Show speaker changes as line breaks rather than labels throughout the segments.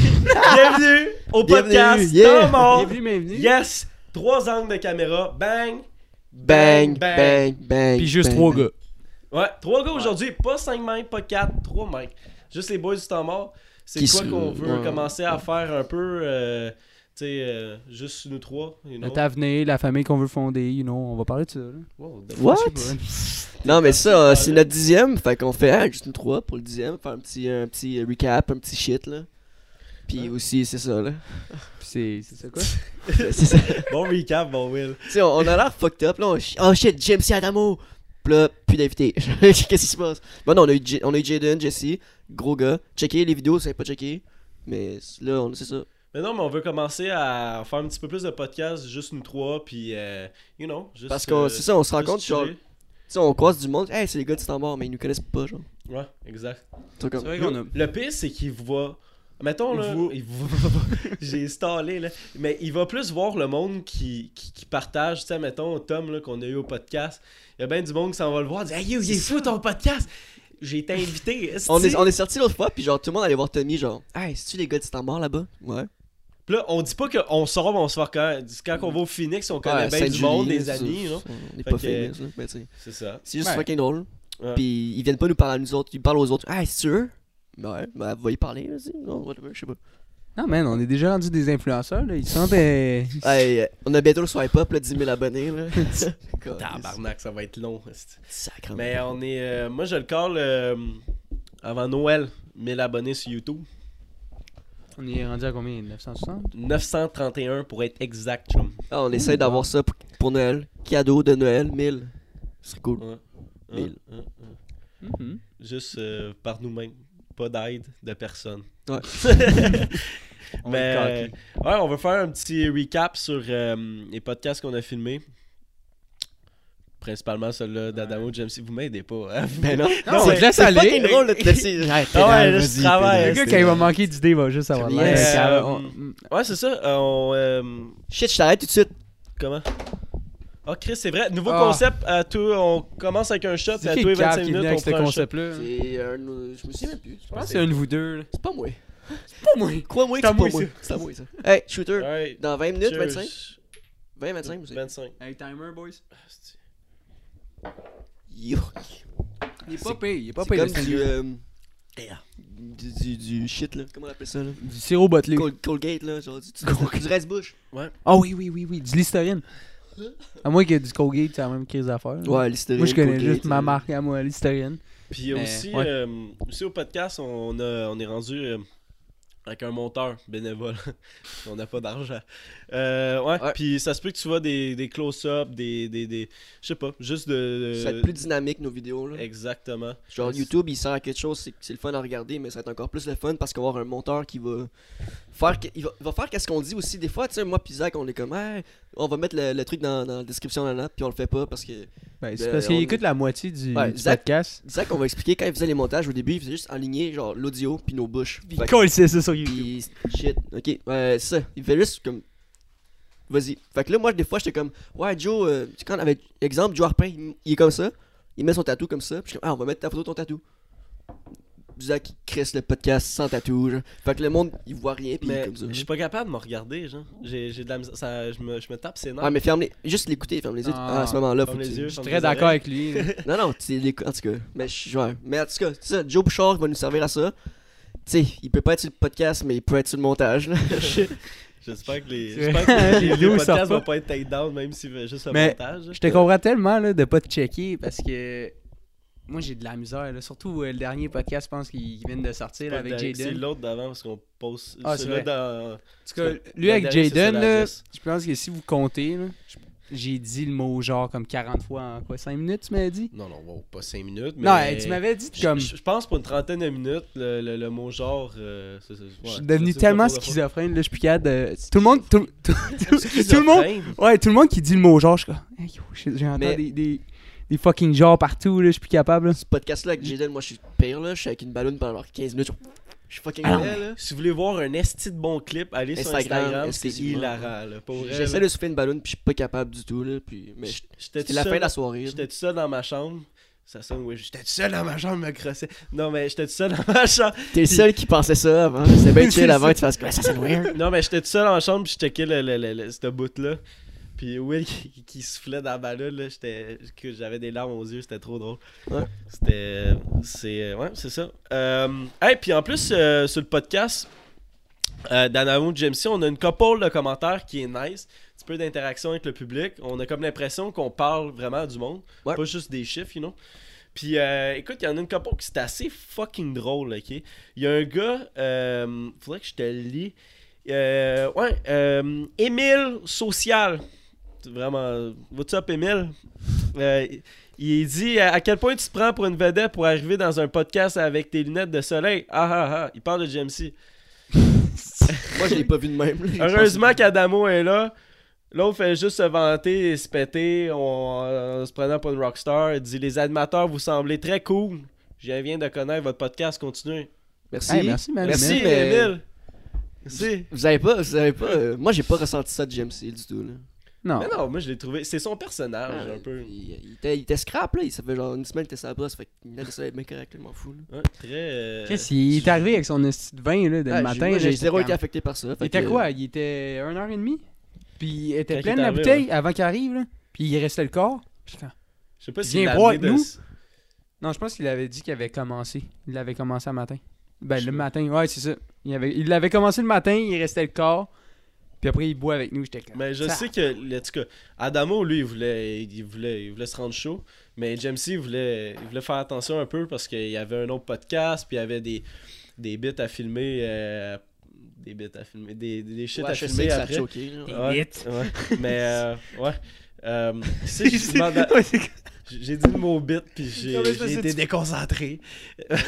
Bienvenue au
Bienvenue,
podcast
yeah.
Comment.
Bienvenue, bienvenue.
Yes! Trois angles de caméra. Bang!
Bang, bang, bang.
Puis juste
bang,
trois
bang.
gars.
Ouais, trois gars aujourd'hui. Pas cinq mains, pas quatre, trois mains. Juste les boys du temps mort. C'est
Qui
quoi
se-
qu'on veut
ouais.
commencer à faire un peu. euh, tu sais, euh, juste nous trois. You know?
Notre avenir, ben, la famille qu'on veut fonder, you know, on va parler de ça. là.
Wow, the-
What?
Je sais hein.
Non, mais ça, euh, c'est notre dixième. Fait qu'on fait ah, juste nous trois pour le dixième. Faire un petit, un petit recap, un petit shit, là. Puis aussi, c'est ça, là.
pas. Puis C'est c'est ça quoi?
c'est ça.
Bon recap, bon Will.
Tu sais, on, on a l'air fucked up, là. On ch- oh shit, James C. Adamo. Puis là, plus d'invités. Qu'est-ce qui se passe? Bon, non, on a eu, J- on a eu Jaden, Jesse, gros gars. Checkez les vidéos, c'est pas checké. Mais là, on c'est ça.
Mais non, mais on veut commencer à faire un petit peu plus de podcasts, juste nous trois, puis, euh, you know, juste.
Parce que
euh,
c'est ça, on se rend
juste
compte, genre, tu
chiller.
sais, on croise du monde. Hey, c'est les gars du temps mort, mais ils nous connaissent pas, genre.
Ouais, exact.
Ils sont comme,
C'est vrai qu'on a.
Le pire, c'est qu'il voit. Mettons,
Il
là.
voit.
Il voit. J'ai installé, là. Mais il va plus voir le monde qui, qui, qui partage, tu sais, mettons, Tom, là, qu'on a eu au podcast. Il y a bien du monde qui s'en va le voir, dit, hey, yo, il est fou ton podcast! J'ai été invité.
On est,
on...
on est sorti l'autre fois, puis genre tout le monde allait voir Tommy, genre, hey, c'est-tu les gars de Star Mort là-bas? Ouais.
Là, on dit pas qu'on sort, mais on se fait reconnaître. Quand on va au Phoenix, on connaît
Ouais,
bien ben, du
Sainte-Julie,
monde, des
ça,
amis,
ça,
non?
On est
Fait
pas
que-
famous, là, mais tu sais.
C'est ça.
C'est juste
Ouais.
fucking drôle.
Ouais.
Puis ils viennent pas nous parler à nous autres, ils parlent aux autres, hey, c'est eux? Ouais, bah, va y parler, vas-y, non, whatever, je sais pas.
Non, man, on est déjà rendu des influenceurs, là. Ils sont ben, des.
Hey, euh, on a bientôt le swipe up, là, 10 000 abonnés, là.
Tabarnak, ça va être long. esti.
Sacré.
Mais on est. euh, moi, je le call euh, avant Noël, 1000 abonnés sur YouTube.
On est rendu à combien? 960?
931 pour être exact, chum.
Ah, on essaie d'avoir ça pour, pour Noël. Cadeau de Noël, 1000. Ce serait cool.
Ouais. Hein,
1000.
hein, hein.
Mhm.
Juste euh, par nous-mêmes. Pas d'aide de personne.
Ouais.
On
Mais,
est cocky.
euh, ouais, on va faire un petit recap sur euh, les podcasts qu'on a filmés. Principalement celui-là d'Adamo James. Si vous m'aidez pas, hein.
Ben non,
Non,
c'est-
on te laisse
c'est
aller.
fucking drôle de te laisser.
Ah ouais, là, je travaille.
Le gars, quand il va manquer d'idées, va juste avoir l'air.
Yes.
Mais, euh,
Euh,
on-
Ouais, c'est ça. euh, on, euh,
Shit, je t'arrête tout de suite.
Comment Ah, Chris, c'est vrai. Nouveau
Ah.
concept. À tout, on commence avec un shot. puis
C'est
À
qui
tous les
le cap
25
qui est venu
minutes, on
avec ce
prend un shot.
concept-là? Je
C'est un. Je me souviens même plus. Je
pense
pense
que
que
c'est un de vous deux, là.
C'est pas moi. C'est
Pas moi!
Crois-moi que
C'est à
c'est pas
moi,
moi.
ça.
C'est à moi, ça. Hey, shooter,
Alright,
dans 20 minutes,
cheers.
25 20, 25, c'est.
25.
Hey, timer, boys.
Yo.
Il est
pas
pas payé, il est pas
C'est
payé.
comme du. euh, Du, du, du shit, là. Comment on appelle ça, là
Du sirop bottelé.
Col- Colgate, là. Genre, du, du, du reste-bouche.
Ah oui, oui, oui, oui, du Listerine. À moins que du Colgate, c'est la même crise d'affaires. là.
Ouais, euh, l'histoire.
Moi, je connais juste ma marque à moi, l'historienne.
Puis
Mais,
aussi,
ouais.
euh, aussi au podcast, on, a, on est rendu euh, avec un monteur bénévole. on n'a pas d'argent. Euh, ouais,
Ouais.
Puis ça se peut que tu vois des, des close-up, des. des, des je sais pas, juste de.
Ça va
Euh,
être plus dynamique, nos vidéos, là.
Exactement.
Genre, YouTube, il sert à quelque chose, c'est c'est le fun à regarder, mais ça va être encore plus le fun parce qu'on va avoir un monteur qui va faire, que- il va, il va faire qu'est-ce qu'on dit aussi. Des fois, tu sais, moi, pis Zach, on est comme, Hey, on va mettre le, le truc dans, dans la description là-là, puis on le fait pas parce que
Ben,
Ben,
c'est parce
on-
qu'il écoute la moitié du,
Ouais,
du
Zach-
podcast.
Zach, on va expliquer quand il faisait les montages au début, il faisait juste aligner genre l'audio puis nos bouches.
Il
Fait que-
colle c'est ça sur YouTube.
Puis shit, ok, ouais, c'est ça. Il fait juste comme. Vas-y. Fait que là, moi, des fois, j'étais comme, ouais, Joe, euh, tu sais, quand avec exemple, Joe Harpin, il, il est comme ça, il met son tatou comme ça, puis je suis comme, ah, on va mettre ta photo de ton tatou. Zach, il crisse le podcast sans tatou, genre. Fait que le monde, il voit rien, puis il est
Mais
comme ça.
je suis
genre.
pas capable de me regarder, genre. J'ai j'ai de la misère- ça- Je me, je me tape, c'est
Ah, mais ferme les. Juste l'écouter, ferme les yeux.
Ah,
Ah, à ce moment-là, faut
Ferme
que
les
tu-
yeux,
Je suis
ferme
très
les
d'accord
oreilles.
avec lui. là.
Non, non, tu l'écoutes. En tout cas, mais je suis ouais. Mais en tout cas, c'est ça, Joe Bouchard va nous servir à ça. Tu sais, il peut pas être sur le podcast, mais il peut être sur le montage, là.
J'espère que les,
C'est
j'espère
vrai.
que les,
Les
les
vidéos
podcasts
sortent
vont
pas.
pas être take down, même si c'est juste le
Mais
montage. là.
Je te comprends tellement là, de pas te checker parce que moi, j'ai de la misère. là. Surtout euh, le dernier podcast, je pense, qu'il vient de sortir
Pas
là, avec
direct, C'est
Jaden. En
l'autre d'avant parce qu'on pose
Ah, c'est
celui-là
vrai.
dans.
tout cas, lui
le
avec
dernier, c'est
Jaden,
celui à
là,
Jess.
je pense que si vous comptez, là, je- j'ai dit le mot genre comme 40 fois en quoi 5 minutes, tu m'avais dit
Non, non, wow, pas 5 minutes. Mais...
Non, hey, tu m'avais dit
Je-
comme.
Je, je pense pour une trentaine de minutes, le, le- le mot genre. euh, c'est- c'est- ouais,
Je suis
je
devenu
sais pas
tellement
pour la fois.
schizophrène, là, je suis plus capable de... Tout le monde... Tout, tout- tout- tout le monde... Ouais, tout le monde qui dit le mot genre, je suis comme... Hey, yo, shit, J'entends
Mais-
des, des, des fucking genres partout, là, je suis plus capable. là.
ce podcast-là avec Jaden, moi je suis pire là, je suis avec une ballonne pendant genre 15 minutes. genre, Je suis fucking
Ah non,
laid, là.
Si vous voulez voir un esti de bon clip, allez sur
Instagram,
Instagram, c'est
exclusivement.
hilarant. Là, pour vrai,
J'essaie
là.
de souffler une ballonne puis je suis pas capable du tout là, puis mais je-
J'étais
c'était
tout
la fin de
seul-
la soirée. là.
J'étais tout seul dans ma chambre. Ça sonne, oui. J'étais tout seul dans ma chambre, me crossais. Non, mais j'étais tout seul dans ma chambre.
T'es le seul qui pensait ça avant. C'est bien
C'est
chill avant
ça.
que tu fasses comme ça, c'est weird.
Non, mais j'étais tout seul en chambre, puis je checkais le, le, le- le- ce bout-là. Puis Will qui, qui soufflait dans la balle, là, j'étais- que j'avais des larmes aux yeux, c'était trop drôle.
Ouais.
C'était. C'est. Ouais, c'est ça. Euh, hey, puis en plus, euh, sur le podcast euh, d'Anamo Jamesy, on a une couple de commentaires qui est nice. Un petit peu d'interaction avec le public. On a comme l'impression qu'on parle vraiment du monde,
Ouais.
pas juste des chiffres, you know. Puis euh, écoute, il y en a une couple qui c'est assez fucking drôle, ok? Il y a un gars, euh, faudrait que je te le lis. Euh, ouais, euh, Émile Social. C'est Vraiment, what's up, Émile? Euh, il dit à à quel point tu te prends pour une vedette pour arriver dans un podcast avec tes lunettes de soleil. Ah ah ah, il parle de Jamesy.
Moi, je l'ai pas vu de même. là.
Heureusement qu'Adamo est là. L'autre fait juste se vanter et se péter en en se prenant pour une rockstar. Il dit Les animateurs, vous semblez très cool. Je viens de connaître votre podcast, continuez.
Merci.
Hey, merci, man.
Merci,
Merci,
mais-
Émile. Merci.
Vous avez pas, vous avez pas. euh, moi, j'ai pas ressenti ça de JMC du tout. Là.
Non.
Mais non, moi je l'ai trouvé. C'est son personnage Ah,
Ah,
un peu.
Euh, Il, il était, il était scrap, là. Il, ça fait genre une semaine qu'il était sur la brosse. Fait qu'il a ça bien correct, là, je m'en fous. Là.
Ouais, très. euh,
Qu'est-ce il est arrivé avec son esti de vin, là, dès
Ah,
le
j'ai-
matin?
moi,
là,
J'ai
j'étais
zéro
comme-
été affecté par ça.
Il
fait
était
que-
quoi? Il était 1h30? Puis il
Quand
était
il
plein
est
de la
arrivé,
bouteille avant qu'il arrive, là. Puis il restait le corps. J'étais comme-
Je sais pas si
Viens
l'a
boire
amené
avec
de-
nous. Non, je pense qu'il avait dit qu'il avait commencé. Il l'avait commencé un matin. Ben,
Je
le
sais
matin, ouais, c'est ça. Il avait- il l'avait commencé le matin, il restait le corps. Puis après, il boit avec nous. J'étais comme.
Mais Ben, je
Ça-
sais que, en tout cas, Adamo, lui, il voulait, il voulait, il voulait se rendre chaud. Mais Jamesy, il voulait, il voulait faire attention un peu parce qu'il y avait un autre podcast, puis il y avait des, des bits à filmer. euh, des bits à filmer. Des, des, des shit
Ouais,
à
je
filmer
sais que ça a
après.
choqué. là.
Des
Ouais,
bits.
ouais. Mais, euh, ouais. Euh, tu sais, je me demande à- J'ai dit le mot bit, puis j'ai
Non, mais c'est parce
j'ai
que
été
tu-
déconcentré.
Non,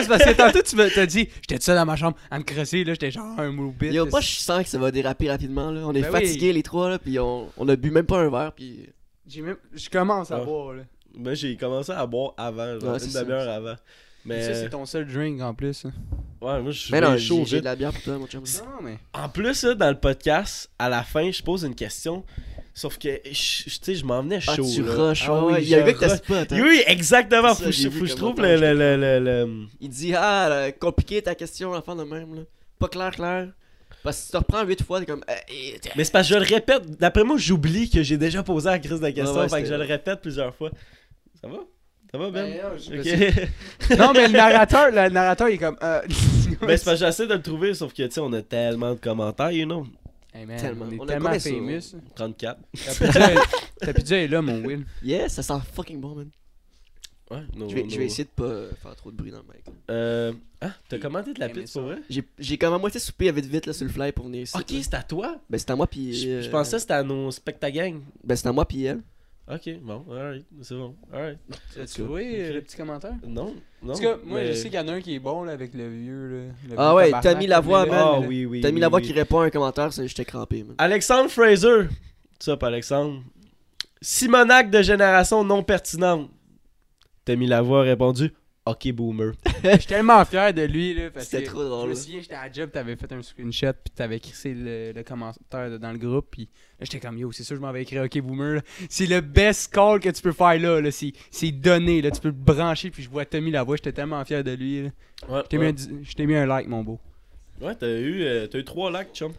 c'est parce que tantôt, tu m'as t'as dit, j'étais tout seul dans ma chambre à me crosser, là, j'étais genre un mou bit.
Yo, moi, je sens que ça va déraper rapidement. Là. On est
Ben oui.
fatigués, les trois, là, puis on, on a bu même pas un verre. Puis...
J'ai même- Je commence à
Ah.
boire, là.
Moi, j'ai commencé à boire avant, genre,
Ouais,
une
c'est ça.
demi-heure avant. Mais,
Ça, c'est ton seul drink en plus. hein.
ouais, moi, je suis
Mais
bien
Ben non,
chaud
j'ai j'ai
vite.
de la bière pour toi, mon chum.
Non, mais.
En plus, là, dans le podcast, à la fin, je pose une question. Sauf que, je- je- tu sais, je m'en venais
Ah,
chaud.
tu
là.
rushes,
Ah
ouais,
oui,
il y a un
je
gars que t'as
rush.
spot. hein.
Oui, exactement.
Ça,
Faut, que
j'ai
je-
vu
faut que je
comment
trouve le,
t'as
le, le, le- le-
Il dit Ah, là, compliqué ta question, l'enfant de même. Là. Pas clair, clair. Parce que si tu te reprends 8 fois, t'es comme. Euh, eh, t'es-
Mais c'est parce que je le répète. D'après moi, j'oublie que j'ai déjà posé la crise de la question.
Ouais, ouais,
fait que je
c'était-
le répète plusieurs fois. Ça va? Ça va, Ben?
oh,
Ok.
Non, mais le narrateur, le narrateur, il est comme. euh,
Mais Ben, c'est parce que j'essaie de le trouver, sauf que, tu sais, on a tellement de commentaires, you know.
Hey, man,
Tellement.
On est
On a
tellement
combien ça, on-
famous.
34.
Ta pizza- Ta pizza est là, mon Will.
Yeah, ça sent fucking bon, man.
Ouais, no,
je, vais,
Oh, no.
je vais essayer de pas faire trop de bruit dans le mic. là.
Euh, hein? T'as commandé de la
Aimé
pizza pour
ça.
vrai?
J'ai- J'ai comme à moitié soupé vite vite là, sur le fly pour venir ici.
Ok,
là.
c'est à toi.
Ben c'est à moi puis.
Je je
euh,
pensais que c'était à nos spectagangs.
Ben c'est à moi puis elle.
Ok, bon, alright, c'est bon, alright.
As-tu trouvé
Ok.
euh, le petit commentaire?
Non, non.
En tout cas, moi,
mais-
je sais qu'il y en a un qui est bon là, avec le vieux. Là, le
Ah
vieux
ouais,
tabarnak,
Tommy Lavoie,
là,
man.
Ah
le-
oui, oui.
T'as mis
oui,
la voix
oui.
qui répond à un commentaire, ça, j'étais crampé,
Ah,
man.
Alexandre Fraser. What's up, Alexandre? Simonac de génération non pertinente. Tommy Lavoie a répondu Ok, boomer.
Je suis tellement fier de lui. là, parce
C'était
que
trop drôle,
Je me
là.
souviens, j'étais à la job, t'avais fait un screenshot, puis t'avais crissé le, le commentaire de- dans le groupe. Puis là, j'étais comme yo, c'est sûr, je m'en vais écrire OK Boomer. là. C'est le best call que tu peux faire là. là. C'est c'est donné. Là. Tu peux le brancher, puis je vois Tommy Lavoie. J'étais tellement fier de lui. là.
Ouais,
Je t'ai mis, un di- je t'ai mis un like, mon beau.
ouais t'as eu, euh, t'as eu trois lacs, chum.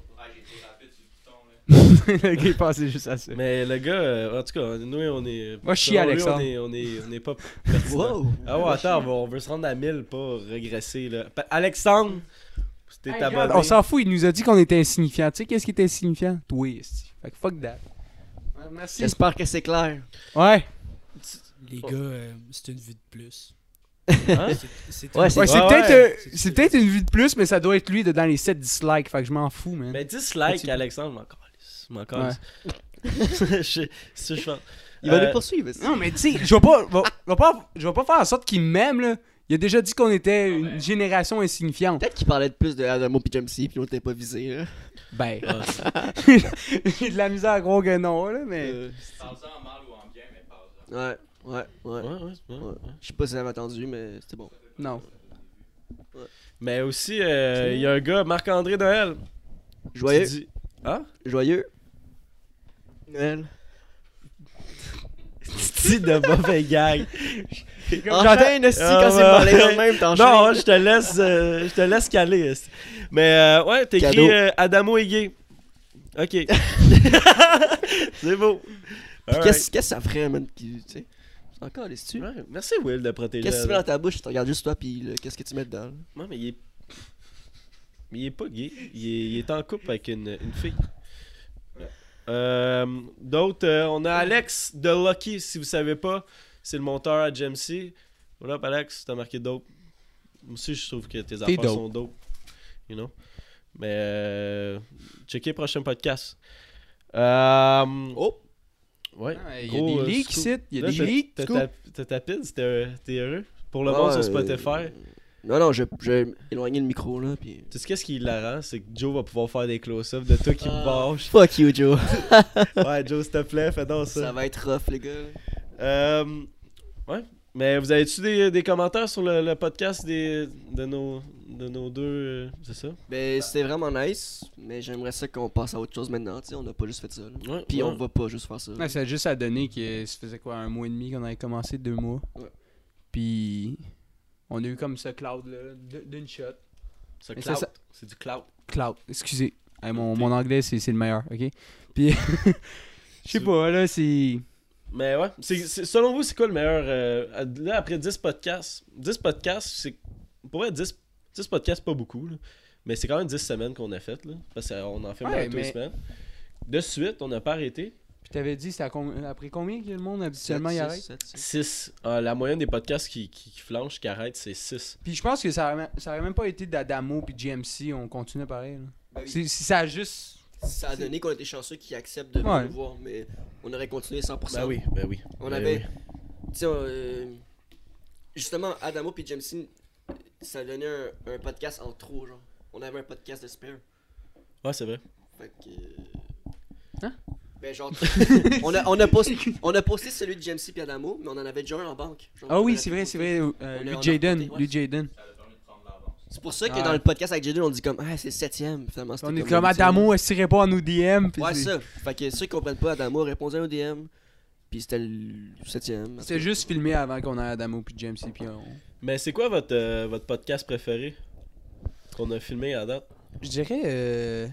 le gars est passé juste à ça.
Mais le gars, euh, en tout cas, nous, on est.
Va chier,
selon lui,
Alexandre.
On est, on est, on est pas pertinent.
Wow!
Ah ouais, attends, on veut, on veut se rendre à 1000, pas régresser. Là. Pa- Alexandre, c'était
Hey,
ta
regarde, on s'en fout, il nous a dit qu'on était insignifiant. Tu sais qu'est-ce qui était insignifiant? Twist. Fait que fuck that. Ouais, Merci.
J'espère que c'est clair.
Ouais.
Les
Oh.
gars, euh, c'est une vue de plus.
Hein?
C'est- c'est
Ouais,
une-
c'est-
Ouais, c'est
ouais.
peut-être euh,
C'est-
c'est peut-être une vue de plus, mais ça doit être lui de dans les 7 dislikes. Fait que je m'en fous, man.
Mais dislike, Ben, Alexandre, m'en calisse. M'en calisse. Je- c'est ce que je pense.
Il va
Euh,
nous poursuivre. c'est-
Non, mais tu sais, je vais pas, va- va pas, je vais pas faire en sorte qu'il m'aime, là. Il a déjà dit qu'on était une génération insignifiante.
Peut-être qu'il parlait de plus de Adamo puis Jamesy puis on t'avait pas visé. là.
Ben,
Ah,
j'ai de la misère à croire que non, là, mais.
Euh,
Parle-en en mal ou en bien, mais parle-en.
Ouais, ouais, ouais.
ouais, ouais, ouais.
ouais. Je sais pas si elle avait attendu, mais c'était bon.
Non.
Mais aussi, euh, il y a un gars, Marc-André Noël.
Joyeux,
qui dit- Hein?
joyeux. Noël.
esti de mauvais gag.
J'entends une hostie
Ah,
quand c'est
ouais.
parlé de même, t'enchaînes.
Non, je te laisse, euh, je te laisse caler. esti. Mais euh, ouais, t'écris
Cadeau.
euh, Adamo est gay. Ok. c'est beau.
Puis
Alright.
qu'est-ce qu'est-ce que ça ferait, man? qui- Tu sais, c'est encore les tu
Ouais, merci Will de protéger.
Qu'est-ce que tu mets dans ta bouche? Tu regardes juste toi, puis là, qu'est-ce que tu mets dedans? là?
Ouais, mais il est. mais il est pas gay. Il est, il est en couple avec une, une fille. Euh, D'autres, euh, on a Alex de Lucky, si vous savez pas. C'est le monteur à GMC. Voilà, Alex, t'as marqué dope. Moi aussi, je trouve que tes affaires
dope.
sont dope. You know? Mais. Euh, checkez le prochain podcast. Euh,
Oh!
ouais.
Ah, Il y
Gros,
a
euh,
des leaks
scoop.
ici, il y a
Là,
des
t'as-
leaks.
t'as
scoop.
ta- T'as ta pile, c'était- t'es heureux. Pour le
Ouais,
bon sur
euh,
Spotify.
Non, non, je- j'ai éloigné le micro, là, puis...
Tu sais qu'est-ce qui est hilarant, c'est que Joe va pouvoir faire des close-ups de toi qui me bâche.
Fuck you, Joe.
Ouais, Joe, s'il te plaît, fais donc ça.
Ça va être rough, les gars.
Euh, ouais. Mais vous avez-tu des, des commentaires sur le, le podcast des, de, nos, de nos deux... euh, c'est ça?
Ben, c'était vraiment nice, mais j'aimerais ça qu'on passe à autre chose maintenant, tu sais, on a pas juste fait ça, là.
Ouais,
Puis
ouais.
on va pas juste faire ça.
Ouais, ça a juste à donner que ça faisait quoi, un mois et demi qu'on avait commencé, deux mois.
Ouais.
Puis on a eu comme ce cloud-là, d- d'une shot.
C'est
Mais
clout.
c'est ça.
C'est du clout.
Cloud, excusez. Hey, mon, mon anglais, c'est c'est le meilleur, ok? Puis, je sais pas, là, c'est.
Mais ouais, c'est- c'est- selon vous, c'est quoi le meilleur... euh, là, après 10 podcasts, 10 podcasts, c'est... Pour être 10, 10 podcasts, pas beaucoup, là. Mais c'est quand même 10 semaines qu'on a faites, là. Parce qu'on en fait moins
Ouais,
de deux
mais-
semaines. De suite, on n'a pas arrêté.
Puis t'avais dit, c'est à com- après combien que le monde habituellement y arrête?
6. Ah, la moyenne des podcasts qui, qui, qui flanchent, qui arrêtent, c'est 6.
Puis je pense que ça aurait, ça aurait même pas été d'Adamo puis GMC, on continue pareil. là.
Ben oui.
C'est- c'est- ça a juste.
Ça a donné qu'on était chanceux qui acceptent de venir
Ouais.
nous voir, mais on aurait continué 100%.
Ben oui, ben oui.
On
Ben
avait.
oui.
Tu sais, on, euh, justement, Adamo puis Jameson, ça donnait un, un podcast en trop, genre. On avait un podcast de spare.
Ouais, c'est vrai.
Fait que.
Hein?
Ben, genre. on, a, on, a posté, on a posté celui de Jamesy puis Adamo, mais on en avait déjà un en banque. Genre,
Ah
on
oui,
avait
c'est vrai,
posté.
c'est vrai.
On
euh,
l'a-
lui
on l'a
Jaden,
reporté, ouais.
lui Jaden.
Ça a permis de prendre l'avance.
C'est pour ça que
Ouais.
dans le podcast avec Jaden, on dit comme, ah, c'est le septième. Finalement, c'était
On est
comme
comme
le huitième.
Adamo, elle se tirait pas à nous DM. puis
Ouais,
c'est-
ça. Fait que ceux qui comprennent pas, Adamo répondait au DM, puis c'était le septième.
C'était juste filmé avant qu'on ait Adamo puis GMC. Puis on...
Mais c'est quoi votre, euh, votre podcast préféré qu'on a filmé à date
Je dirais euh,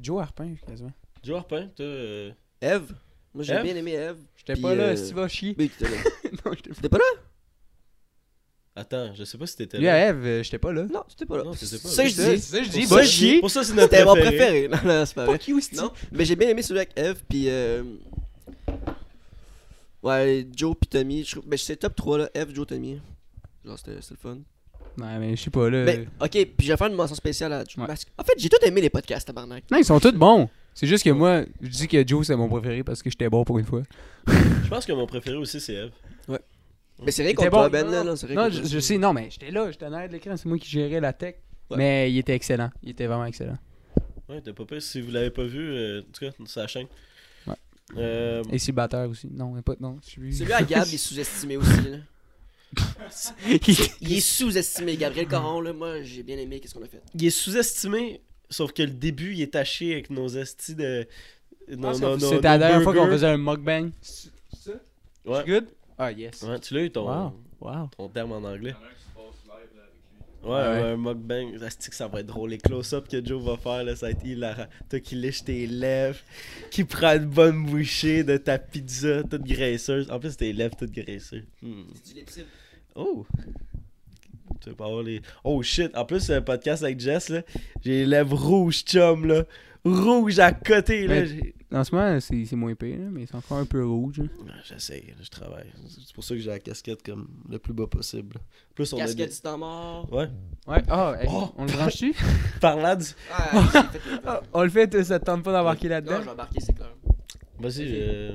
Joe Harpin, quasiment.
Joe Harpin, toi. euh,
Eve. Moi, j'ai
Ève?
bien aimé Eve.
J'étais
Puis,
pas là,
euh,
si tu vas chier.
Oui, t'étais là.
non, j'étais pas
T'étais pas là?
Attends, je sais pas si t'étais
Lui,
là.
à Eve, euh, j'étais pas là.
Non, t'étais pas là.
Non, t'étais pas
Ça,
là.
je
C'est
dis.
ça, je dis,
Pour
va
ça,
chier.
Pour ça, c'est notre
C'était mon
préféré.
préféré. Non, non, c'est pas vrai.
Fuck you, c'est
Non, mais j'ai bien aimé celui avec Eve, puis. euh, Ouais, Joe puis Tommy. Je... trouve- Ben, c'est top 3 là. Eve, Joe, Tommy. Genre, c'était c'était le fun.
Euh. Non, mais je sais pas là.
Ben, ok, puis je vais faire une mention spéciale à Joe.
Ouais.
parce que- En fait, j'ai tout aimé les podcasts, tabarnak.
Non, ils sont tous bons. C'est juste que moi, je dis que Joe, c'est mon préféré parce que j'étais bon pour une fois.
Je pense que mon préféré aussi, c'est Eve.
Mais c'est vrai qu'on
C'était bon.
parle Ben là, là, c'est vrai.
Non,
qu'on-
je, je sais, non, mais j'étais là, j'étais en arrière de l'écran, c'est moi qui gérais la tech.
Ouais.
Mais il était excellent, il était vraiment excellent.
Ouais, t'as pas peur. Si vous l'avez pas vu, euh, en tout cas, c'est la chaîne.
Ouais.
Euh,
Et c'est le batteur aussi. Non, il est pas, non, je suis-
Ben. Celui à Gab, il est sous-estimé aussi. Là.
Il-
Il est sous-estimé. Gabriel Coron, là, moi, j'ai bien aimé qu'est-ce qu'on a fait.
il est sous-estimé, sauf que le début, il est taché avec nos estis de.
Ah,
Non, non, non.
C'était la dernière fois qu'on faisait un mukbang.
Ouais.
Good? Ah, yes.
Ouais, tu l'as eu ton,
Wow. Wow.
ton terme en anglais.
Il y en a un qui se passe live là, avec lui.
Ouais,
Ah ouais.
ouais, un mukbang. Asti que ça va être drôle. Les close-ups que Joe va faire, là, ça va être hilarant. Toi qui lèches tes lèvres, qui prend une bonne bouchée de ta pizza toute graisseuse. En plus, tes lèvres toutes graisseuses. Hmm. Oh! Tu veux pas avoir les. Oh shit! En plus, le podcast avec Jess, là, j'ai les lèvres rouges, chum, là. Rouge à côté, là.
Mais-
j'ai-
En ce moment, c'est c'est moins pire, là, mais c'est encore un peu rouge. hein.
Ah, J'essaie, là, je travaille. C'est pour ça que j'ai la casquette comme le plus bas possible. En plus, on
Casquette
a
du temps mort.
des... Ouais.
Ouais. Ah, hey,
Oh!
on le branche-tu?
Parlant du...
Ah, j'ai fait le-
Ah, on le fait, toi, ça te tente pas d'embarquer
Non,
là-dedans?
j'ai embarqué, c'est clair.
Vas-y, euh...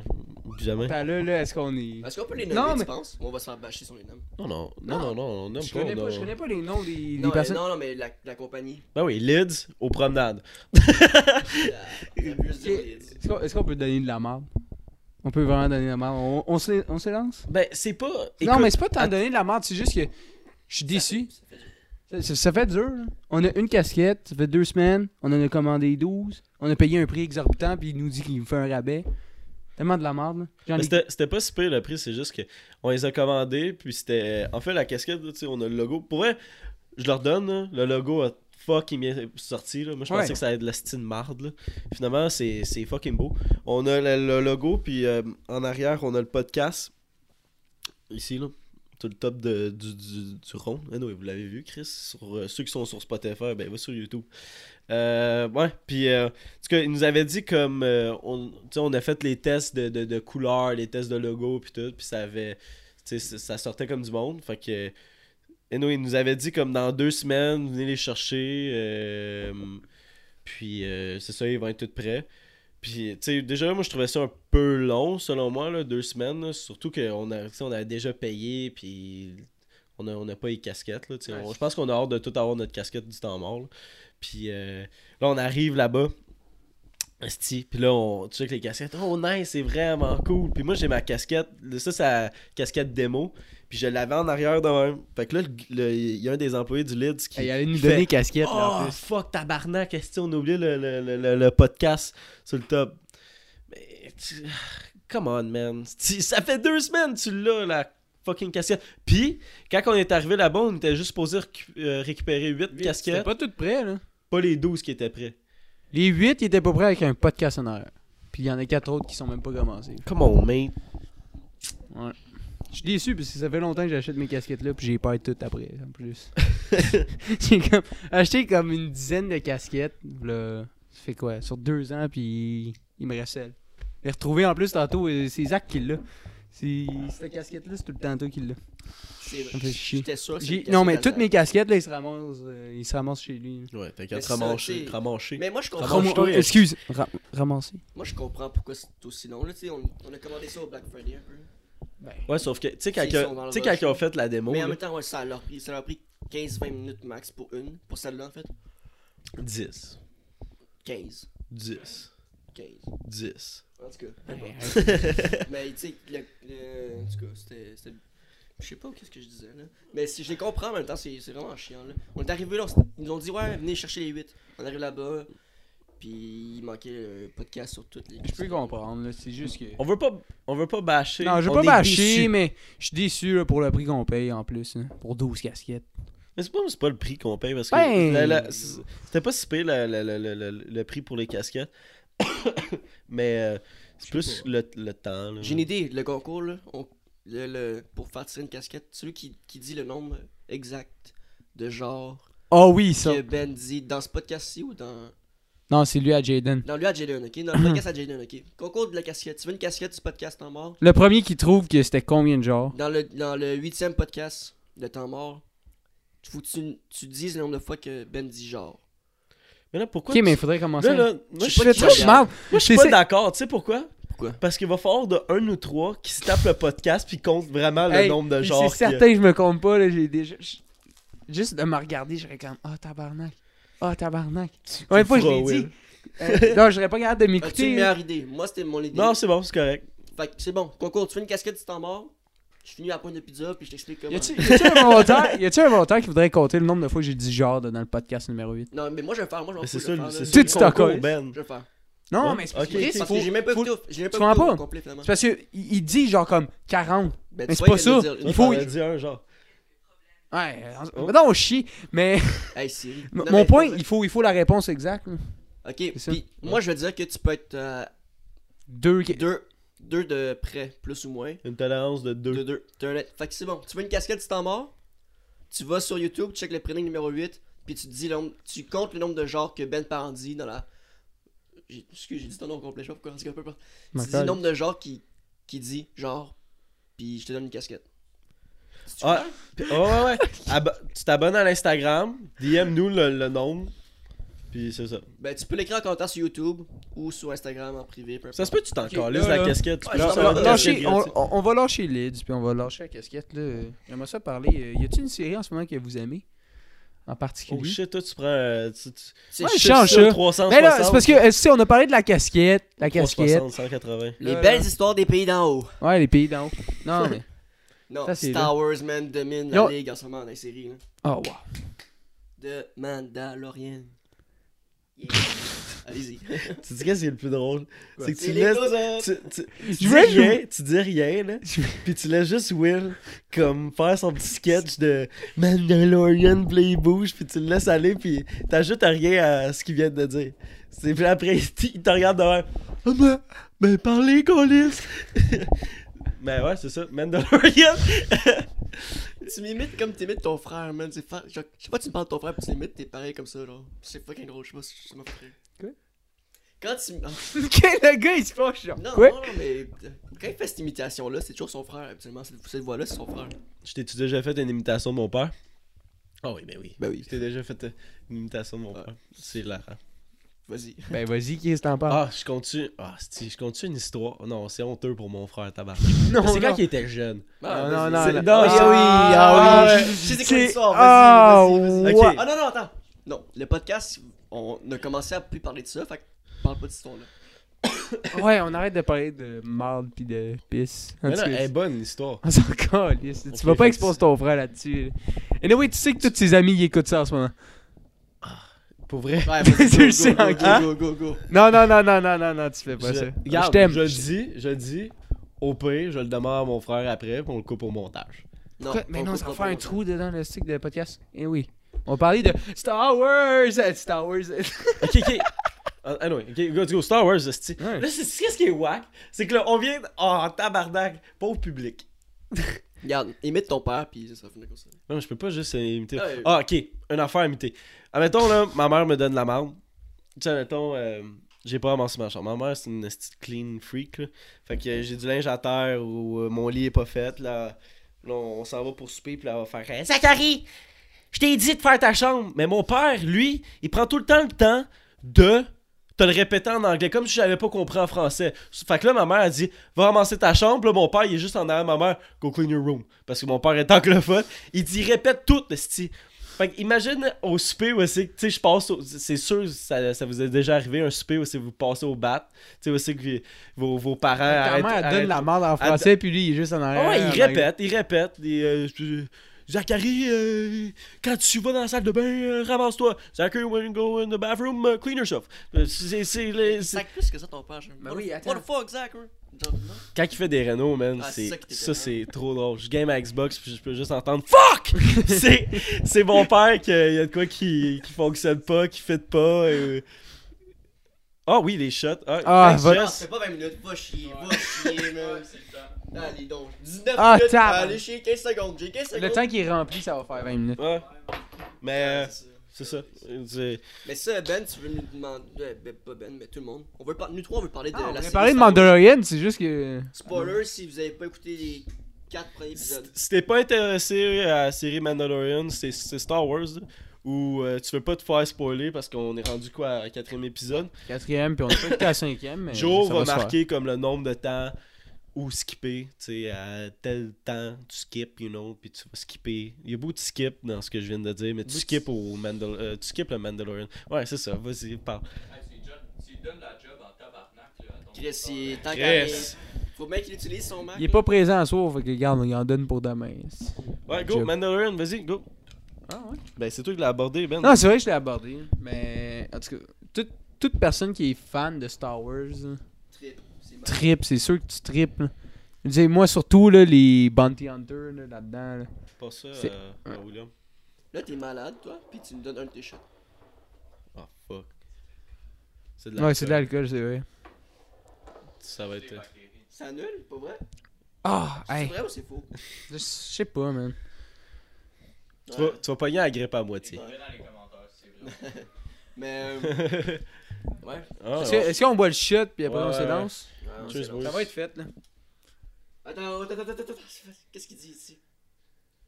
Jamais.
Attends, là, là, est-ce qu'on est.
Est-ce qu'on peut les nommer,
Non, mais-
tu penses Ou On va se faire bâcher sur les noms.
Non, non, non, non, non, on n'aime
Je connais
pas,
pas,
on
je
a-
connais pas les noms des, des
Non, mais,
personnes.
non, non, mais la, la compagnie.
Ben oui, Lids aux promenades.
la plus
Ok. Est-ce qu'on est-ce qu'on peut donner de la merde? On peut vraiment donner de la merde. On, on se on se lance?
Ben, c'est pas.
non, mais c'est pas tant donner de la merde, c'est juste que je suis déçu. Ça, ça- ça fait dur. là. On a une casquette, ça fait deux semaines, on en a commandé 12, on a payé un prix exorbitant, puis il nous dit qu'il nous fait un rabais. Tellement de la merde, là. J'en
Mais
ai-
C'était c'était pas si pire le prix, c'est juste que on les a commandés, puis c'était. En fait, la casquette, là, tu sais, on a le logo. Pour vrai, je leur donne, là, le logo a fucking bien sorti. Là. Moi, je pensais
Ouais.
que ça allait être de la stine marde. là. Finalement, c'est c'est fucking beau. On a le, le logo, puis euh, en arrière, on a le podcast. Ici, là. Tout le top de- du, du, du rond. Anyway, vous l'avez vu, Chris. Sur, euh, ceux qui sont sur Spotify, ben, va sur YouTube. Euh, ouais, puis. euh, en tout cas, il nous avait dit comme euh, on, tu sais, on a fait les tests de, de, de couleurs, les tests de logo puis tout, puis ça avait tu sais, ça ça sortait comme du monde, fait que anyway, il nous avait dit comme dans deux semaines, venez les chercher euh, puis euh, c'est ça, ils vont être tout prêts. Puis, tu sais, déjà, moi, je trouvais ça un peu long, selon moi, là, deux semaines. là, surtout qu'on a, tu sais, on avait déjà payé, puis on n'a on a pas les casquettes. Là, tu sais,
Ouais.
on- je pense qu'on a hâte de tout avoir notre casquette du temps mort. là. Puis euh, là, on arrive là-bas. Esti, Puis là, on check les casquettes. Oh, nice, c'est vraiment cool. Puis moi, j'ai ma casquette. Ça, c'est la casquette démo. Puis je l'avais en arrière de même. Fait que là, le- le- il y a un des employés du Lids qui.
Hey, il allait nous
fait-
donner casquette, là, en
Oh,
plus.
fuck, tabarnak, qu'est-ce qu'on oublie le, le, le, le- le podcast sur le top. Mais, tu- come on, man. Tu- Ça fait deux semaines, tu l'as, la fucking casquette. Puis, quand on est arrivé là-bas, on était juste posé récupérer huit
C'était
casquettes, pas...
pas tout prêt, là.
les 12 qui étaient prêts.
Les 8, ils étaient pas prêts avec un podcast en arrière. Puis il y en a 4 autres qui sont même pas commencés.
Come on, mate.
Ouais. Je suis déçu parce que ça fait longtemps que j'achète mes casquettes là, puis j'ai peur de tout après, en plus. j'ai comme acheté comme une dizaine de casquettes, là, ça fait quoi, sur deux ans, puis il me reste celle. Les retrouver en plus tantôt, euh, c'est Zach qui l'a. C'est- Cette casquette-là, c'est tout le temps toi qui l'a.
Oh, C'est
Ça me fait chier.
J'étais sûr que
J'ai-
c'était
Non, mais
casquette
toutes mes casquettes, là, ils se ramassent, euh, ils se ramassent chez lui.
Ouais, t'as qu'à
Mais
te
ça,
ramancher.
t'sais-
te ramancher.
Mais moi je comprends.
Ramanche-toi,
Ramo-
hein.
excuse, ra- ramasser.
Moi je comprends pourquoi c'est aussi long. Là, tu sais, on, on a commandé ça au Black Friday un peu.
Ben,
Ouais, sauf que, tu sais, quand,
Ils
ils
sont dans
ont-
le
tu sais, quand
rush.
ils ont fait la démo,
mais en
là,
même temps, ouais, ça leur pris, ça leur a pris 15-20 minutes max pour une. Pour celle-là en fait.
10,
15.
10,
15.
10.
En tout cas. peu importe. Mais tu sais, le, le- en tout cas, c'était. c'était- Je sais pas qu'est-ce que je disais là. Mais si je les comprends en même temps, c'est c'est vraiment chiant là. On est arrivé là, on s- ils nous ont dit ouais, venez chercher les 8. On arrive là-bas, puis il manquait le podcast sur toutes les.
Je peux comprendre, là, c'est juste que...
On veut pas, on veut pas bâcher.
Non, je
on
vais pas
est
bâcher,
déçus.
mais je suis déçu là, pour le prix qu'on paye en plus, hein, pour 12 casquettes.
Mais c'est pas, c'est pas le prix qu'on paye parce que
Ben.
la- la- c'est- c'était pas si pire la- la- la- la- la- le prix pour les casquettes. mais euh, c'est plus le, le temps. là.
J'ai une idée, le concours là, on- le, le- pour faire tirer une casquette, celui qui, qui dit le nombre exact de genre
Ah oui, ça.
que Ben dit dans ce podcast-ci ou dans.
Non, c'est lui à Jaden.
Dans lui à Jaden, ok? Dans le podcast à Jaden, ok? Concours de la casquette. Tu veux une casquette du podcast en mort?
Le premier qui trouve que c'était combien de genres
Dans le, dans le huitième podcast de temps mort, tu- faut que tu, tu dises le nombre de fois que Ben dit genre.
Mais là, pourquoi.
Ok, mais il
tu-
faudrait commencer.
Là, là, moi, je
Je sais
suis pas,
pas qui
Toi, je
regarde.
marre.
moi, je suis
J'essaie-
pas d'accord. Tu sais pourquoi
Pourquoi?
Parce qu'il va falloir de un ou trois qui se tapent le podcast puis compte vraiment le
Hey,
nombre de
puis
genres.
C'est
qu'il y a.
certain que je me compte pas, là, j'ai déjà. je- Juste de me regarder, j'aurais comme. Ah, tabarnak. Ah, tabarnak. Ouais, une
tu
fois, je
feras,
l'ai dit.
Will. Ah,
Euh, non, j'aurais pas capable
As-tu
de
une
m'écouter.
meilleure idée? Moi, c'était mon idée.
Non, c'est bon, c'est correct.
Fait que c'est bon. Concours, tu fais une casquette du temps mort, je finis à la pointe de pizza, puis je t'explique comment.
Y a-tu y a-tu un volontaire y a-tu un volontaire qui voudrait compter le nombre de fois que j'ai dit genre dans le podcast numéro 8
Non, mais moi, je vais faire. Moi, je
Mais
vais
C'est ça, le- c'est
Tu
ça le
sais, tu t'en
concours,
colles.
Ben.
Je vais faire.
Non,
Ouais.
mais c'est
Ok,
parce que-
ok.
c'est
Parce
faut-
que j'ai même pas
faut-
écouté au- j'ai même
tu
pas écouté
comprends
au
pas?
complet, finalement.
c'est parce que il il dit genre comme 40.
Ben, tu
Mais c'est
vois, il
pas
vient de
ça.
le dire, là.
Il faut-
T'aurais dit un genre.
Ouais,
Oh.
euh, non, on chie, mais
Hey, Siri.
mon
Non, mais-
mon point, il faut, il faut la réponse exacte. là.
Ok,
ça.
puis moi, je veux dire que tu peux être euh,
Deux.
deux, deux de près, plus ou moins.
Une tolérance de
De
deux.
deux. T'as un net. Fait que c'est bon. Tu veux une casquette du temps mort, tu vas sur YouTube, tu check le prénom numéro 8, puis tu dis le nombre- tu comptes le nombre de genres que Ben Parent dit dans la. J'ai- Excuse, j'ai dit ton nom au complet, je sais pas pourquoi, en tout cas, peu importe. Tu dis le nombre de genres qui, qui dit, genre, puis je te donne une casquette. C'est-tu
Ah,
clair?
Puis- ouais, ouais, ouais. Abo- tu t'abonnes à l'Instagram, DM-nous le, le nombre, puis c'est ça.
Ben, tu peux l'écrire en commentaire sur YouTube ou sur Instagram en privé, peu importe.
Ça se peut que tu t'en
Ok,
calisses
là,
la
là.
casquette. Tu
Ouais,
peux
je
juste
vais
avoir une
lâcher-
casquette
on,
gratuite.
on- on va lâcher Lids, puis on va lâcher la casquette. Là. J'aimerais ça parler. euh, Y a-t-il une série en ce moment que vous aimez En particulier
Oh shit, toi tu prends. euh, tu, tu-
C'est
Ouais,
tu
je
chiant.
chiffres ça,
Ah, change ça.
360.
Mais là, c'est parce que, euh, tu sais, on a parlé de la casquette. La casquette.
360, 180.
Les
Là,
belles
là.
histoires des pays d'en haut.
Ouais, les pays d'en haut. Non, mais.
Non,
Ça, c'est
Star Wars, man, domine
Yo.
la ligue en ce moment dans les séries.
Ah,
là.
Oh, wow.
De Mandalorian. Allez-y.
Tu dis que c'est le plus drôle.
Quoi?
C'est que tu
C'est les hein.
laisses.
close up.
Tu, tu, tu dis
veux que je-
rien, tu dis rien, là. Puis tu laisses juste Will comme faire son petit sketch de Mandalorian, puis là, il bouge, puis tu le laisses aller, puis t'ajoutes à rien à ce qu'il vient de dire. C'est puis après, il te regarde de même. Ah, ben, ben, parlez, Colis! ben ouais, c'est ça, Mandalorian!
Tu m'imites comme t'imites ton frère, man. C'est fa- genre, Je sais pas, tu me parles de ton frère, puis tu l'imites, t'es pareil comme ça, genre. C'est fucking drôle, je sais pas si je m'en fous.
Quoi?
Quand tu. m-
le gars, il se fâche, genre.
Non,
Quoi?
non, non, mais. euh, Quand il fait cette imitation-là, c'est toujours son frère, absolument. Cette, cette voix-là, c'est son frère.
Je t'ai-tu déjà fait une imitation de mon père? Ah oui, ben oui. Ah.
Ben oui,
Je t'ai déjà fait euh, une imitation de mon
Ouais.
père. C'est hilarant.
vas-y.
Ben, vas-y, Chris, t'en parles.
Ah, je continue. Ah, si, je continue une histoire. Non, c'est honteux pour mon frère, tabac.
non,
C'est quand il était jeune.
Ah,
vas-y.
non, non,
C'est-
non.
Ah,
c'est-
oui,
ah,
ah
ouais.
oui. Je sais
C'est-
quoi l'histoire,
ah,
vas-y, vas-y, vas-y.
ouais.
Ah non, non, attends. Non, le podcast, on a commencé à plus parler de ça, fait que parle pas de ce ton-là.
Ouais, on arrête de parler de marde pis de pisse. En
Mais
tout
là,
cas,
elle est bonne l'histoire.
On s'en calisse.
Ok,
Tu vas
fait
pas exposer
que-
ton frère là-dessus. Anyway, tu sais que tous ses amis ils écoutent ça en ce moment.
Pour vrai.
Ouais,
Je le sais en
vas-y, go, go, go, go, go, go.
Non, non, non, non, non, non, non, tu fais pas ça.
Regarde,
je t'aime.
Je le dis, je le dis. Au pire, je le demande à mon frère après, puis on le coupe au montage.
Non,
Quoi? Mais
on
non,
coupe
ça
pas,
va faire un
on-
trou dedans le stick de podcast. Eh oui. On parlait de Star Wars! euh, Star Wars! euh.
Ok, ok. Ah, Anyway, ok, go, go, Star Wars, esti.
Ouais.
Là, c'est c'est ce qui est whack, c'est que là, on vient en tabarnak, pauvre public.
Regarde, imite ton père, puis ça va finir comme ça.
Non, mais je peux pas juste euh, imiter.
Ouais.
Ah, ok, une affaire à imiter. Admettons, là, ma mère me donne la marde. Tu sais, admettons, euh, j'ai pas ramassé ma chambre. Ma mère, c'est une petite clean freak, là. Fait que euh, j'ai du linge à terre ou euh, mon lit est pas fait, là. Là, on s'en va pour souper, puis là, elle va faire hey, Zachary, je t'ai dit de faire ta chambre. Mais mon père, lui, il prend tout le temps le temps de te le répéter en anglais, comme si j'avais pas compris en français. Fait que là, ma mère, a dit Va ramasser ta chambre. Là, mon père, il est juste en arrière de ma mère Go clean your room. Parce que mon père est anglophone. Il dit Répète tout, le style. Fait que imagine au souper où c'est que, tu sais, je passe au- C'est sûr, ça, ça vous est déjà arrivé, un souper où c'est que vous passez au bat. Tu sais, où c'est que vos, vos parents.
Ta
arrêtent-
mère elle donne
arrêtent-
la marde en
Arrête-
français, puis lui il est juste en
ah
arrière.
ouais,
en
il
arrière.
répète, il répète. Et, euh, je- Zachary, euh, quand tu vas dans la salle de bain, euh, ramasse-toi. Zachary, when you go in the bathroom, uh, clean yourself. Euh, C'est, c'est, les- c'est-
Sac plus que ça, ton père. j'aime.
Ben
What
oui,
the-
attends.
What the fuck, Zach? hein? Genre, non.
Quand il fait des rénaux, man,
Ah,
c'est,
c'est ça qui
ça,
t'étonne.
c'est trop drôle. Je game à Xbox, puis je peux juste entendre FUCK! c'est, c'est mon père qu'il y a de quoi qui, qui fonctionne pas, qui fit pas. euh. Ah oui, les shots. Ah,
Ah,
thanks,
va-
Jess.
Ah, c'est pas 20 minutes, va chier, va chier, man.
c'est le temps.
Allez donc, 19
Ah,
minutes,
tab.
allez chier, 15 secondes, j'ai 15 secondes.
Le temps qu'il est rempli, ça va faire 20 minutes.
Ouais. Mais euh,
Ouais, c'est ça.
c'est ça. C'est-
Mais ça, Ben, tu veux nous demander. Ben, ben, pas Ben, mais tout le monde. On veut par- Nous trois, on veut parler de
Ah,
la
on a
série
parlé de
Star Wars.
Mandalorian, c'est juste que.
Spoiler si vous avez pas écouté les 4 premiers épisodes.
Si t'es pas intéressé à la série Mandalorian, c'est c'est Star Wars, là, où euh, tu veux pas te faire spoiler parce qu'on est rendu quoi à quatrième épisode.
Quatrième, puis on est pas qu'à cinquième. Mais
Joe
Euh, ça
va,
se
marquer comme le nombre de temps où skipper, tu sais, à tel temps, tu skips, you know, puis tu vas skipper. Il y a beaucoup de skip dans ce que je viens de dire, mais tu
Beaucoup de
skips au Mandal euh, tu skips le Mandalorian. Ouais, c'est ça, vas-y, parle.
Hey, c'est John- s'il donne la job en tabarnak, là, à ton
Chris, il tant qu'à rien.
Yes!
Faut bien qu'il utilise son Mac.
faire. Il est pas présent à soir, fait que regarde, il en donne pour demain.
Ouais, go,
Joe.
Mandalorian, vas-y, go.
Ah ouais?
Ben, c'est toi qui l'as abordé, Ben.
Non, c'est vrai que je l'ai abordé, mais en tout cas, toute, toute personne qui est fan de Star Wars là,
Trip, c'est mal.
trip, c'est sûr que tu tripes. là. Je veux dire, moi surtout là, les Bounty Hunters là, là-dedans. là.
Pas ça,
C'est-
euh, à William.
Là, t'es malade, toi, pis tu nous donnes un de tes shots.
Ah, fuck. C'est de
Ouais, c'est de l'alcool, c'est vrai.
Ça va être. euh,
Ça annule, pas vrai?
Ah,
C'est
hey,
vrai ou c'est faux?
je sais pas, man.
Tu vas, tu vas pogner la grippe à moitié.
Écrivez dans les commentaires si c'est vrai.
Mais. euh, ouais.
Ah,
Est-ce que-
ouais.
est-ce qu'on boit le shot puis après
Ouais,
on se
ouais,
lance
Ouais, on
Cheers,
sait pas.
boys.
Ça va être fait là.
Attends, attends, attends, attends, attends. Qu'est-ce qu'il dit ici?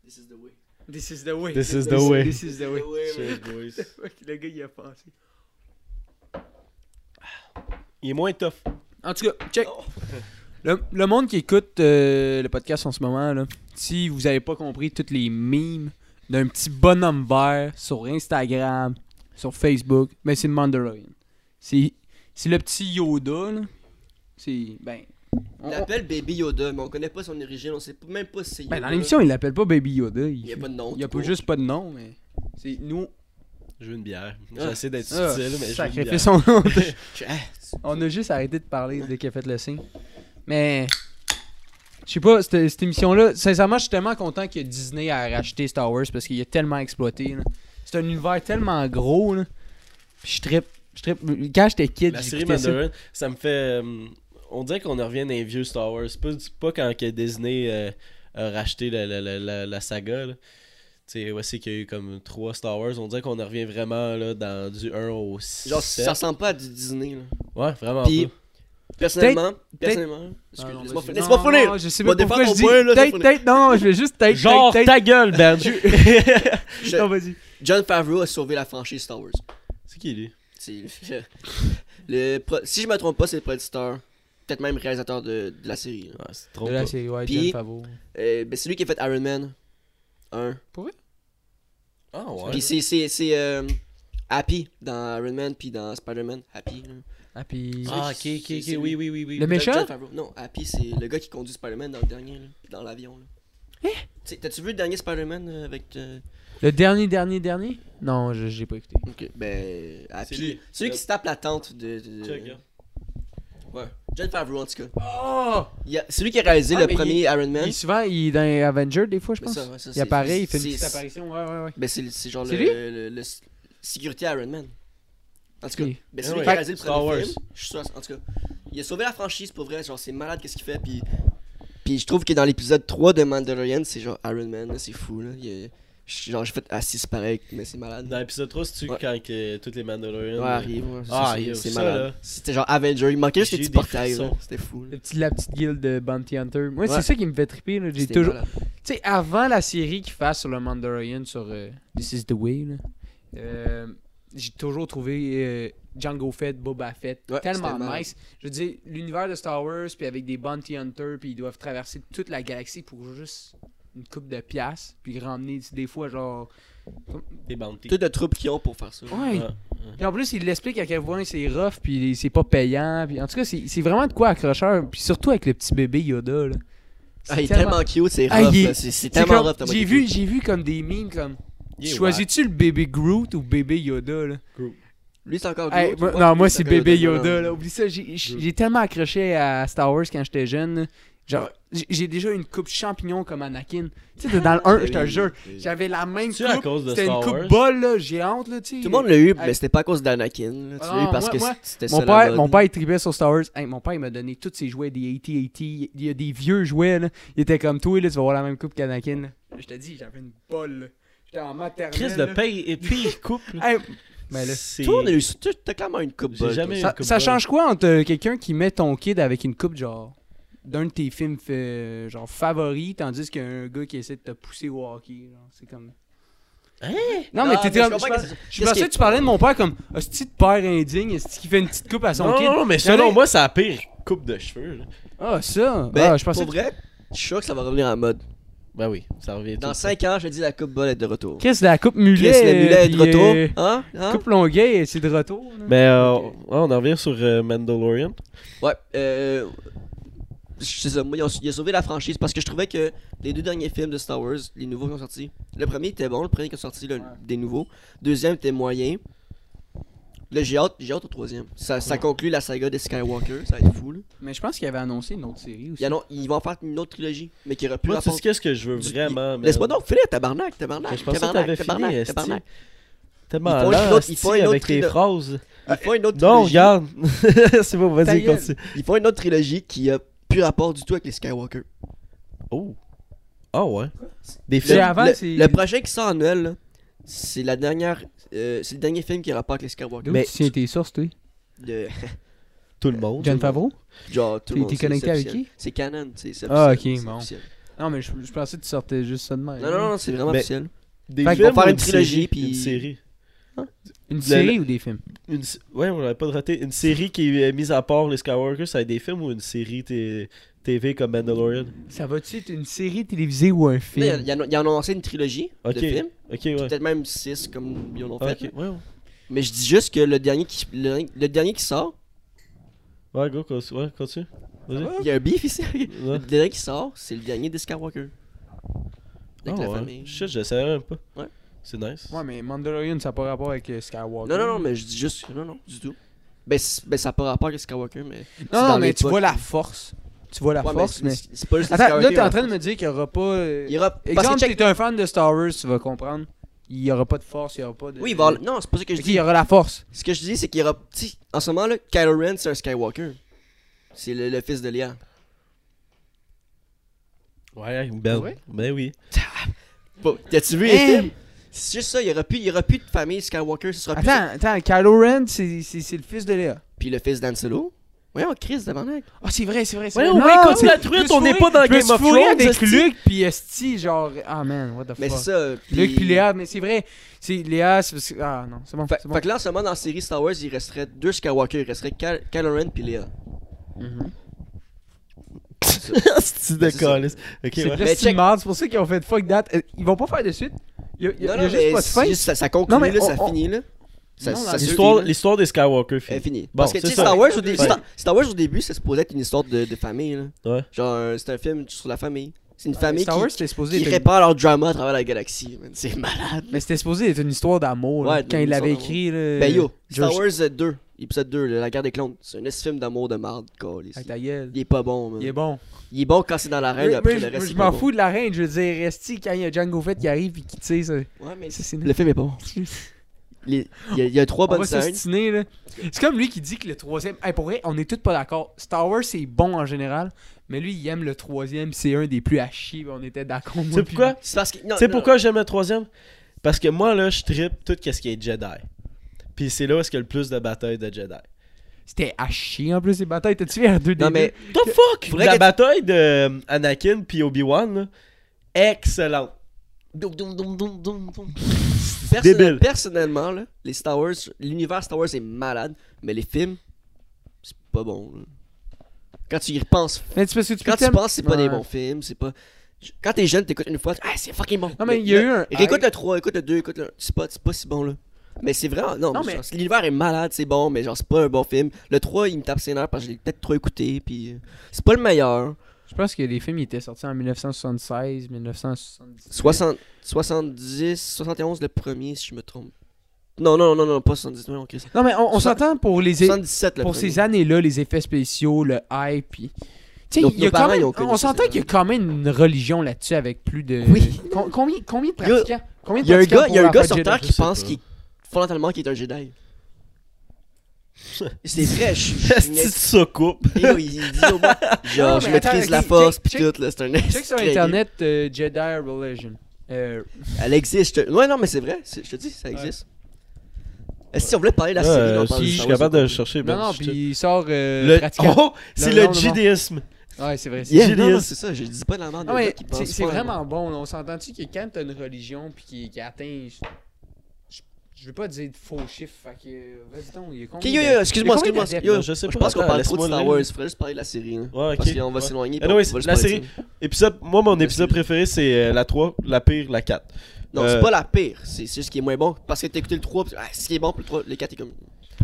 This is the way.
This is the way.
This is the way.
This is the way.
Cheers,
man.
boys.
Le gars il a pensé.
Il est moins tough.
En tout cas, check.
Oh.
Le, le monde qui écoute euh, le podcast en ce moment, là, si vous avez pas compris toutes les mimes d'un petit bonhomme vert sur Instagram, sur Facebook, mais c'est le Mandalorian. C'est c'est le petit Yoda. là. C'est. Ben. on-
On l'appelle Baby Yoda, mais on connaît pas son origine, on sait p- même pas si c'est
ben,
Yoda.
dans l'émission, il l'appelle pas Baby Yoda. Il,
il y a
fait-
pas de nom.
il y a
tout
pas
court.
juste pas de nom, mais. C'est nous.
Je veux une bière.
Ah.
J'essaie d'être
Ah,
subtil, mais je veux une bière.
sacrifice, on...
Ah,
on a juste arrêté de parler dès qu'il a fait le signe. Mais. Je sais pas, cette, cette émission-là, sincèrement, je suis tellement content que Disney a racheté Star Wars parce qu'il a tellement exploité. là. C'est un univers tellement gros. Là. Puis je trippe. Je trippe. Quand j'étais kid,
La série
j'écoutais ça.
Mandarin, ça me fait. euh, on dirait qu'on revient dans les vieux Star Wars. C'est Pas, c'est pas quand que Disney euh, a racheté la, la, la, la, la saga. là. Tu sais, voici qu'il y a eu comme 3 Star Wars. On dirait qu'on en revient vraiment là, dans du 1 au 6.
Genre, ça ressemble pas à du Disney, là.
Ouais, vraiment.
Puis,
pas.
personnellement, personnellement,
Ah, non,
excuse- laisse-moi
vas-y.
finir. Laisse-moi
Non,
finir!
non, Je sais
Va
pas pourquoi
défendre
je
ton point, là,
dis.
laisse-moi
Tête,
finir.
tête, non, je vais juste tête,
Genre
tête,
ta gueule, Ben!
Je-
Non, vas-y.
John Favreau a sauvé la franchise Star Wars.
c'est qui lui
C'est- le pro- Si je me trompe pas, c'est le producteur, peut-être même réalisateur de, de la série. là.
Ouais, Ah, c'est
De
trop.
là,
pas.
c'est ouais,
Puis-
John Favreau.
Euh, ben, c'est lui qui a fait Iron Man 1.
Ah
Puis
ouais.
c'est- c'est c'est, euh, Happy dans Iron Man, puis dans Spider-Man. Happy. là.
Ah, puis.
Ah, ok, ok, ok, oui, oui, oui. oui.
Le méchant?
John Favreau. Non, Happy, c'est le gars qui conduit Spider-Man dans le dernier, là, dans l'avion. là.
Eh?
Tu sais, T'as-tu vu le dernier Spider-Man euh, avec. euh,
Le dernier, dernier, dernier Non, je j'ai pas écouté.
Ok, ben. Happy.
C'est lui.
Celui qui se tape la tente de. de-
Check, hein. yeah.
Ouais. John Favreau, en tout cas.
Oh
Il y a- C'est lui qui a réalisé
Ah,
le
mais il-
premier Iron Man.
Il, souvent, il est dans les Avengers, des fois, je
Mais
pense.
ça, ouais, ça,
il
c'est-
apparaît, il fait une
c'est-
petite apparition. Ouais, ouais, ouais.
Ben, c'est c'est genre le,
C'est lui?
le, le s- sécurité Iron Man. En tout cas,
Oui.
ben,
Ah
c'est lui
ouais.
qui a réalisé le
Star
premier
Wars.
film. Je suis sûr, en tout cas. Il a sauvé la franchise pour vrai, genre c'est malade qu'est-ce qu'il fait. Puis, puis je trouve que dans l'épisode 3 de Mandalorian, c'est genre Iron Man, là, c'est fou. Là. Il est- je- Genre j'ai fait assis pareil, mais c'est malade.
Dans l'épisode 3, c'est-tu
Ouais.
quand que toutes les Mandalorians.
Ouais, arrive, ouais, ça,
Ah,
c'est-
il y a
c'est
ça,
malade.
là.
C'était genre Avenger, il manquait juste
J'ai
les
eu
petits
des
portails. là.
frissons.
C'était fou. là.
Le petit- la petite guilde de Bounty Hunter. Moi,
Ouais.
c'est ça qui me fait triper. là. J'ai
C'était
toujours.
malade.
Tu sais, avant la série qu'ils fassent sur le Mandalorian, sur euh, This is the Way, là, euh, j'ai toujours trouvé euh, Django Fett, Boba Fett
Ouais,
tellement
c'était malade.
nice. Je veux dire, l'univers de Star Wars, puis avec des Bounty Hunters, puis ils doivent traverser toute la galaxie pour juste une coupe de piastres, puis ramener des fois, genre.
Des bounties.
Toutes les troupes qu'ils ont pour faire ça.
Ouais,
Ouais.
Puis en plus, il l'explique à quel point c'est rough, puis c'est pas payant. Puis en tout cas, c'est c'est vraiment de quoi accrocheur. Puis surtout avec le petit bébé Yoda. Là. C'est
Ah, il est tellement cute, c'est
Ah,
rough.
il est-
là. C'est c'est
c'est
tellement
comme-
rough. tellement
J'ai
il est
vu,
cute.
j'ai vu comme des memes comme.
Il est
Choisis-tu le bébé Groot ou bébé Yoda là?
Lui, c'est encore
Hey,
gros, tu
moi-
vois,
Non,
lui,
moi c'est
encore
bébé
Yoda, non,
Yoda
non.
là. Oublie ça, j'ai- j'ai j'ai tellement accroché à Star Wars quand j'étais jeune. là. Genre, j'ai- j'ai déjà une coupe champignon comme Anakin. Tu sais, t'es dans le 1, je te
Ben Oui,
jure.
oui.
J'avais la même
C'est à
coupe.
cause de
C'était une
Star
coupe
Wars.
bol là, géante là, tu sais.
Tout le monde l'a eu, mais
Hey.
c'était pas à cause d'Anakin. là. Tu
euh, Ah,
l'as eu parce
moi-
que
moi-
c'était ça.
Mon
la
père,
mode.
mon père, il tripait sur Star Wars. Hey, mon père, il m'a donné tous ses jouets, des AT-AT. Il y a des vieux jouets, là. Il était comme toi, là, tu vas voir la même coupe qu'Anakin. là. Je te dis, j'avais une bolle, là. J'étais en maternelle.
Chris de
là.
paye et puis il coupe. là.
Hey, ben là,
C'est-
Toi, on a eu ça. Toi, T'as clairement une coupe
J'ai
bonne, toi.
jamais eu-
ça,
une coupe
ça
bonne.
change quoi entre euh, quelqu'un qui met ton kid avec une coupe, genre, d'un de tes films euh, genre favoris, tandis qu'un gars qui essaie de te pousser au hockey, genre, c'est comme.
Hein?
Non, mais
Ah,
t'étais
mais je comprends
comme- je
qu'est-ce
pense-
que-
Je
qu'est-ce
pensais
qui-
que tu parlais de mon père comme un petit père indigne, est-ce qui fait une petite coupe à son
Non,
kid?
non, non, mais
Y'en a-
selon moi, c'est la pire coupe de cheveux. Là.
Ah, ça!
Ben,
ah, je pensais
Pour vrai, je suis sûr que ça va revenir en mode.
Ben oui, ça revient
Dans 5 ans, je te dis la coupe bonne est de retour.
Chris, la coupe mulet.
Chris, le mulet est de
puis, euh,
retour. Ben, Hein
la
Hein
coupe longueuil, c'est de retour. là.
Mais euh, ouais, on en revient sur euh, Mandalorian.
Ouais. euh, je- C'est ça, moi, ils ont- il a sauvé la franchise parce que je trouvais que les deux derniers films de Star Wars, les nouveaux qui ont sorti, le premier était bon, le premier qui a sorti le- des nouveaux, deuxième était moyen. Là, j'ai hâte, j'ai hâte au troisième. Ça, ça conclut la saga des Skywalker, ça va être fou. Là.
Mais je pense qu'il avait annoncé une autre série aussi.
Il y en a- Ils vont faire une autre trilogie, mais qui aura plus
Moi, tu
rapport.
sais qu'est-ce que je veux
Du-
vraiment.
Laisse-moi
man.
donc finir, tabarnak, tabarnak.
Je pensais que
tabarnak,
t'avais fini,
tabarnak,
esti.
tabarnak.
Tellement
Ils font
lent,
une autre- ils
esti,
font une autre
avec tes
trilo-
phrases.
Ils font une autre
Non,
trilogie.
regarde. c'est bon,
Ta
vas-y,
gueule.
continue.
Ils font une autre trilogie qui a plus rapport du tout avec les Skywalker.
Oh. Ah ouais. Des
C'est
Le,
films.
avant,
le-
c'est-
le prochain qui sort en Noël, là, c'est la dernière, euh, c'est le dernier film qui a rapport avec les Skywalker.
D'où
Mais
tu tiens tes sources, toi
De,
Tout le
Oh,
monde.
John Favreau
genre tout le
T'es-
monde,
t'es
c'est-
connecté
c'est
avec
officiel.
qui?
C'est canon, c'est c'est
Ah,
officiel,
ok,
c'est
bon.
officiel.
Non, mais je, je pensais que tu sortais juste ça de même.
Non, non, non, c'est vraiment
Mais-
officiel.
Des
Fait qu'ils
films
vont faire
ou
une trilogie,
série?
puis-
Une série.
Une
Le-
série ou des films
Une... s- Ouais, on l'avait pas de raté. Une série qui est mise à part les Skywalker, ça va être des films ou une série t- TV comme Mandalorian
Ça va-tu être une série télévisée ou un
Là,
film
Il y en a- il y en a annoncé une trilogie
Ok.
de films,
Ok, ouais.
peut-être même 6 comme ils en ont
Ah,
fait.
ok, ouais, ouais.
Mais je dis juste que le dernier qui, le, le dernier qui sort,
Ouais, go, cons- ouais, continue. Vas-y.
il y a un beef ici.
Ouais.
Le dernier qui sort, c'est le dernier des Skywalker. Avec
Ah
la
ouais.
famille.
Shit, je le savais même pas.
Ouais.
C'est nice.
Ouais, mais Mandalorian, ça n'a pas rapport avec euh, Skywalker.
Non, non, non, mais je dis juste. Non, non, du tout. Ben, c'est- ben ça n'a pas rapport avec Skywalker, mais. c'est
Non, non,
dans
mais
les
tu
potes.
vois la force. Tu vois la
Ouais,
force, mais.
c'est- C'est pas juste
Attends, là,
Skywalker,
t'es en
hein.
train de me dire qu'il n'y aura pas. euh,
Il y aura. Parce
Exemple,
que check-
t'es un fan de Star Wars, tu vas comprendre. Il n'y aura pas de force, il n'y aura pas de.
Oui, il va- Non, c'est pas ça que
Je
je
dis,
dis.
il y aura la force.
Ce que je dis, c'est qu'il y aura. tu sais, en ce moment, là, Kylo Ren, c'est un Skywalker. C'est le, le fils de Léa.
Ouais, ben,
Ouais.
ben oui.
Bon, T'as-tu vu les
Hein?
films? C'est juste ça, il n'y aura, plus- il y aura plus de famille Skywalker, ce sera plus.
Attends, attends, Kylo Ren, c'est c'est- c'est le fils de Léa.
Puis le fils d'Han Solo. Voyons, Chris de
Ah, c'est vrai, c'est vrai. c'est
Ouais,
vrai.
ouais,
Non,
continue
c'est-
à truite,
je me
on
suis
n'est pas dans
fourré- je me
Game of
suis fourré
Thrones,
avec
esti.
Luke puis Esti, genre. Ah, man, what the
Mais c'est
fuck.
ça.
Luke puis Léa, mais c'est vrai. C'est Léa, c'est parce que- Ah, non, c'est bon.
Fait,
c'est bon.
fait que là, en ce moment, dans la série Star Wars, il resterait deux Skywalker. Il resterait Cal- Kylo Ren puis Léa.
Mhm.
C'est de
C'est ça.
calice. Ok,
C'est
ouais.
de la
Mais
petite
check.
merde, c'est pour ça qu'ils ont fait fuck that. Euh, Ils vont pas faire de suite. Il y a, il
Non,
y a- il y a
non,
juste
mais
pas de fin.
c'est juste, ça, ça conclut,
Non, mais
là,
on-
ça
on-
finit, là. Ça,
Non,
ça
la-
se
L'histoire,
finit, là.
l'histoire des Skywalker
Elle est
finie.
finie.
Bon,
Parce que,
c'est
tu sais,
ça.
Star Wars, au début,
Ouais.
Star, Star Wars, au début, ça se posait être une histoire de, de famille, là.
Ouais.
Genre, euh, c'est un film sur la famille. C'est une
Ouais,
famille
Star
qui,
Wars, c'était supposé
qui
être une-
répare leur drama à travers la galaxie, man. C'est malade.
Mais c'était supposé être une histoire d'amour. là,
Ouais,
quand
une
il l'avait
histoire
écrit. Là,
ben yo, Star
George-
Wars euh, 2, épisode 2, là, La guerre des clones. C'est un esti film d'amour de marde, calice.
Avec ta gueule.
Il est pas bon, man.
Il est bon.
Il est bon quand c'est dans l'arène,
Mais-
après
mais
le
je-
reste.
je
c'est
m'en
pas bon.
fous de la reine. Je veux dire, Resti, quand il y a Django Fett qui arrive et qui tire. ça-
Ouais, mais
ça, c'est
le film est pas bon. Les- Il y, a- il y a trois
On
bonnes
va
scènes.
s'ostiner, là. C'est comme lui qui dit que le troisième. Hey, pour vrai, on est tous pas d'accord. Star Wars, c'est bon en général. Mais lui, il aime le troisième. C'est un des plus à chier. puis On était
Tu
d'accord. moi,
sais
puis
pourquoi?
lui.
C'est parce que. non,
Tu sais
non,
pourquoi j'aime le troisième? Parce que moi, là, je trippe tout ce qui est Jedi. Puis c'est là où est-ce qu'il y a le plus de batailles de Jedi.
C'était à chier en plus, les batailles. T'as-tu vu à deux
Non,
débuts?
mais
The fuck!
Faudrait
la
que-
bataille de euh, Anakin puis Obi-Wan, là, excellente. Doum, doum, doum, doum, doum, doum.
perso-
Débile.
personnellement, là, les Star Wars, l'univers Star Wars est malade, mais les films, c'est pas bon. là. Quand tu y repenses,
Mais tu parce que tu
quand tu
t'aimes-
penses, c'est pas des
Ouais.
bons films, c'est pas. je- Quand t'es jeune, t'écoutes une fois, tu- ah, c'est fucking bon.
Non, mais il y a eu un.
Écoute le 3, écoute le 2, écoute le. C'est pas, c'est pas si bon là. Mais c'est vraiment. Non,
Non,
mais...
mais-
genre, l'univers est malade, c'est bon, mais genre, c'est pas un bon film. Le 3, il me tape ses nerfs parce que je l'ai peut-être trop écouté, puis. euh, C'est pas le meilleur.
Je pense que les films ils étaient sortis en 1976, 1970.
60, 70, 71 le premier, si je me trompe. Non, non, non, non, pas 70, non, Chris.
Non, mais on, on
Soix-
s'entend pour les é-
77 le
pour
premier.
ces années-là, les effets spéciaux, le hype. Puis... Tu sais,
Nos-
il y a
nos
quand
parents,
même-
ils ont connu
on
ces
s'entend qu'il y a quand même une religion là-dessus avec plus de.
Oui.
Com- combien, combien de
Il y a-
pratiquants Combien de
Il y a un
pratiquants
gars, il y a un
pour la
gars
fête
sur
Jedi?
Terre
je
qui
sais
pense
pas.
qu'il fondamentalement qu'il est un Jedi. C'est vrai, je suis. je suis
Petite
niaise.
soucoupe.
Et oui, Il dit au moins, genre,
Non,
je
mais
maîtrise
attends,
la
ok,
force,
check-
pis tout, là, c'est un
Check sur
escroc.
internet euh, Jedi Religion. Euh,
Elle existe. je te- Ouais, non, mais c'est vrai, c'est- je te dis, ça existe. Est-ce si on voulait parler de la série, là,
euh,
on parle
si je
de Star
suis
Wars,
capable de
on-
chercher.
non,
ben,
non,
je-
puis il sort euh,
Le...
pratiquant.
Oh! C'est
Non,
le
non, non, non.
jidéisme.
Ouais, c'est vrai. c'est-
Oh! Yeah,
J'ai
non,
des-
non, c'est ça, je dis pas de la merde.
Non,
il y a
mais
des gens qui
c'est
pensent
c'est
pas, là.
vraiment bon. là. On s'entend-tu que quand t'as une religion puis qui, qui atteint. Je, je veux pas dire de faux chiffres. Fait que. Vas-y donc, il y a combien.
Ok, yo,
de-
yo, excuse-moi,
il y a combien
excuse-moi.
d'adeptes,
yo,
là? Je sais
Je
pas,
pense qu'on
attends,
parle trop de
laisse-moi
Star
lire.
Wars. Faudrait juste parler de la série. là.
Ouais, ok.
Parce qu'on va
Ouais.
s'éloigner.
Anyways,
puis on va juste
la
parler de
série-
ça.
Épisode... Moi, mon épisode préféré, c'est euh, la 3, la pire, la 4.
Non,
Euh,
c'est pas la pire. C'est c'est juste ce qui est moins bon. Parce que t'as écouté le 3. puis, Ah, ce qui est bon, puis le 3, le 4 est comme.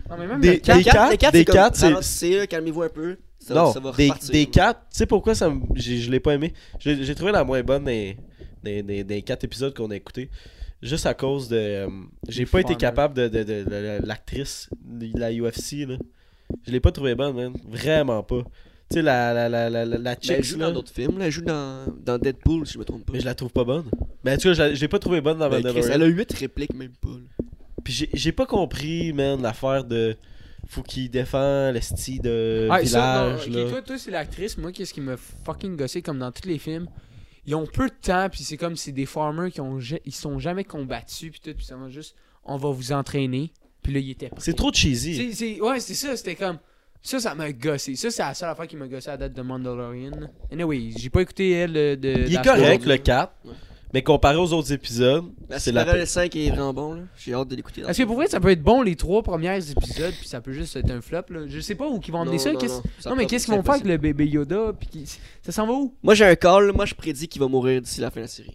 Non, mais même
Des-
le quatre-
Le quatre- le quatre,
des
c'est comme,
quatre, c'est-
ralentissez, là, Calmez-vous un peu. Ça va-
non,
ça va
des,
repartir.
des 4, tu sais pourquoi ça me- j'ai- je l'ai pas aimé J'ai j'ai trouvé la moins bonne des, des, des, des 4 épisodes qu'on a écoutés. Juste à cause de. euh, j'ai
Des hein.
pas été
farmers.
capable de, de- de- de- de- l'actrice de la UFC. Là. Je l'ai pas trouvé bonne, man. Vraiment pas. Tu sais, la, la, la, la, la, la
Mais elle
chick.
Ben, joue
là,
dans d'autres films. là, Elle joue dans dans Deadpool, si je me trompe pas.
mais je la trouve pas bonne. Mais en tout cas, je la- je l'ai pas trouvé bonne dans
Ben, Chris,
Mandalorian.
Elle a 8 répliques, même pas. là.
Puis j'ai- j'ai pas compris, man, l'affaire de. Faut qu'il défend le style de
Ah, ça, non,
village.
ok,
là.
Toi, toi, c'est l'actrice. Moi, qu'est-ce qui m'a fucking gossé comme dans tous les films? Ils ont peu de temps, puis c'est comme c'est des farmers qui ont ja- ils sont jamais combattus, puis tout, puis ça va juste on va vous entraîner, puis là, ils étaient prêts.
C'est trop cheesy.
C'est- c'est- Ouais, c'est ça, c'était comme. Ça, ça m'a gossé. Ça, c'est la seule affaire qui m'a gossé à la date de Mandalorian. Anyway, j'ai pas écouté elle euh, de.
Il est
la-
correct, le
là.
4.
Ouais.
Mais comparé aux autres épisodes,
La
c'est
série
la
le 5 est vraiment bon. là. J'ai hâte de l'écouter. dans
Est-ce que pour vrai, ça peut être bon les trois premiers épisodes, puis ça peut juste être un flop, là? Je sais pas où qu'ils vont emmener
Non,
ça.
non,
qu'est-ce-
non,
Non,
ça
mais
pas-
qu'est-ce
c'est
qu'ils vont faire avec
impossible.
le bébé Yoda, puis qui- ça s'en va où?
Moi, j'ai un call. là, Moi, je prédis qu'il va mourir d'ici la fin de la série.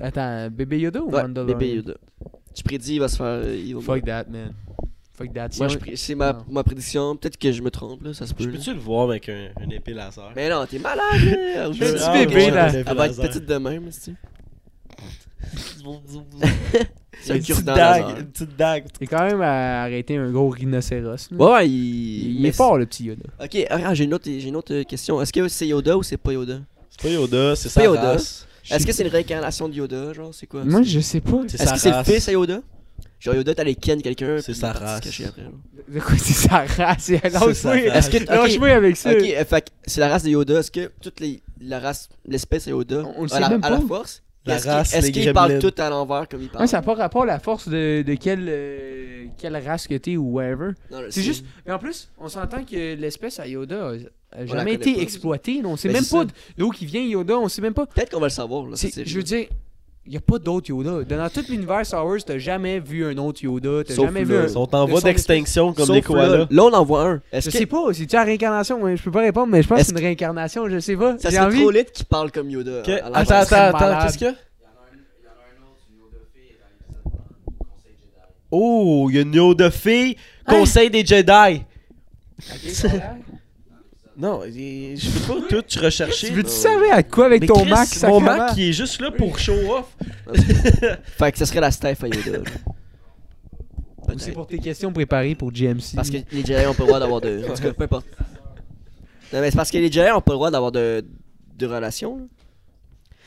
Attends, bébé Yoda ou
Ouais,
Mandalorian?
bébé Yoda. Tu prédis, il va se faire. euh, il va mourir.
Fuck that, man. Fuck that.
Moi,
Si
je
on-
pré- c'est ma,
Non.
ma prédiction. Peut-être que je me trompe, là, ça se peut.
Je
là.
peux-tu le voir avec un, une épée laser?
Mais non, t'es malade, là.
Je
petit
veux- ah,
bébé,
ouais,
là.
une épée
Elle va être
laser.
petite de même, tu C'est un
Une petite
cure-dent laser.
dague, une petite dague.
Il est quand même à arrêter un gros rhinocéros. là.
Ouais, ouais,
Il,
il.
il
mais
est fort, le petit Yoda.
c'est- Ok, ah, j'ai une, autre- j'ai une autre question. Est-ce que c'est Yoda ou c'est pas Yoda
C'est pas Yoda, c'est
C'est
sa
pas Yoda.
race.
Est-ce que c'est une réincarnation de Yoda Genre, c'est quoi
Moi,
C'est-
je sais pas.
C'est
Est-ce
sa
que c'est le
race.
fils à Yoda Genre, Yoda, t'allais ken quelqu'un.
C'est
puis
sa
il est parti se
race.
cacher après, là.
De quoi c'est sa race?
sa
Lâche-moi
race.
Est-ce que. ok,
lâche-moi avec ça.
Ok, euh, fait que c'est la race de Yoda. Est-ce que toute les, la race, l'espèce Yoda,
On- on le
a
sait
la,
même
à la
pas.
force
La
Est-ce
race
qu'ils est-ce
des
qu'ils parlent
gremlins.
tout à l'envers comme ils parlent
Ouais, ça n'a pas rapport à la force de, de quelle, euh, quelle race que t'es ou whatever.
Non, je
C'est
sais.
juste- Mais en plus, on s'entend que l'espèce à Yoda a- a
la connaît
jamais été
pas.
exploitée. là. On sait
Ben,
même
c'est
pas
ça.
d'où qui vient Yoda. On sait même pas.
Peut-être qu'on va le savoir. Là,
C'est-
ça, c'est-
je veux dire, il n'y a pas d'autre Yoda. Dans tout l'univers Star Wars, t'as jamais vu un autre Yoda. T'as
Sauf
jamais
là.
vu un.
Ils sont en
Ils
voie
sont
d'extinction comme
Sauf
des koalas.
Là, là, on en voit un.
Je
Est-ce que
sais pas, c'est-tu la réincarnation? Ouais, Je peux pas répondre, mais je pense que
Est-ce
c'est une réincarnation, je sais pas.
ça
J'ai
serait
envie.
trop lit qu'il parle comme Yoda
Que-
à la
Attends,
base?
attends,
serait
attends,
malade.
qu'est-ce qu'il y a
Il y en a un il y en a un autre, une autre fille dans l'épisode du Conseil Jedi.
Oh, il y a une Yoda fille, conseil des Jedi. Non, il- je peux pas tout rechercher.
Tu veux-tu savoir à quoi avec
Mais
ton
Chris,
Mac?
mon
sacrément?
Mac qui est juste là pour show off.
Fait que ça serait la Steph à Yoda. là.
Ou C'est
Peut-être.
pour tes questions préparées pour GMC.
Parce que les Jedi ont pas le droit d'avoir de. En tout cas, peu importe. Non, mais c'est parce que les Jedi ont pas le droit d'avoir de, de relation. là.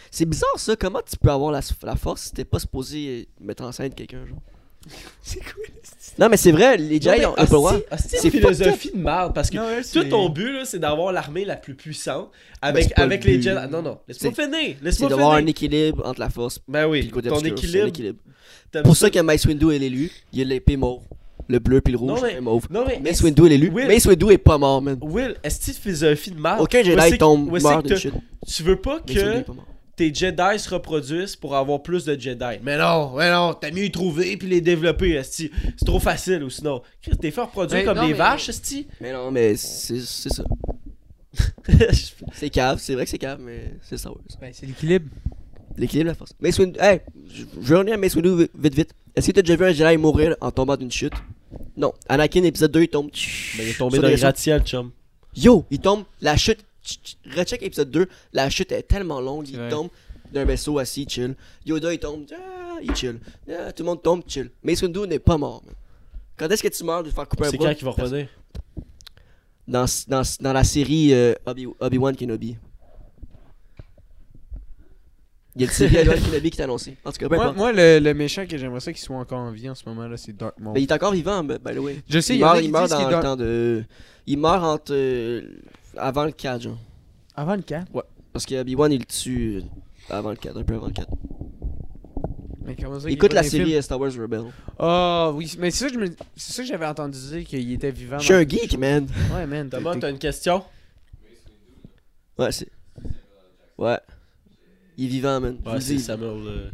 C'est bizarre ça, comment tu peux avoir la, la force si t'es pas supposé euh, mettre enceinte quelqu'un genre?
C'est cool.
Non mais c'est vrai, les Jedi ont ont pas le droit.
C'est
C'est
une philosophie de merde parce que tout ton
tombe.
but là, c'est d'avoir l'armée la plus puissante
Ben, c'est
avec
pas
avec
le
les
but.
Jedi. Non non, laisse-moi finir, laisse-moi
C'est d'avoir un
finir.
équilibre entre la force
Ben
et
oui,
le côté
ton
obscur, c'est un
équilibre.
équilibre.
t'as-
Pour ça que Mace Windu est l'élu, il a l'épée mauve, le bleu puis le
Non,
rouge
mais-
est mauve.
Non mais
Mace Windu est l'élu.
Will-
Mace Windu est pas mort, man.
Will, est-ce que c'est une philosophie de merde
Aucun
Où c'est
Jedi
que-
tombe
où est-ce
meurt
que
d'une
t'as-
chute.
Tu veux pas
Mace Windu est
que
pas mort.
tes Jedi se reproduisent pour avoir plus de Jedi. Mais non, mais non, t'as mieux y trouver puis les développer, esti. C'est trop facile ou sinon. Chris, t'es fait reproduire
Mais
comme
non,
des
mais-
vaches, esti.
Ben, Mais non, mais c'est c'est ça.
Ben,
C'est cave, c'est vrai que c'est cave, mais c'est Star Wars.
Ben, c'est l'équilibre.
L'équilibre, la force. Mace Windu, hey, je je vais revenir à Mace Windu vi- vite vite. Est-ce que t'as déjà vu un Jedi mourir en tombant d'une chute Non. Anakin, épisode 2, il tombe.
Mais Ben, il est tombé dans
sur des
le
réseaux.
gratte-ciel, chum.
Yo, il tombe, la chute. tch, tch, Recheck épisode 2, la chute est tellement longue,
C'est
il
vrai.
tombe d'un vaisseau assis, chill. Yoda, il tombe, ah, il chill. Ah, tout le monde tombe, chill. Mace Windu n'est pas mort. man. Quand est-ce que tu meurs de te faire couper un
C'est
bras
quand qu'il va revenir
dans, dans, dans la série euh, Obi- Obi-Wan Kenobi. Il y a une série Obi-Wan Kenobi qui est annoncée. En tout cas, peu
Moi,
importe.
moi, le, le méchant que j'aimerais ça qu'il soit encore en vie en ce moment, là, c'est Dark Maul.
Mais il est encore vivant, by by the way.
Je sais,
Ben, il
il y en a
meurt,
qui
il meurt
disent qu'il
dans
est
le
dans-
temps de. Il meurt entre. euh, avant le 4, genre.
Avant le camp.
Parce que Obi-Wan, il le tue euh, avant le 4, un peu avant le 4.
Mais comment ça, il est
Écoute
pas
la
dans les films?
série euh, Star Wars Rebel.
Ah oui, mais c'est ça que je me- c'est ça que j'avais entendu dire qu'il était vivant.
Je suis
dans-
un geek, man.
Ouais, man. t'es-
Thomas,
t'es-
t'as une question
Ouais, c'est. Ouais. Il est vivant, man. Je vous
Ouais,
le
c'est
dis.
Samuel. euh.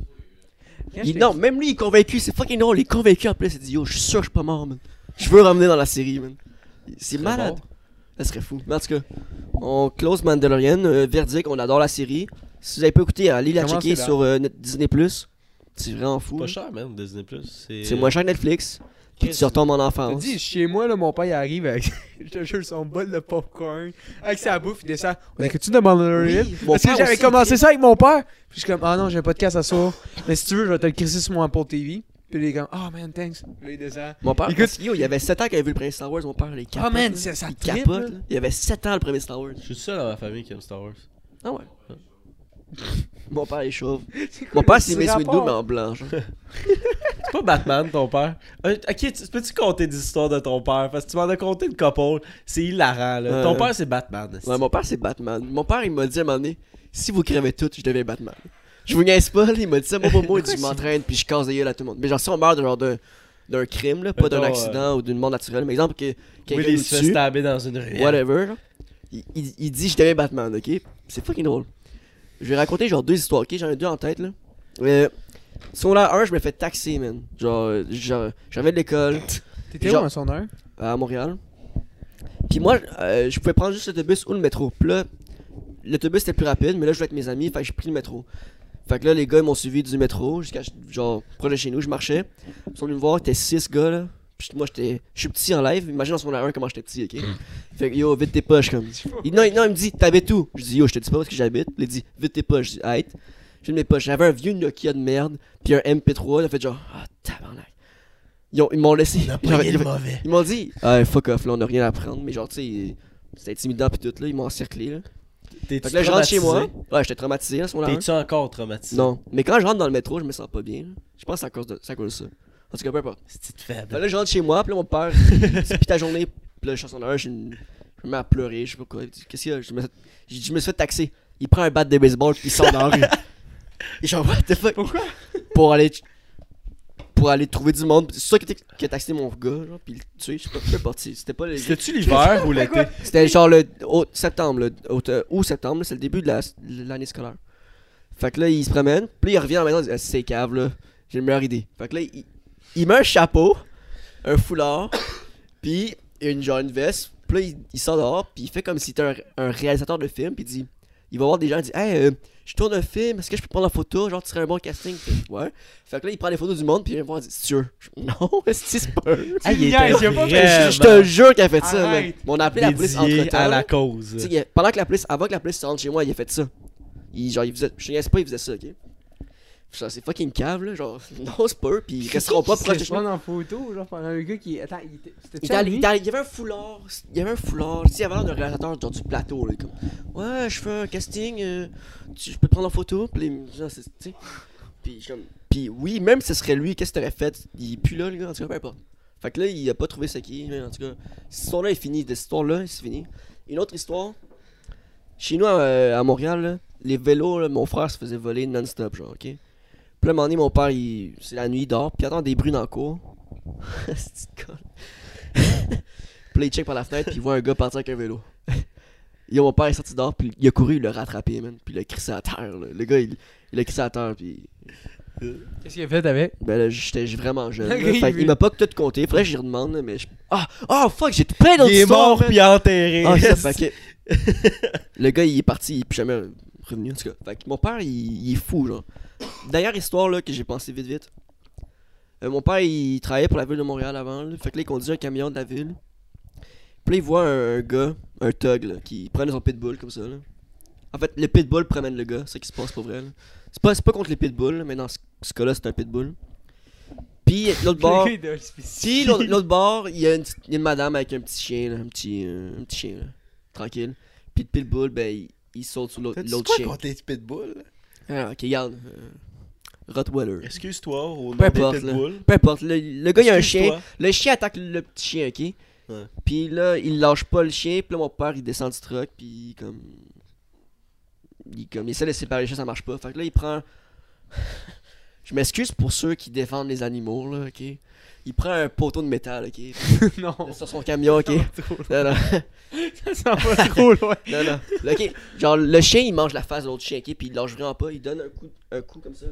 Quand
Il-
j'étais-
non, même lui, il est convaincu. C'est fucking drôle. Il est convaincu en plus. Il dit Yo, je suis sûr que je suis pas mort, man. Je veux ramener dans la série, man. C'est
Très
malade.
bon.
Ça serait fou. Mais en tout cas, on close Mandalorian. euh, verdict, on adore la série. Si vous avez pas écouté, allez la
Comment
checker
c'est là?
sur euh, notre Disney. C'est vraiment fou.
Pas cher, man, Disney Plus.
C'est moins cher que Netflix. Puis tu retombes en hein.
T'as
enfance.
dit, chez moi, là, mon père, il arrive avec, je te jure, son bol de popcorn, avec sa bouffe, il descend. On écoute-tu de Mandalorian?
Oui, mon
Parce que
père
j'avais
aussi,
commencé ça avec mon père. Puis je suis comme, ah non, j'ai pas de casse à soir. Mais si tu veux, je vais te le crisser sur mon Apple TV. Puis il est comme, oh man, thanks. Puis là, il descend.
Mon père,
Écoute-
parce que, yo, il y avait 7 ans qu'il avait vu le premier Star Wars. Mon père, les capote.
Ah man,
là.
ça, ça
il
trippe,
capote.
là.
là. Il y avait 7 ans le premier Star Wars.
Je suis seul dans ma famille qui aime Star Wars.
Ah ouais. Mon père est chauve.
C'est quoi
Mon
le
père, c'est
petit
Mace Windu,
rapport?
mais en blanc. genre.
C'est pas Batman, ton père. Euh, ok, tu- peux-tu compter des histoires de ton père Parce que tu m'en as conté une couple. C'est hilarant, là.
Euh,
Ton père, c'est Batman. esti.
Ouais, mon père, c'est Batman. Mon père, il m'a dit à un moment donné, si vous crevez tout, je deviens Batman. Je vous niaise pas, là, il m'a dit ça mot pour mot, il dit, je m'entraîne, puis je casse des gueules à tout le monde. Mais genre, si on meurt de genre d'un, d'un crime, là, pas d'un
Mettons, euh,
accident ou d'une mort naturelle, mais exemple, que quelqu'un
Will, il
nous
se fait
tue,
stabber dans une ruelle.
whatever, genre, il, il- il dit, je deviens Batman, ok? C'est fucking drôle. Je vais raconter genre deux histoires, ok? J'en ai deux en tête, là. Euh, sur la 1, je me fais taxer, man. Genre, euh, genre, j'avais de l'école
T'étais où
Genre-
en son heure?
à Montréal. Puis moi, euh, je pouvais prendre juste l'autobus ou le métro. Puis là, l'autobus était plus rapide, mais là, je jouais avec mes amis, fait que j'ai pris le métro. Fait que là, les gars, ils m'ont suivi du métro jusqu'à genre proche de chez nous. Je marchais. Ils sont venus me voir, t'es 6 gars là. Puis moi, j'étais. Je suis petit en live. Imagine en ce moment 1 comment j'étais petit, ok?
Hmm.
Fait que yo, vite tes poches, comme. Il, non, il- non, il me dit, t'habites où? Je dis, yo, je te dis pas parce que j'habite. Il dit, vite tes poches. Je dis, Aïe. J'ai une de mes poches. J'avais un vieux Nokia de merde, puis un MP3. Ils ont fait genre, ah, tabarnak. Ils, ont- ils m'ont laissé.
On a
genre,
pogné
ils-
le mauvais.
ils m'ont dit, ah, fuck off, là, on a rien à prendre. Mais genre, tu sais, c'était intimidant, puis tout, là. Ils m'ont encerclé, là.
T'es
Fait que là, je rentre chez moi. Ouais, j'étais traumatisé, là, à ce moment-là.
T'es-tu encore traumatisé?
Non. Mais quand je rentre dans le métro, je me sens pas bien. là. Je pense que c'est à cause de, c'est à cause de ça. En tout cas, peu importe.
C'est
Fait que
faible.
là, je rentre chez moi, puis là, mon père, c'est pis ta journée, puis là, je suis en heure, je me je me mets à pleurer, je sais pas quoi. Il dit, Qu'est-ce qu'il y a je me... j'ai dit, je me suis fait taxer. Il prend un bat de baseball, puis il sort dans la rue. Et genre, what the fuck
Pourquoi?
Pour aller. Pour aller trouver du monde. C'est ça qui était- qui a taxé mon gars, genre, puis le tuer, je sais pas, peu importe. c'est- C'était pas le.
C'était-tu l'hiver ou l'été?
C'était genre le au- septembre, le au- euh, août septembre, là, c'est le début de la- de l'année scolaire. Fait que là, il se promène, puis là, il revient en maison, il dit Ah, c'est cave là, j'ai une meilleure idée. Fait que là, il, il met un chapeau, un foulard, puis une genre une veste, puis là, il, il sort dehors, puis il fait comme si c'était un, un réalisateur de film, puis il dit il va voir des gens, il dit hey, euh, je tourne un film, est-ce que je peux prendre la photo, genre tu serais un bon casting, Puis, ouais. Fait que là, il prend les photos du monde, puis il vient me voir, il dit sûr. Non, est-ce que c'est pas eux?
Ah, il
Il
était
niaise, il a pas-
vraiment
Je je te jure qu'il a fait ça,
Arrête.
mec. Mais on a appelé la police
dédié
entre temps.
à la cause.
Tu sais, il a- pendant que la police, avant que la police se rende chez moi, il a fait ça. Il, genre, il faisait, je sais pas, il faisait ça, ok? Genre, c'est fucking cave, là. Genre, non, c'est pas eux, pis ils resteront pas proches de chez moi.
en photo, genre, pendant un gars qui. Attends, il était.
Il,
C'était
était allé- il était allé- il y avait un foulard, il y avait un foulard, tu sais, il y avait l'air d'un réalisateur genre, du plateau, là, comme Ouais, je fais un casting, euh, tu- je peux te prendre en photo, pis les gens, c'est, tu sais. Pis, je suis comme, pis oui, même si ce serait lui, qu'est-ce que t'aurais fait Il est plus là, le gars, en tout cas, peu importe. Fait que là, il a pas trouvé ce qui, mais en tout cas, cette histoire-là est finie, cette histoire-là, c'est fini. Une autre histoire, chez nous euh, à, à Montréal, là, les vélos, là, mon frère se faisait voler non-stop, genre, ok Puis là, un moment donné, mon père, il- c'est la nuit, il dort, puis il entend des bruits dans le cours. C'est une conne. Puis là, il check par la fenêtre, puis il voit un gars partir avec un vélo. Yo, mon père est sorti dehors, puis il a couru, il l'a rattrapé, man. Puis il l'a crissé à terre, là. Le gars, il il l'a crissé à terre, puis.
Qu'est-ce qu'il a fait avec?
Ben là, j'étais vraiment jeune.
Le
là.
gars, il
Fait
veut-
qu'il m'a pas tout compté, faudrait que j'y redemande, là, mais je. Ah! Oh fuck, j'ai plein d'autres
Il est
histoires!
mort
man.
puis enterré.
Ah, ça, fait que- Le gars, il est parti, il est plus jamais revenu, en tout cas. Fait que mon père, il, il est fou, genre. D'ailleurs, histoire, là, que j'ai pensé vite, vite. Euh, mon père, il travaillait pour la ville de Montréal avant, là. Fait que là, il conduisait un camion de la ville. Puis là, il voit un, un gars, un thug, là, qui prend son pitbull, comme ça, là. En fait, le pitbull promène le gars, c'est ça qui se passe pour vrai, là. C'est pas, c'est pas contre les pitbulls, là, mais dans ce, ce cas-là, c'est un pitbull. Puis, l'autre bord...
Le gars, il a-
Si, l'autre l'autre bord, il y a une, petite- il y a une madame avec un petit chien, là, un, petit, euh, un petit chien, là, tranquille. Puis le pitbull, ben, il, il saute sur l'autre
T'as-tu
l'autre
quoi
chien.
contre les pitbulls?
Ah, ok, regarde. euh, Rottweiler.
Excuse-toi au nom
Peu
des
importe, là.
Pitbull.
Peu importe, le, le gars, il y a un chien.
Excuse-toi.
Le chien attaque le petit chien, ok?
Ouais.
Puis là, il lâche pas le chien, puis là, mon père, il descend du truck, puis comme... Il, comme, il essaie de séparer les chiens, ça marche pas. Fait que là, il prend... Je m'excuse pour ceux qui défendent les animaux, là, ok? Il prend un poteau de métal, ok?
Non,
sur son camion, ok? Non, non.
ça s'en va trop loin.
Non, non. Là, ok, genre, le chien, il mange la face de l'autre chien, ok, puis il lâche vraiment pas. Il donne un coup, un coup comme ça. là.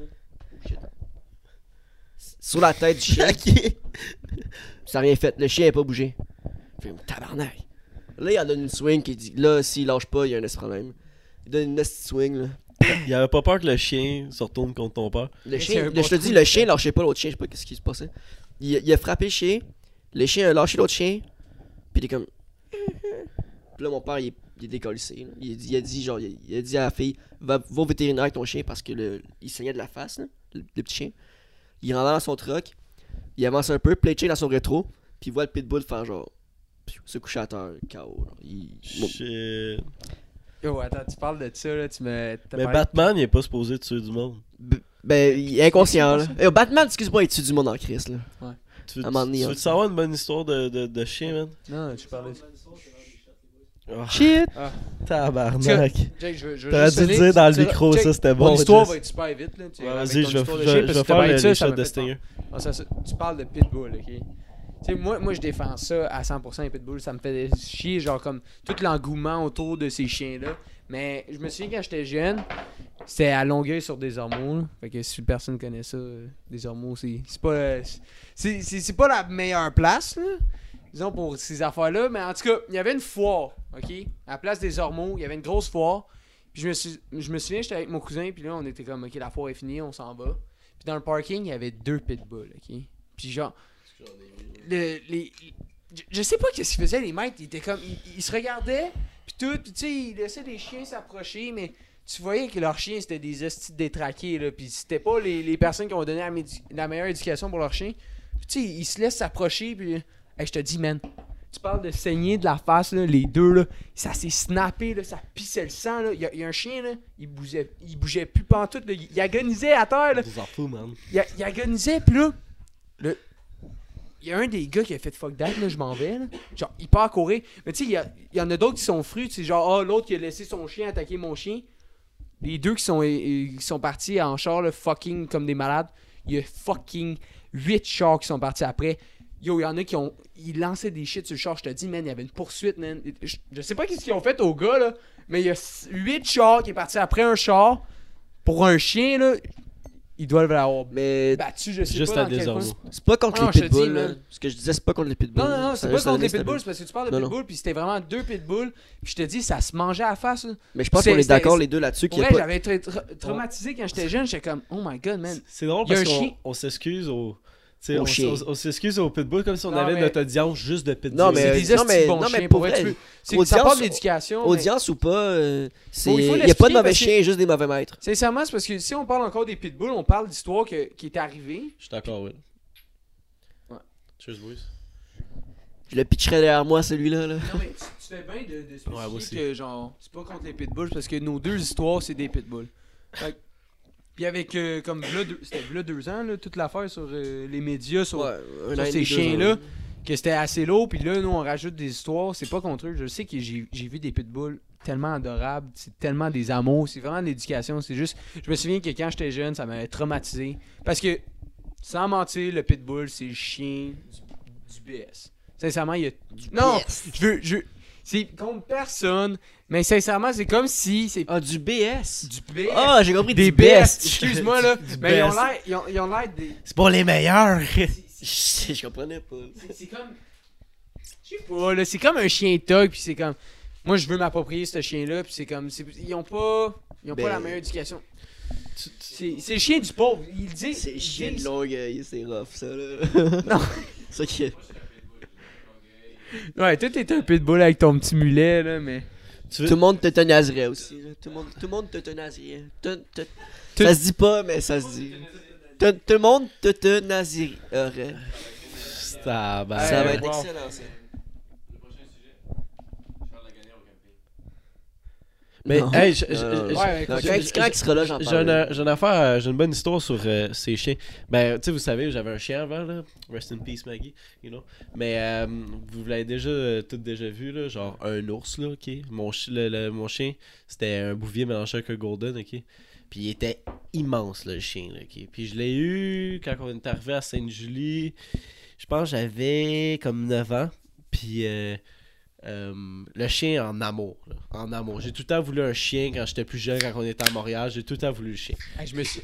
Oh, shit. S- Sur la tête du chien. Ça a rien fait. Le chien est pas bougé. Fait comme, tabarnak. Là, il en donne une swing qui dit, là, s'il lâche pas, il y a un esti problème. Il donne une esti swing, là.
Il avait pas peur que le chien se retourne contre ton père.
Le
c'est
chien,
un
le-
bon
je te
trou,
dis, le chien lâchait pas l'autre chien, je sais pas ce qui se passait. Il, il a frappé le chien, le chien a lâché l'autre chien, puis il est comme. Puis là, mon père, il est, il est décollissé, là. Il, a dit- il a dit, genre, il, il a dit à la fille, va, va au vétérinaire avec ton chien parce que le, il saignait de la face, là, le, le petit chien. Il rentre dans son truck, il avance un peu, play dans son rétro, puis il voit le pitbull faire genre. piou, Se coucher à terre, KO. genre. Il- bon,
Shit.
Yo, attends, tu parles de ça, là, tu me. t'as
Mais
parlé-
Batman, il est pas supposé tuer du monde.
b- ben, il est inconscient, là. Eh, Batman, excuse-moi, il tue du monde en crise, là.
Tu veux,
À un moment donné,
tu veux
hein.
savoir une bonne histoire de, de, de chien, man?
Non, tu parlais. Ah.
Shit!
Tabarnak.
Jake, je veux, je veux
T'aurais
juste
dû le
aller-
dire dans le
tu-
micro,
Jake,
ça, c'était
Mon
bon.
histoire
Jess.
va être super vite, là. tu sais,
Ouais,
avec
Vas-y, je
ton
vais
histoire
je vais-
de chien, parce
je
que
vais
t'as parlé
faire le-
ça,
les
ça
shots
m'a
de
fait
Stinger.
Ah, ça, ça- tu parles de pitbull, ok? Tu sais, moi, moi, je défends ça à 100% les pitbulls. Ça me fait chier, genre, comme tout l'engouement autour de ces chiens-là. Mais je me souviens quand j'étais jeune, c'était à Longueuil sur des ormeaux. là. Fait que si personne connaît ça, euh, des ormeaux, c'est c'est pas, euh, c'est- c'est c'est pas la meilleure place, là, disons, pour ces affaires-là. Mais en tout cas, il y avait une foire, ok? À la place des ormeaux, il y avait une grosse foire. Puis je me, suis, je me souviens, j'étais avec mon cousin, puis là, on était comme, ok, la foire est finie, on s'en va. Puis dans le parking, il y avait deux pitbulls, ok? Puis genre. Le, les, je, je sais pas qu'est-ce qu'ils faisaient, les mecs. Ils étaient comme. Ils, ils se regardaient, puis tout. Puis tu sais, ils laissaient les chiens s'approcher, mais tu tu voyais que leurs chiens, c'était des hosties de détraqués, là. Puis c'était pas les, les personnes qui ont donné la, médi- la meilleure éducation pour leurs chiens. Puis tu sais, ils se laissent s'approcher, puis. Hey, je te dis, man. Tu parles de saigner de la face, là, les deux, là. Ça s'est snappé, là, ça pissait le sang, là. Il y, a- il y a un chien, là, il bougeait, il bougeait plus pantoute, là. Il, il agonisait à terre, là.
On s'en fout, man.
Il, a- il agonisait, pis là, le... il y a un des gars qui a fait fuck that, là, je m'en vais, là. Genre, il part courir. Mais tu sais, il y, a- il y en a d'autres qui sont fruits, c'est genre, ah, l'autre qui a laissé son chien attaquer mon chien. Les deux qui sont, euh, qui sont partis en char, là, fucking comme des malades. Il y a fucking 8 chars qui sont partis après. Yo, il y en a qui ont. Ils lançaient des shit sur le char, je te dis, man, il y avait une poursuite, man. Je, je sais pas qu'est-ce qu'ils ont fait au gars, là, mais il y a 8 chars qui est parti après un char. Pour un chien, là, ils doivent l'avoir
Mais
battu, je sais
Juste
pas.
à
dans quel
désordre.
coin.
c'est pas contre
Non, Ah, je
les
te dis,
pitbulls,
man.
là. Ce que je disais, c'est pas contre les pitbulls.
Non, non, non,
Ça
c'est pas
reste un
contre les
instinct.
pitbulls, c'est parce que tu parles de
Non, non.
pitbulls, puis c'était vraiment deux pitbulls, puis je te dis, ça se mangeait à la face. là.
Mais je pense
C'est-
qu'on est d'accord
c'est-
les deux là-dessus.
Pour
qu'il y a
vrai,
pas-
j'avais été tra- traumatisé quand j'étais jeune, j'étais comme, oh my god, man.
C'est- C'est drôle
Il y a
parce
un
qu'on
chien.
on s'excuse au. tu sais,
Au
on,
chien.
on- on s'excuse au pitbull comme si on
Non,
avait
mais-
notre audience juste de pitbull.
Non, mais-
C'est des
non,
hosties de
mais-
bons
non, mais
chiens,
pour
pour vrai.
vrai,
tu veux- C'est ça
audience-
parle d'éducation. mais-
Audience ou pas, euh, c'est...
Bon,
il
il faut
y a pas
l'expliquer
de mauvais
parce que-
chiens, juste des mauvais maîtres.
Sincèrement, c'est parce que si on parle encore des pitbulls, on parle d'histoires que- qui est arrivée.
Je suis d'accord, oui.
Ouais.
Cheers, boys.
Je le pitcherais derrière moi, celui-là. Là.
Non, mais tu tu fais bien de, de spécifier
Ouais, moi aussi.
que, genre, c'est pas contre les pitbulls, parce que nos deux histoires, c'est des pitbulls. Fait que- Puis avec, euh, comme, v'là deux- c'était v'là deux ans, là, toute l'affaire sur euh, les médias, sur
Ouais, un
sur
an et demi,
ces
deux ans.
chiens-là, que c'était assez lourd. Puis là, nous, on rajoute des histoires. C'est pas contre eux. Je sais que j'ai j'ai vu des pitbulls tellement adorables. C'est tellement des amours. C'est vraiment de l'éducation. C'est juste. Je me souviens que quand j'étais jeune, ça m'avait traumatisé. Parce que, sans mentir, le pitbull, c'est le chien du, du BS. Sincèrement, il y a. non! Je veux. Je... C'est contre personne. Mais sincèrement, c'est comme si c'est
Ah, du BS.
du BS.
Ah, j'ai compris, du
des BS.
BS.
Excuse-moi, là.
Du
mais ils ont
BS.
l'air- ils ont ils ont l'air des.
C'est pas les meilleurs!
Je je comprenais pas.
C'est- C'est comme. Je sais pas, là. C'est comme un chien tog, puis c'est comme. Moi, je veux m'approprier ce chien-là, puis c'est comme. c'est- Ils ont pas. Ils ont
Ben-
pas la meilleure éducation. C'est c'est le chien du pauvre. Il dit.
C'est
il
chien
dit-
de Longueuil, c'est rough, ça, là.
Non.
Ça qui est...
Ouais, toi, t'es un pitbull avec ton petit mulet, là, mais.
Tu
Tout
veux-
le monde te tenaserait aussi. là. Tout le monde, tout le monde te tenaserait. Te- te- Ça se dit pas, mais ça se dit. Te- Tout le monde te tenaserait.
Tabarnak.
Ça va
Ouais,
être
wow.
excellent, ça.
Le prochain sujet, Charles Lagagnon au camping.
Mais,
Non.
hey, je-
Non,
je-
non,
je-
non.
Ouais, mais
Non,
écoute,
quand-
je-
Quand il sera là, j'en
J'ai
parle.
une, j'ai une affaire, euh, j'ai une bonne histoire sur euh, ces chiens. Ben, tu sais, vous savez, j'avais un chien avant, là. Rest in peace, Maggie. You know. Mais euh, vous l'avez déjà, euh, tout déjà vu, là. Genre, un ours, là, ok. Mon, chi- le- le- mon chien, c'était un bouvier mélangé avec un golden, ok. Puis il était immense, là, le chien, là, ok. Puis je l'ai eu quand on est arrivé à Sainte-Julie. Je pense que j'avais comme 9 ans. Puis. euh, euh, le chien en amour. là. En amour. J'ai tout le temps voulu un chien quand j'étais plus jeune, quand on était à Montréal. J'ai tout le temps voulu le chien.
Ah, je me suis.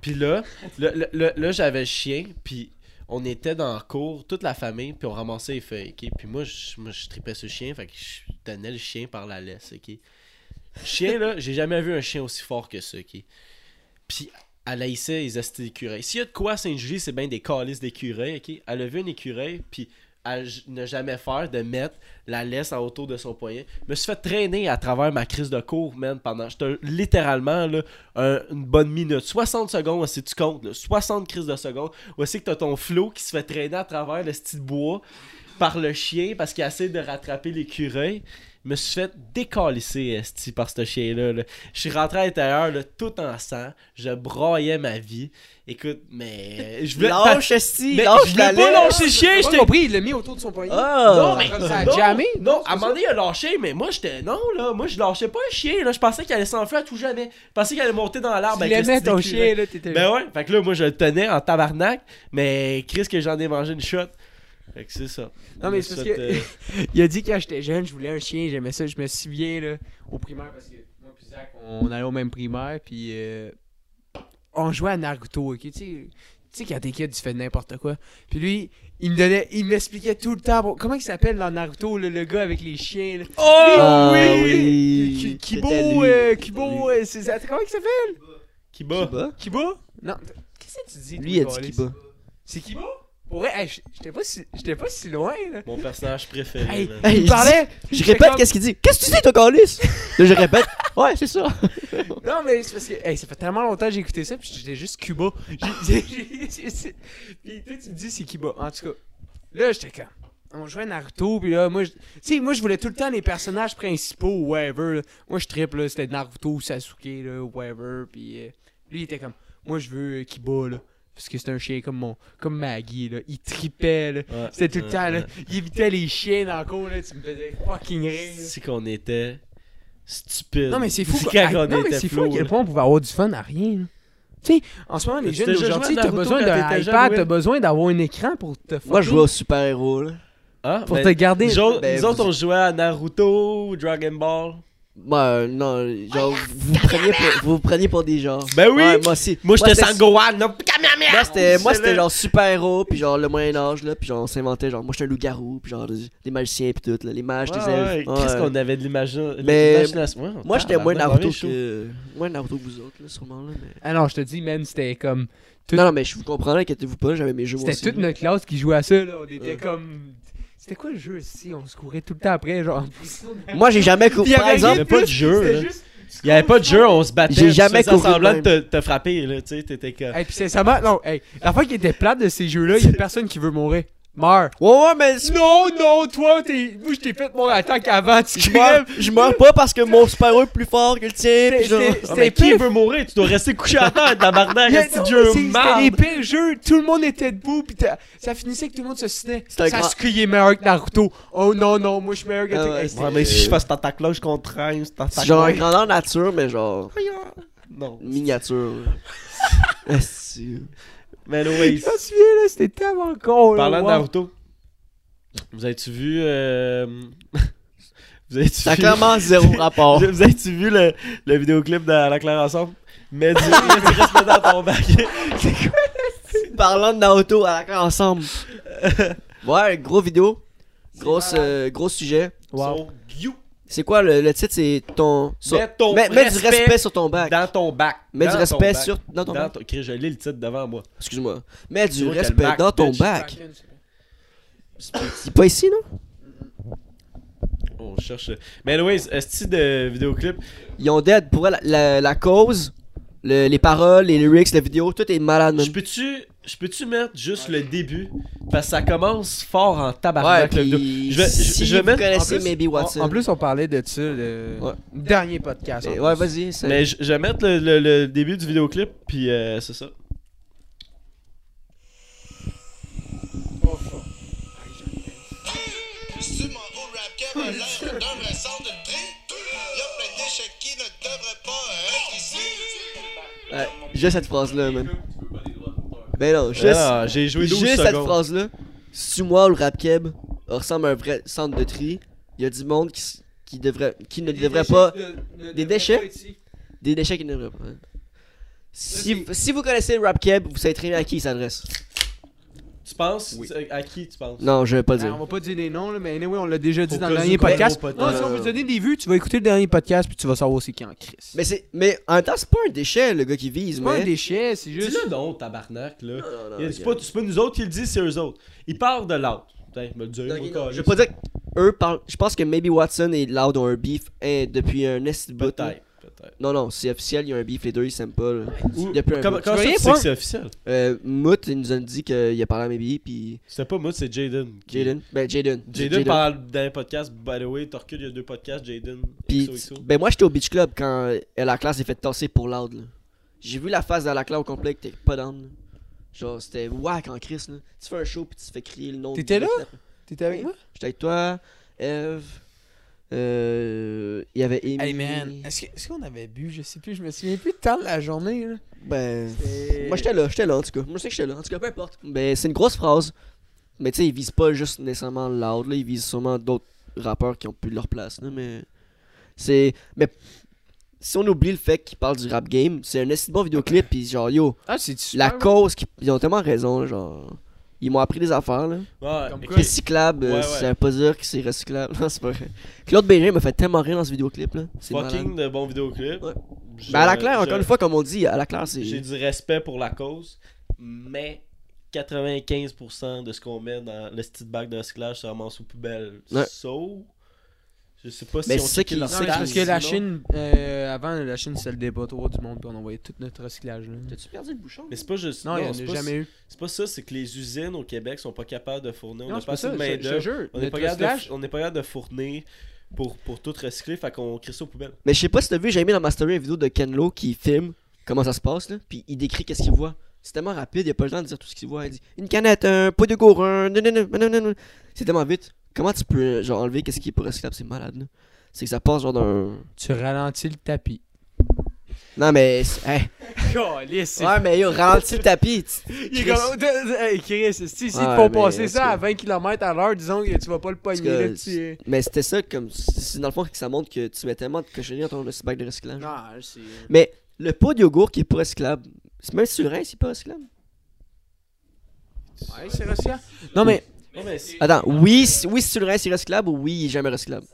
Puis là, le- le- le- là, j'avais le chien, puis on était dans la cour, toute la famille, puis on ramassait les feuilles, ok? Puis moi, je, moi, je tripais ce chien, fait que je tenais le chien par la laisse, ok? Chien, là, j'ai jamais vu un chien aussi fort que ça, ok? Puis elle haïssait les astis d'écureuil. S'il y a de quoi à Saint-Julie, c'est bien des calices d'écureuil, ok? Elle a vu un écureuil, puis elle j- ne jamais faire de mettre la laisse en autour de son poignet. Je me suis fait traîner à travers ma crise de cours, man, pendant... J'étais littéralement, là, un- une bonne minute. 60 secondes, si tu comptes, là, 60 crises de secondes. Voici que t'as ton flot qui se fait traîner à travers le style bois par le chien parce qu'il essaie de rattraper l'écureuil. Je me suis fait décalisser esti, par ce chien-là. là. Je suis rentré à l'intérieur là, tout en sang. Je broyais ma vie. Écoute, mais... Je voulais,
Lâche, Esti,
Mais
lâche
je voulais
la
pas
laisse.
lâcher le chien.
J'ai
j'étais-
compris, il l'a mis autour de son poignet.
Ah!
Non, mais comme ça a
Non,
jamais.
Non, à un moment donné, il a lâché, mais moi, j'étais. Non, là, moi, je lâchais pas un chien, là. Je pensais qu'il allait s'enfuir à tout jamais. Je pensais qu'il allait monter dans l'arbre
Tu
avec
l'aimais
le
ton
petit
chien, là, t'étais.
ben ouais, fait que là, moi, je le tenais en tabarnak, mais Chris, que j'en ai mangé une shot. Fait que c'est ça. euh,
Non, mais c'est parce que- Il a dit quand j'étais jeune, je voulais un chien, j'aimais ça. Je me souviens, là, au primaire, parce que moi et Zach, on allait au même primaire, puis euh, on jouait à Naruto, ok? Tu sais, tu sais, quand t'es kid, tu fais n'importe quoi. Puis lui, il me donnait, il m'expliquait tout le temps. bon, comment il s'appelle dans Naruto, là, le gars avec les chiens, là?
Ah
Oh!
oui!
Ki- Kibo,
C'était lui.
euh,
C'était
Kibo,
lui.
euh, c'est ça. Comment il s'appelle?
Qui bat?
Kiba?
Kiba? Non, t- qu'est-ce que tu dis?
Lui, il a
toi,
dit
Carlis?
Kiba.
C'est Kiba? Ouais, hey, j- j'étais pas, si... j'étais pas si loin, là.
Mon personnage préféré.
Hey.
man.
Hey,
Il
il
parlait.
dit- je répète
comme-
qu'est-ce qu'il dit. Qu'est-ce que tu dis, toi, Carlis? Là, je répète. Ouais, c'est ça.
Non, mais c'est parce que hey, ça fait tellement longtemps que j'ai écouté ça, puis j'étais juste Cuba. J'ai- j'ai- j'ai- j'ai- Puis toi, tu me dis c'est Cuba. En tout cas, là, j'étais comme. On jouait à Naruto, puis là, moi, je- tu sais, moi, je voulais tout le temps les personnages principaux, whatever. là. Moi, je trippe, là, c'était Naruto, Sasuke, là, whatever. Puis euh, lui, il était comme, moi, je veux euh, Kiba, là. Parce que c'est un chien comme mon, comme Maggie, là. Il tripait, là.
Ouais,
C'était tout le
ouais,
temps, là.
ouais.
Il évitait les chiens dans le cours, là. Tu me faisais fucking rire. là.
C'est qu'on était stupide.
Non, mais c'est fou.
C'est
quoi. Ah,
quand on
non, mais
était
c'est fou
flow,
à quel
là.
point on pouvait avoir du fun à rien. là. Tu sais, en ce moment, les
Tu
jeunes
t'es déjà
d'aujourd'hui,
joué à Naruto
t'as
quand
besoin d'un
t'étais jeune,
iPad,
Will?
t'as besoin d'avoir un écran pour te
Moi, je
fucker,
jouais au super-héros, là.
Ah,
pour
ben,
te garder.
Nous autres,
Ben,
nous
vous-
autres, on jouait à Naruto, Dragon Ball.
Ben, non, genre, vous vous preniez pour, vous vous preniez pour des genres.
Ben oui!
Ouais, moi aussi.
Moi, j'étais
c'était-
sans Gohan, là.
Moi, c'était, moi, c'était
Excellent.
genre super-héros, puis genre le Moyen-Âge, là, puis genre on s'inventait, genre, moi, j'étais un loup-garou, puis genre des, des magiciens, puis tout, là, les mages, les elfes. Ouais.
Qu'est-ce qu'on avait de l'imagina- de
Mais-
l'imagination? Ouais, on
Moi, j'étais
parle,
moins
on a
Naruto
mauvais show.
que... Moins Naruto que vous autres, là, sûrement, là, mais...
Ah non, je te dis, man, c'était comme. Tout-
Non, non, mais je vous comprends, inquiétez-vous pas, j'avais mes jeux, moi
C'était
aussi.
toute notre classe qui jouait à ça, là. On était
Ouais.
comme. C'était quoi le jeu ici On se courait tout le temps après, genre.
Moi, j'ai jamais couru,
Il y
par
Il
avait-
y
exemple...
avait pas de jeu, là. Il y avait pas de jeu, on se battait.
J'ai jamais
tu faisais
couru de
semblant de
même.
te, te frapper, là. Tu sais, t'étais comme.
Et puis, sincèrement, non, hey, la fois qui était plate de ces jeux-là, il y a personne qui veut mourir. Meurs.
Ouais, ouais, mais...
Non, non, toi, t'es. Moi, je t'ai fait mourir à temps qu'avant, tu
Je meurs, je meurs pas parce que mon super-héros est plus fort que le tien, puis genre...
C'était-
Ah, mais
c'était
qui
pire.
veut mourir? Tu dois rester couché à terre, tabarnak,
Il y a-
est-ce
non,
que
mais
Dieu
c'est- C'était
marde?
les pires jeux, tout le monde était debout, pis t'as- ça finissait que tout le monde se soutenait.
C'était un grand-
Sasuke il est meilleur que Naruto. Oh non, non, moi je suis meilleur que
Ah
toi.
ouais.
Hey, c'était-
Ouais, mais si je fais cette attaque-là, je contrains cette
C'est genre un
attaque-là.
grandeur nature, mais genre...
Non.
Miniature, là. Esti.
Mais anyways,
Je me souviens, là, c'était tellement con. Là,
parlant de
wow.
Naruto, vous avez-tu vu. euh, Vous avez-tu
Ça a
vu.
clairement zéro rapport.
Vous avez-tu vu le, le vidéoclip de La Claire Ensemble? Mais du, mets du respect dans ton bac.
Parlant de Naruto, à la ensemble. ouais, gros vidéo. Grosse, euh, gros sujet.
Wow.
Son you
C'est quoi le, le titre C'est ton. sur-
Mets ton
mets- mets du
respect
respect sur ton bac.
dans ton bac.
Mets
Dans
du
ton
respect
bac.
sur. Dans ton
Dans
bac.
ton... Chris, Je lis le titre devant moi.
Excuse-moi. Mets
Tu
du
vois qu'elle
respect
back,
dans ton
bitch.
bac. C'est pas ici, non
On cherche. Mais anyways, est-ce de vidéoclip?
Ils ont dead pour la, la, la cause, le- les paroles, les lyrics, la vidéo, tout est malade, man.
Je peux-tu je peux-tu mettre juste le début? Parce que ça commence fort en tabarnak. le
puis
vidéo. je vais- je-
si
je vais
vous
mettre-
connaissez
en plus-
Maybe Watson.
En, en plus, on parlait de ça le
Ouais.
dernier podcast.
Eh,
en
ouais,
plus.
vas-y. c'est-
Mais je, je vais mettre le, le- le début du vidéoclip, puis euh, c'est ça.
Sur mon haut rap cap à l'air d'un ressemble d'une tripe. Y'a plein de chèques qui ne devraient pas être ici.
Ouais, juste cette phrase-là, man. Ben non, juste.
Alors, Ah, J'ai joué 12
Juste cette
secondes.
phrase-là. Si moi, le rap keb ressemble à un vrai centre de tri, il y a du monde qui, s- qui, devrait, qui ne devrait pas. des déchets? Des déchets qui ne devraient pas. Si, si vous connaissez le rap keb, vous savez très bien à qui il s'adresse.
Tu penses? Euh,
Oui.
À qui tu penses?
Non, je vais pas le
Ah,
dire.
on va pas dire les noms, là, mais anyway, on l'a déjà dit
Au
dans
cas
le
où
dernier
qu'on ait
podcast.
pas de-
Non, si on veut donner des vues, tu vas écouter le dernier podcast, puis tu vas savoir c'est qui en crise.
Mais, c'est, mais en même temps, c'est pas un déchet, le gars qui vise,
C'est
mais.
pas un déchet, c'est juste.
Dis-le non, tabarnak, là.
Oh Non, non, non,
Il- C'est
regarde.
pas, c'est pas nous autres qui le disent, c'est eux autres. Ils parlent de l'autre. Putain, me le dire,
Non,
moi,
non,
câlisse.
Je vais pas dire que eux parlent. Je pense que Maybe Watson et Loud ont un beef hein, depuis un esti de bout, là.
Peut-être, peut-être.
Non, non, c'est officiel, il y a un beef, les deux ils s'aiment pas. là.
Ou-
Il y a plus un
Comment
bout.
comment ça,
Tu voyais
tu sais que
pas?
c'est officiel?
Euh, Moot, il nous a dit qu'il a parlé à Maybe, puis.
C'était pas moi, c'est Jaden. qui-
Jaden. Ben, Jaden.
Jaden parle d'un podcast, by the way, Torcule, il y a deux podcasts, Jaden.
Puis,
XOXO.
ben, moi, j'étais au Beach Club quand euh, la classe s'est fait tasser pour loud. là. J'ai vu la face de la classe au complet qui était pas down. là. Genre, c'était whack en Chris. Là. Tu fais un show puis tu te fais crier le nom. de-
T'étais là?
de-
T'étais avec moi?
J'étais avec toi, Eve. Euh, il y avait Amy.
Hey man, est-ce que- est-ce qu'on avait bu? Je sais plus, je me souviens plus de temps de la journée. Là.
Ben.
C'était-
Moi, j'étais là, j'étais là en tout cas. Moi, je sais que j'étais là. En tout cas, peu importe. Ben, c'est une grosse phrase. Mais tu sais, ils visent pas juste nécessairement Loud, là. Ils visent sûrement d'autres rappeurs qui ont plus leur place, là. Mais. C'est. Mais. Si on oublie le fait qu'ils parlent du rap game, c'est un assez bon vidéoclip, pis genre, yo,
Ah, c'est du
la
super,
cause, qui- ils ont tellement raison, là, genre. Ils m'ont appris des affaires, là.
Ouais,
Comme
écoute,
quoi,
Recyclable, euh,
Ouais, ouais.
ça veut pas dire que c'est recyclable. Non, c'est pas vrai. Claude Bégin me fait tellement rire dans ce vidéoclip, là. C'est malade.
fucking de bons vidéoclips.
Ouais.
Je-
Ben, à la claire,
je-
encore une fois, comme on dit, à la claire,
J'ai
c'est.
du respect pour la cause, mais 95% de ce qu'on met dans le petit bac de recyclage se ramasse aux poubelles.
Ouais.
So, je sais pas si
Mais
on
c'est ça
checkait
qui-
leur
c'est
Non, mais
stats,
c'est parce que la
sinon-
Chine, euh, avant, la Chine, c'est le débattoir du monde, puis on envoyait tout notre recyclage. Là.
T'as-tu perdu le bouchon?
Mais c'est pas juste.
Non, il n'y en
c'est
a
pas-
jamais eu.
C'est pas ça, c'est que les usines au Québec sont pas capables de fournir. on
Non,
n'a
c'est
pas
pas
assez
ça,
de
je, je te
main-d'œuvre.
jure.
On n'est
notre
pas, capable de-
recyclage-
on n'est pas capable de fournir pour, pour tout recycler, fait qu'on crée ça aux poubelles.
Mais je sais pas si t'as vu, j'ai mis dans ma story une vidéo de Ken Lo qui filme comment ça se passe, là, puis il décrit qu'est-ce qu'il voit. C'est tellement rapide, il a pas le temps de dire tout ce qu'il voit. Il dit une canette, un pot de gourde, un nanana, nanana. C'est tellement vite. Comment tu peux euh, genre enlever qu'est-ce qui est pas recyclable, c'est malade. là. C'est que ça passe genre d'un.
Tu ralentis le tapis.
Non mais. c'est- hein, hey. Ouais, mais yo, ralentis le tapis. tu-
Il est
Chris.
comme. Hey, Chris, si, si ils
Ouais,
te
mais
font passer
est-ce
ça à
que-
20 km à l'heure, disons que tu vas pas le
Parce
pogner.
que-
là, tu-
Mais c'était ça, comme. C'est dans le fond que ça montre que tu mets tellement de cochonneries dans ton bac de recyclage.
Non, c'est.
Mais le pot de yogourt qui est pas recyclable, c'est même sur c'est pas recyclable.
Ouais, c'est recyclable. Non, mais.
Non, mais c'est-
Attends, oui, c- oui sur c'est recyclable ou oui, il est jamais recyclable.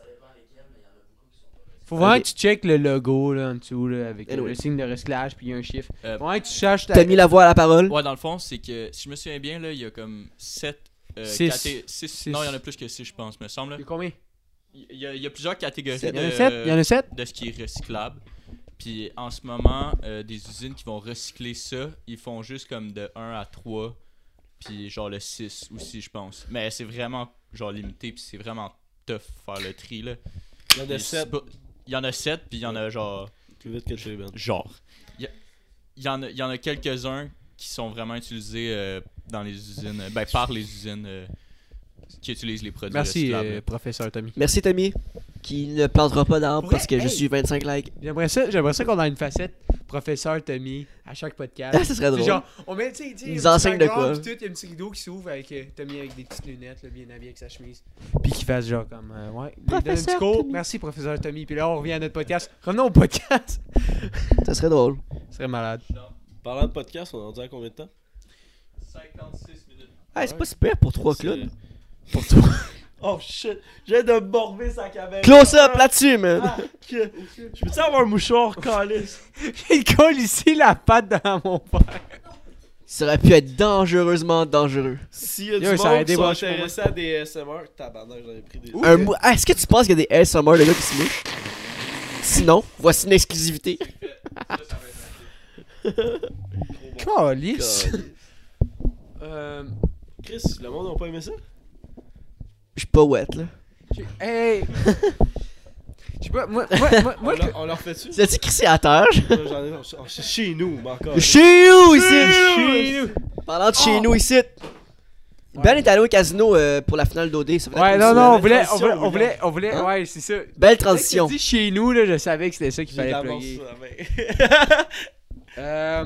Faut vraiment
Ok.
que tu checkes le logo là, en dessous là, avec
Anyway.
le signe de recyclage puis il y a un chiffre.
Euh,
Faut vraiment que tu cherches ta.
T'as mis la voix à la parole.
Ouais, dans le fond, c'est que si je me souviens bien, là, il y a comme 7.
Six. Six.
Non, il y en a plus que 6, je pense, me semble. là.
Il y a combien
Il y a, il y a plusieurs catégories
Sept.
Il y en a
de,
7 Il y en a 7
de ce qui est recyclable. Puis en ce moment, euh, des usines qui vont recycler ça, ils font juste comme de 1 à 3. Puis genre le 6 aussi, je pense. Mais c'est vraiment genre limité, puis c'est vraiment tough faire le tri là.
il y en a
Puis c'est
sept.
pas- Il y en a 7, puis il y en a genre
Plus vite que tu es, Ben.
genre. Il y, il y en a, il y en a quelques-uns qui sont vraiment utilisés euh, dans les usines, euh, ben par les usines euh, qui utilisent les produits
Merci,
recyclables.
euh, professeur Tommy.
Merci Tommy, qui ne plantera pas d'arbre
Ouais,
parce que je
hey.
suis 25 likes.
J'aimerais ça, j'aimerais ça qu'on ait une facette professeur Tommy à chaque podcast.
Ah, ça serait drôle.
C'est genre, on met, tu sais, tu sais,
Il nous
un petit
enseigne de quoi.
background, puis tout, Il y a un petit rideau qui s'ouvre avec euh, Tommy avec des petites lunettes, là, bien habillé avec sa chemise. Puis qui fasse genre comme, euh, ouais, il donne un petit
Professeur
cours.
Tommy.
Merci, professeur Tommy. Puis là, on revient à notre podcast. Revenons au podcast.
Ça serait drôle.
Ce serait malade.
Parlant de podcast, on en dit à combien de temps
56 minutes.
Ah, c'est pas super pour 3
C'est-
clowns.
Pour toi. oh shit, j'ai de borber sa caméra.
Close up là-dessus, man.
Ah, que- Je peux-tu avoir un mouchoir, calice
Il colle ici la patte dans mon père.
Ça aurait pu être dangereusement dangereux.
S'il y a du
Yo, ça a
monde qui sont
débranché pour moi.
intéressés à des SMR, tabarnak, j'en ai pris des.
Un mou- Ah, Est-ce que tu penses qu'il y a des ASMR de gars qui se mouchent Sinon, voici une exclusivité. Oh
Calice.
Calice.
Euh,
Chris, le monde n'a pas aimé ça
Je suis pas wet là.
j'ai- hey. Je sais pas, moi, moi, moi, moi,
On leur- On leur fait dessus
T'as-tu crissé à terre
J'en ai. on- on- C'est chez nous, mais encore.
Chez nous ici
Chez nous.
Parlant de chez nous ici. Ben est allé au casino euh, pour la finale d'OD. ça fait
Ouais,
une
non,
semaine.
non, on voulait, on
transition,
voulait, on
William.
voulait, on voulait,
Hein?
ouais, c'est ça.
Belle
Transition.
transition.
dit chez nous, là, je savais que c'était ça qu'il
J'ai
fallait
l'avance
plugger.
sur la main.
Euh,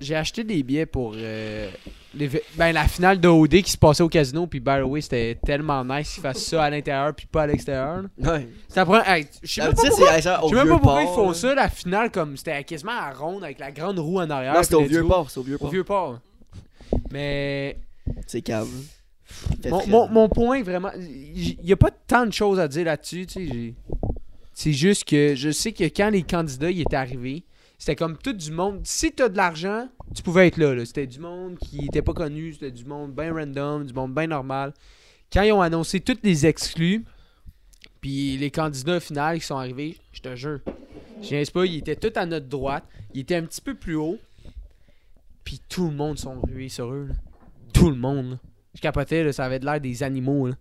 j'ai acheté des billets pour euh, les, ben, la finale de OD qui se passait au casino. Puis, by the way, c'était tellement nice qu'ils fassent ça à l'intérieur puis pas à l'extérieur. là.
Ouais.
C'est la première- hey, Je sais même pas
D'habitude,
pourquoi,
Ah, c'est hein. ça, au
je sais même
vieux
pas pourquoi ils
port,
font
là.
ça, la finale, comme c'était quasiment à ronde avec la grande roue en arrière.
Non, c'était au
puis le
vieux
duo.
port, c'est au vieux
Au
port.
vieux port. Mais
C'est cave. Fait
Mon,
frais.
mon- mon point, vraiment, il n'y a pas tant de choses à dire là-dessus. tu sais, j'ai- C'est juste que je sais que quand les candidats y étaient arrivés, c'était comme tout du monde. Si t'as de l'argent, tu pouvais être là. là. C'était du monde qui était pas connu, c'était du monde bien random, du monde bien normal. Quand ils ont annoncé toutes les exclus, puis les candidats au final qui sont arrivés, je te jure, je sais pas, ils étaient tous à notre droite, ils étaient un petit peu plus haut, puis tout le monde sont rués sur eux. là. Tout le monde. là. Je capotais, là, ça avait de l'air des animaux. Là.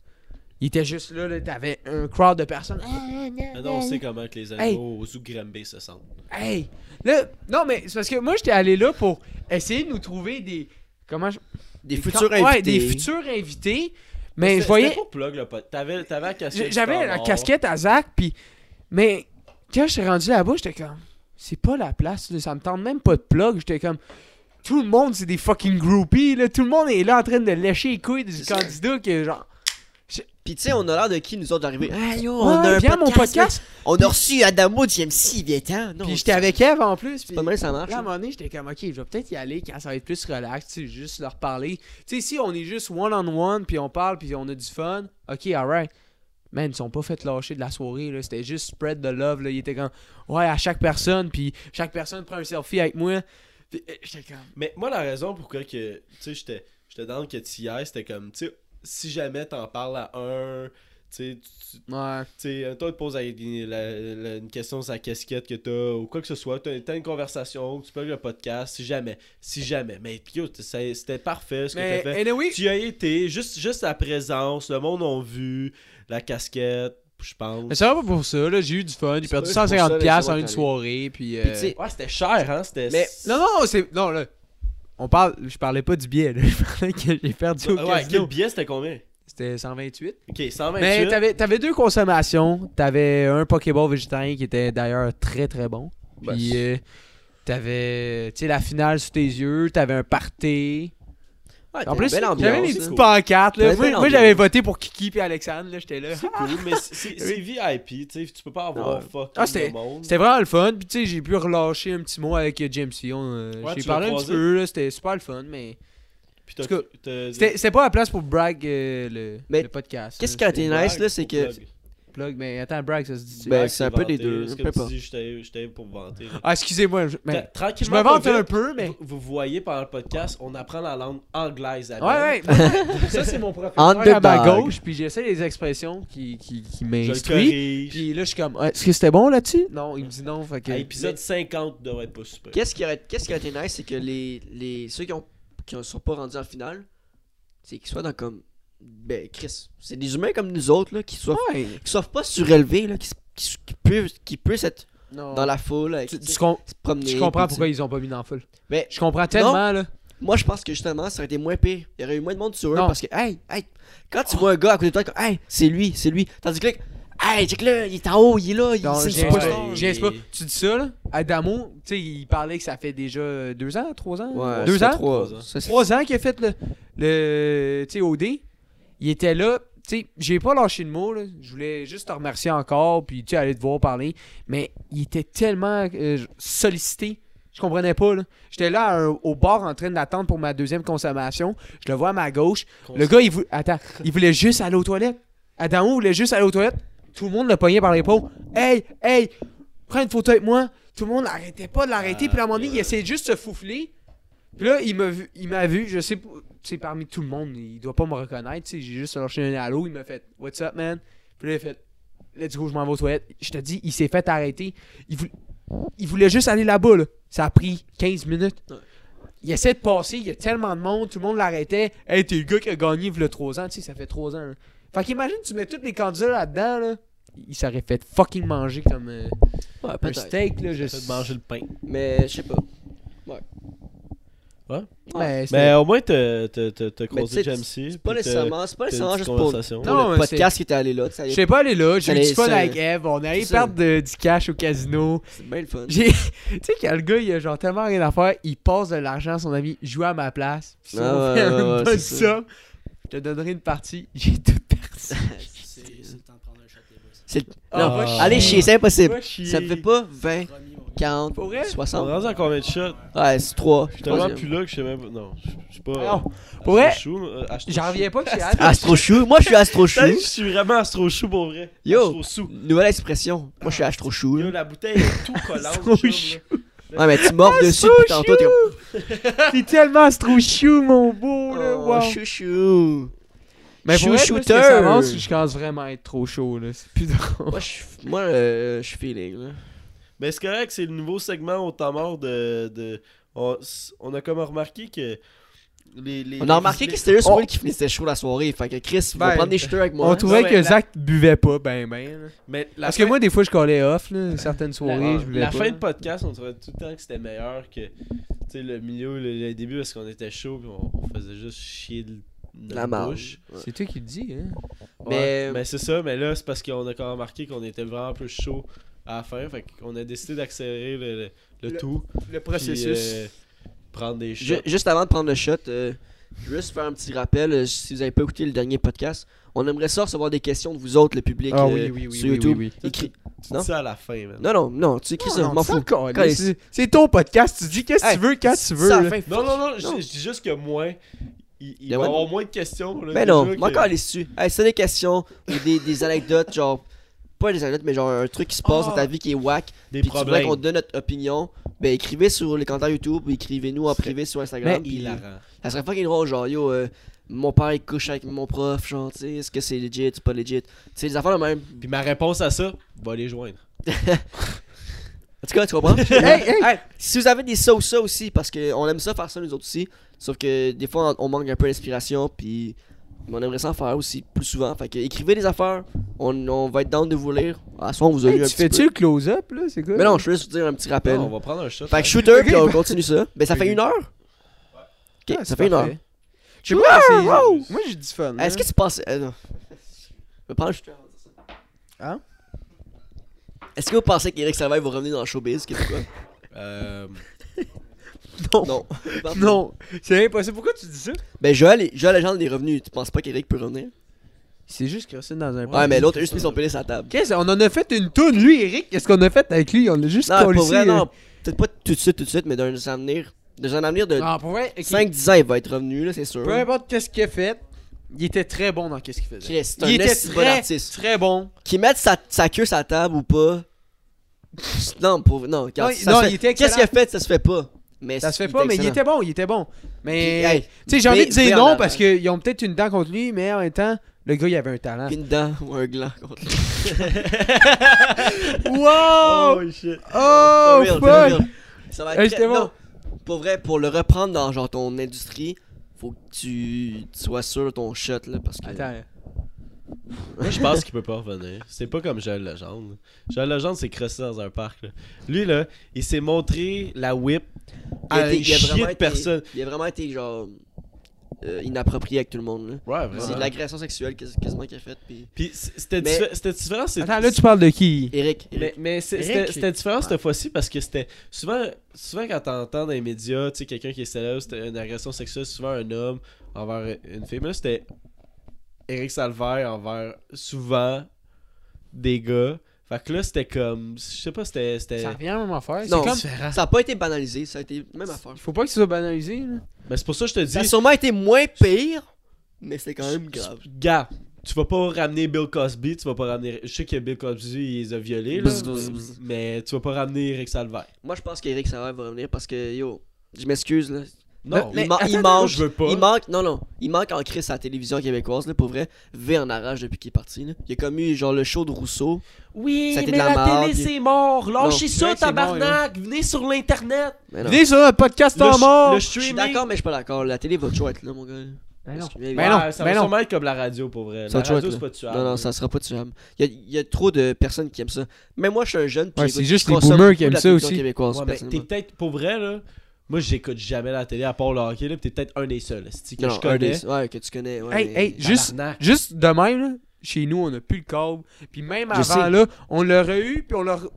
Il était juste là, là t'avais un crowd de personnes.
Ah non, on sait comment que les animaux au zoo Granby se sentent.
Hey! Là, non, mais c'est parce que moi, j'étais allé là pour essayer de nous trouver des. Comment je.
Des
can-
futurs
ouais,
invités.
des futurs invités. Mais
C'était-
Ben, je voyais.
c'était pas plug, là, pas- T'avais t'avais la casquette.
J'avais
du
la
Star
casquette à Zach, puis. Mais quand je suis rendu là-bas, j'étais comme. C'est pas la place, là, ça me tente même pas de plug. J'étais comme. Tout le monde, c'est des fucking groupies, là. Tout le monde est là en train de lécher les couilles du
C'est ça.
candidat que genre.
Pis tu sais, on a l'air de qui nous autres d'arriver. Ah yo, on
Ouais,
a un
viens à
podcast.
mon podcast.
On a reçu Adamo du MC, viens-t'en. Non,
Puis j'étais avec Eve en plus.
C'est
puis-
pas mal, ça marche.
Là, à un moment donné, j'étais comme, ok, je vais peut-être y aller quand ça va être plus relax, tu sais, juste leur parler. Tu sais, si on est juste one-on-one, puis on parle, puis on a du fun, ok, alright. Man, ils sont pas fait lâcher de la soirée, là. C'était juste spread the love, là. Ils étaient comme, ouais, à chaque personne, puis chaque personne prend un selfie avec moi. Puis, euh, J'étais comme.
Mais moi, la raison pourquoi que, tu sais, j'étais, j'étais dans le que tu y ailles, c'était comme, tu sais, si jamais t'en parles à un, tu sais, tu- tu
Ouais.
sais, toi, te pose la- la- la- une question sur la casquette que t'as ou quoi que ce soit, t'as, t'as une conversation, tu peux le podcast, si jamais, si jamais. Mais puis, yo, c'est- c'était parfait ce que
Mais,
t'as fait.
anyway,
Tu y as été, juste, juste la présence, le monde a vu, la casquette, je pense.
Mais ça va pas pour ça, là. J'ai eu du fun. J'ai perdu
pas juste pour ça,
150$ piastres
laissez-moi
en une
t'aller.
soirée. Puis, euh,
Puis, tu sais,
Ouais, c'était cher, hein, c'était...
Mais non, non, c'est. Non, là. On parle. Je parlais pas du billet, là. Je parlais que j'ai perdu au
Ouais,
casino.
quel billet, c'était combien?
C'était 128.
Ok, 128.
Mais t'avais, t'avais deux consommations. T'avais un Pokéball végétarien qui était d'ailleurs très très bon.
Ben,
Puis
c'est-
euh, t'avais tu sais, la finale sous tes yeux. T'avais un party.
ouais,
En plus,
belle ambiance.
j'avais des
là.
petites pancartes. Là.
T'avais
Moi,
belle
moi, j'avais
ambiance.
voté pour Kiki puis Alexandre. Là, j'étais là.
C'est cool, mais c'est- c'est c'est VIP, tu sais, tu peux pas avoir
Ouais.
fuck
Ah,
tout le monde.
C'était vraiment le fun. Puis tu sais, j'ai pu relâcher un petit mot avec euh, James Sion.
Ouais,
j'ai
tu l'as
parlé un
croisé.
petit peu. là, C'était super le fun, mais.
Puis t'as-
en tout cas,
t'as-
C'était, c'était pas la place pour brag euh, le,
Mais
le podcast.
Qu'est-ce qui
là. ben,
a
t'as
été
une
nice,
blague
là, c'est
pour
que.
plug.
Plug, mais attends, brag, ça se dit.
Ben,
Blague,
c'est un peu des
vanter,
deux,
C'est
je
comme
sais pas.
tu dis, j'étais j'étais pour vanter. là.
Ah, excusez-moi. je- mais-
T'as-
je
Tranquillement,
me vante
pas vite,
un peu, mais.
vous- Vous voyez pendant le podcast, on apprend la langue anglaise à Ben.
Ouais, ouais. ça, c'est mon professeur à
Underdog.
ma gauche, puis j'essaie les expressions qui, qui,
Je
qui
le
m'instruisent.
corrige.
Puis là, je suis comme, Ah, est-ce que c'était bon là-dessus? Non, il me dit non, fait que...
À épisode 50, devrait être pas super.
Qu'est-ce qui, aurait- qu'est-ce qui a été nice, c'est que les, les, ceux qui ont qui ne sont pas rendus en finale, c'est qu'ils soient dans comme. Ben, Chris, c'est des humains comme nous autres, là, qui soient,
Ouais.
qui soient pas surélevés, là, qui, s- qui, s- qui peuvent, qui peuvent être
Non.
dans la foule, avec,
Tu, tu
tu sais,
com-
se promener.
tu comprends
puis,
pourquoi
tu
ils ont pas mis dans la foule.
sais. Mais
Je comprends tellement, là.
moi, je pense que justement, ça aurait été moins pire. Il y aurait eu moins de monde sur eux
Non.
parce que, hey, hey, quand tu vois un gars à côté de toi, comme, hey, c'est lui, c'est lui. Tandis que là, hey, check là, il est en haut, il est là, il
Non,
c'est
je
le
niaise
superstar.
pas.
il-
Je niaise pas. Tu dis ça, là, Adamo, tu sais, il parlait que ça fait déjà euh, deux ans, trois ans?
Ouais,
deux
ça
ans?
fait trois
Trois ans.
Ça, c'est-
trois ans qu'il a fait le, le tu sais, OD. Il était là. Tu sais, j'ai pas lâché de mots, là. Je voulais juste te remercier encore, puis tu sais, aller te voir parler. Mais il était tellement euh, sollicité. Je comprenais pas, là. J'étais là à un- au bar en train d'attendre pour ma deuxième consommation. Je le vois à ma gauche. Le gars, il voulait... Attends, il voulait juste aller aux toilettes. Adamo voulait juste aller aux toilettes. Tout le monde le pognait par l'épaule. Hey, hey, prends une photo avec moi. Tout le monde n'arrêtait pas de l'arrêter.
Ah,
puis à un moment donné,
ouais.
il essayait juste de se foufler. Puis là, il m'a vu, il m'a vu, je sais pas, tu sais, parmi tout le monde, il doit pas me reconnaître, tu sais, j'ai juste lâché un halo, il m'a fait « What's up, man? » Puis là, il a fait « Let's go, je m'en vais aux toilettes. » Je te dis, il s'est fait arrêter. Il, voul- il voulait juste aller là-bas, là. Ça a pris 15 minutes.
Ouais.
Il essaie de passer, il y a tellement de monde, tout le monde l'arrêtait. « Hey, t'es le gars qui a gagné le 3 ans, tu sais, ça fait 3 ans. là. Fait qu'imagine, tu mets tous les candidats là-dedans, là. Il s'aurait fait fucking manger comme euh,
Ouais,
un
peut-être.
steak, là. Je...
Fait de manger le pain.
Mais je sais pas.
Ouais, c'était-
Mais au moins, t'as t'as- t'as- t'as
tu sais,
croisé Jamsey.
C'est pas nécessairement, c'est pas nécessairement juste pour, pour
Non,
le
mais c'est-
podcast qui était allé là. tu sais,
Je sais pas, elle est là. J'ai eu
Allez,
du fun
ça-
avec Eve. On est allé
ça.
perdre de- du cash au casino.
C'est bien le fun.
J'ai. tu sais, quand le gars, il a genre tellement rien à faire, il passe de l'argent à son ami, joue à ma place. Puis si
Ah
on
ouais,
fait
ouais,
un
ouais,
bon
c'est ça.
somme, je te donnerai une partie. J'ai tout perdu.
C'est c'est le temps de prendre un shot, les boys.
C'est-
Ah,
non,
va
allez
chier.
chier, c'est impossible.
Va chier.
Ça me fait pas 20,
Promis, mon gars.
40,
Pour vrai?
60.
On est rendu à combien de shots
Ouais, c'est 3.
Je suis tellement plus là que je sais même pas. Non, je je suis pas.
Non, pour vrai,
Chou, euh, Astro
j'en
Chou.
reviens pas que j'ai
Astro chou. Moi, je suis Astro chou.
Putain, Je suis vraiment astro chou pour vrai.
Yo.
Astro sou.
Nouvelle expression. Moi, je suis Astro chou.
Yo,
là.
la bouteille est tout collante.
Astro
chum, là.
Ouais, mais tu mords dessus, puis tantôt, t'es comme.
T'es tellement trop chou, mon beau, là.
Ah, Oh,
wow.
chou chou.
Mais pour vrai,
chou
plus que
shooter.
ça avance, je commence vraiment à être trop chaud, là. C'est plus drôle.
Moi, je suis- moi, euh, je suis feeling, là.
Mais c'est correct, c'est le nouveau segment au temps mort de. de- On, s- on a comme remarqué que. Les, les-
On a remarqué
les-
que c'était juste
on-
Will qui finissait chaud la soirée. Fait que Chris, va
Ben,
prendre des shooters avec moi.
On trouvait
mais
que
la-
Zach buvait pas, ben, ben. là.
Mais la
Parce
fin,
que moi, des fois, je collais off, là. Certaines soirées,
la-
je voulais
la
pas.
fin de podcast, on trouvait tout le temps que c'était meilleur que. Tu sais, le milieu, le, le début, parce qu'on était chaud, puis on, on faisait juste chier de notre
La marde.
bouche.
C'est toi qui le dis, hein?
Ouais,
Mais-
mais c'est ça, mais là, c'est parce qu'on a quand même remarqué qu'on était vraiment un peu chaud à la fin. Fait qu'on a décidé d'accélérer le, le- le
Le
tout. puis,
Le
euh, prendre des shots.
Ju- juste avant de prendre le shot, euh, je veux juste faire un petit rappel. euh, si vous avez pas écouté le dernier podcast, on aimerait ça recevoir des questions de vous autres, le public,
Ah
euh,
oui, oui, oui,
sur
oui,
YouTube.
oui,
oui.
Écri-
Tu
non?
dis ça à la fin, man.
Non, non, non, tu écris ça, je m'en fous.
Calais, C'est c'est ton podcast, tu dis qu'est-ce que
Hey,
tu veux quand tu veux.
Ça,
là.
fin,
Non,
fuck.
non, non, je
Non.
je dis juste que moins. Il, il
Y a
va y
moins de-
avoir moins de questions. Là,
Mais
déjà
Ben non,
que-
moi encore les dessus. Hey, c'est des questions ou des, des anecdotes, genre, pas des anecdotes, mais genre un truc qui se passe
Ah.
dans ta vie qui est whack,
Des
puis tu voudrais
problèmes.
qu'on te donne notre opinion, ben écrivez sur les commentaires YouTube, écrivez-nous en privé sur Instagram.
Ben,
puis
Hilarant.
Ça serait fucking drôle, genre yo, euh, mon père il couche avec mon prof, genre, tu sais, est-ce que c'est legit, c'est pas legit. Tu sais, des affaires de même.
Puis ma réponse à ça, va les joindre.
En tout cas, tu comprends?
Hey, hey!
Si vous avez des ça ou ça aussi, parce qu'on aime ça faire ça nous autres aussi, sauf que des fois on, on manque un peu d'inspiration, puis mais on aimerait ça en faire aussi plus souvent. Fait que écrivez des affaires, on, on va être down de vous lire. À ce moment, on vous a
Hey,
lu un
tu
petit
fais-tu
peu.
le close-up, là? C'est quoi?
Mais Ben non, je veux juste vous dire un petit rappel.
Non, on va prendre un shot.
Fait que shooter,
Ok,
puis on
bah-
continue ça. Ben ça fait
Ok.
une heure?
Ah,
Ok, ça fait une heure.
Je sais pas, c'est... Moi, j'ai du fun.
Est-ce que tu penses. euh, non. Je vais prendre le shooter avant de dire ça.
Hein?
Est-ce que vous pensez qu'Éric Salvaille va revenir dans le showbiz québécois?
Euh,
Non.
non.
Non, c'est impossible. Pourquoi tu dis ça?
Ben Joël, est- Joël Legendre est revenu. Tu penses pas qu'Éric peut revenir?
C'est juste qu'il reste dans un
Ouais, mais l'autre a juste mis son pénis à la table.
Qu'est-ce on en a fait une toune, lui, Eric. Qu'est-ce qu'on a fait avec lui? On l'a juste
Non,
collé
pour vrai,
ici, euh.
non. Peut-être pas tout de suite, tout de suite, mais dans un avenir. Dans un avenir de
Ah, pour vrai, ok.
5-10 ans, il va être revenu, là, c'est sûr.
Peu importe qu'est-ce qu'il a fait, il était très bon dans qu'est-ce qu'il faisait.
Chris, c'est un
Il était
esti de bon
très,
artiste.
très bon.
Qu'il mette sa, sa queue sur la table ou pas. Non, pour. Non, regarde,
Non,
ça
non,
se fait-
il était
Qu'est-ce qu'il a fait, ça se fait pas. Mais
Ça se fait pas, mais il
excellent.
était bon, il était bon. Mais,
Puis, hey,
tu sais, j'ai envie
vais-
de
vais
dire
en
non
avant.
parce qu'ils ont peut-être une dent contre lui, mais en même temps, le gars, il avait un talent.
Une dent ou un gland contre
wow!
Oh shit.
Oh,
For real, for
fuck!
real. Ça va
Hey,
être très-
j'étais bon.
non, Pour vrai, pour le reprendre dans genre ton industrie, faut que tu, tu sois sûr de ton shot là parce que.
Attends,
Moi, je pense qu'il peut pas revenir. C'est pas comme Joël Legendre. Joël Legendre s'est crossé dans un parc. là. Lui, là, il s'est montré la whip
il
à
a, été-
une
il a vraiment
chier de
été,
personne.
Il a vraiment été genre euh, inapproprié avec tout le monde là.
Ouais,
C'est de
vraiment.
l'agression sexuelle quas- quasiment qu'il a faite puis.
Puis c- c'était
Mais-
diffé- c'était différent. c'est-
Attends, là, tu parles de qui?
Eric,
Mais,
Eric.
mais c'est-
Eric,
c'était
il-
c'était différent cette fois-ci parce que c'était souvent, souvent quand t'entends dans les médias, tu sais, quelqu'un qui est célèbre, c'était une agression sexuelle, souvent un homme envers une fille. Mais là, c'était Eric Salvaire envers souvent des gars. Fait que là, c'était comme, je sais pas, c'était. c'était-
Ça revient à la même affaire. C'est
Non,
comme...
ça a pas été banalisé, ça a été même affaire.
Il faut pas que ça soit banalisé. là.
Mais c'est pour ça que je te dis.
Ça a sûrement été moins pire, mais c'est quand même grave.
Gars, tu vas pas ramener Bill Cosby, tu vas pas ramener. Je sais que Bill Cosby, il les a violés, là,
Bzz, bzz, bzz.
mais tu vas pas ramener Eric Salvaire.
Moi je pense qu'Eric Savard va revenir parce que yo, je m'excuse là,
Oh.
Non,
il, ma- il
attends,
manque,
je veux pas.
il manque, non non, il manque en crise à la télévision québécoise là, pour vrai, V en arrache depuis qu'il est parti là. Il y a comme eu genre le show de Rousseau.
Oui,
Ça a été mais de la la merde, télé, puis-
c'est mort.
Lâchez
ça, vrai que c'est tabarnak.
Venez sur l'internet.
Mais non.
Venez sur un podcast en mort!
Le
Je suis
streaming.
d'accord mais je suis pas d'accord, la télé va toujours être là mon gars.
Ben non.
Mais
Ben non,
Ouais, ça
ben
va
non.
sûrement être comme la radio pour vrai. La
Ça va toujours
radio,
être
c'est
là.
pas tuable.
Non non, ça sera pas tuable. Il y, a, il y a trop de personnes qui aiment ça. Même moi je suis un jeune puis
Ouais,
j'écoute-
c'est juste
je
les
consomme
boomers
beaucoup
qui aiment
de la
ça
culture
aussi.
québécoise,
Ouais, mais t'es
personnellement.
peut-être, pour vrai, là. Moi, j'écoute jamais la télé à part le hockey, là. pis T'es peut-être un des seuls, esti, que
non,
je
un
connais.
des- ouais que tu connais ouais,
Hey,
mais-
hey, juste,
Tabarnak.
juste de même, là, chez nous, on n'a plus le câble. Puis même
Je
avant,
sais.
là, on l'aurait eu, puis on l'aurait...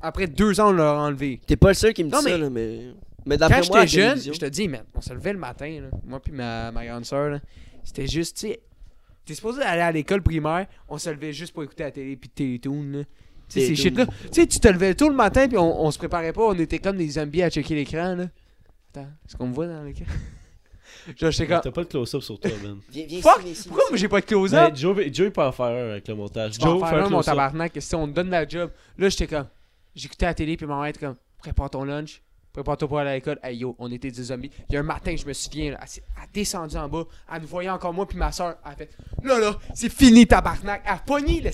Après deux ans, on l'aurait enlevé.
T'es pas le seul qui me dit
Non, mais-
ça là mais mais
Quand
d'après moi la
j'étais jeune,
télévision-
je te dis, man, on se levait le matin, là, moi puis ma, ma grande soeur, c'était juste, tu sais, t'es supposé aller à l'école primaire, on se levait juste pour écouter la télé puis Télétoon, là. Tu sais, ces
Télétoon.
shit-là. Tu sais, tu te levais tôt le matin puis on, on se préparait pas, on était comme des zombies à checker l'écran, là. Attends, est-ce qu'on me voit dans l'écran? Genre, j'étais
T'as
comme,
pas de close-up sur toi, man.
Viens, viens
Fuck!
ici, viens ici.
pourquoi moi, j'ai pas de close-up?
Mais Joe, Joe, il peut en faire un avec le montage.
Je vais en
Joe,
faire
fais
un,
un
mon
close-up.
tabarnak, si on te donne la job. Là, j'étais comme, j'écoutais la télé, puis maman était comme, prépare ton lunch, prépare-toi pour aller à l'école. Hey yo, on était des zombies. Il y a un matin, je me souviens, là, elle s'est- elle a descendu en bas, elle nous voyait encore moi, puis ma soeur, elle a fait, là là, c'est fini tabarnak. Elle a pogné le,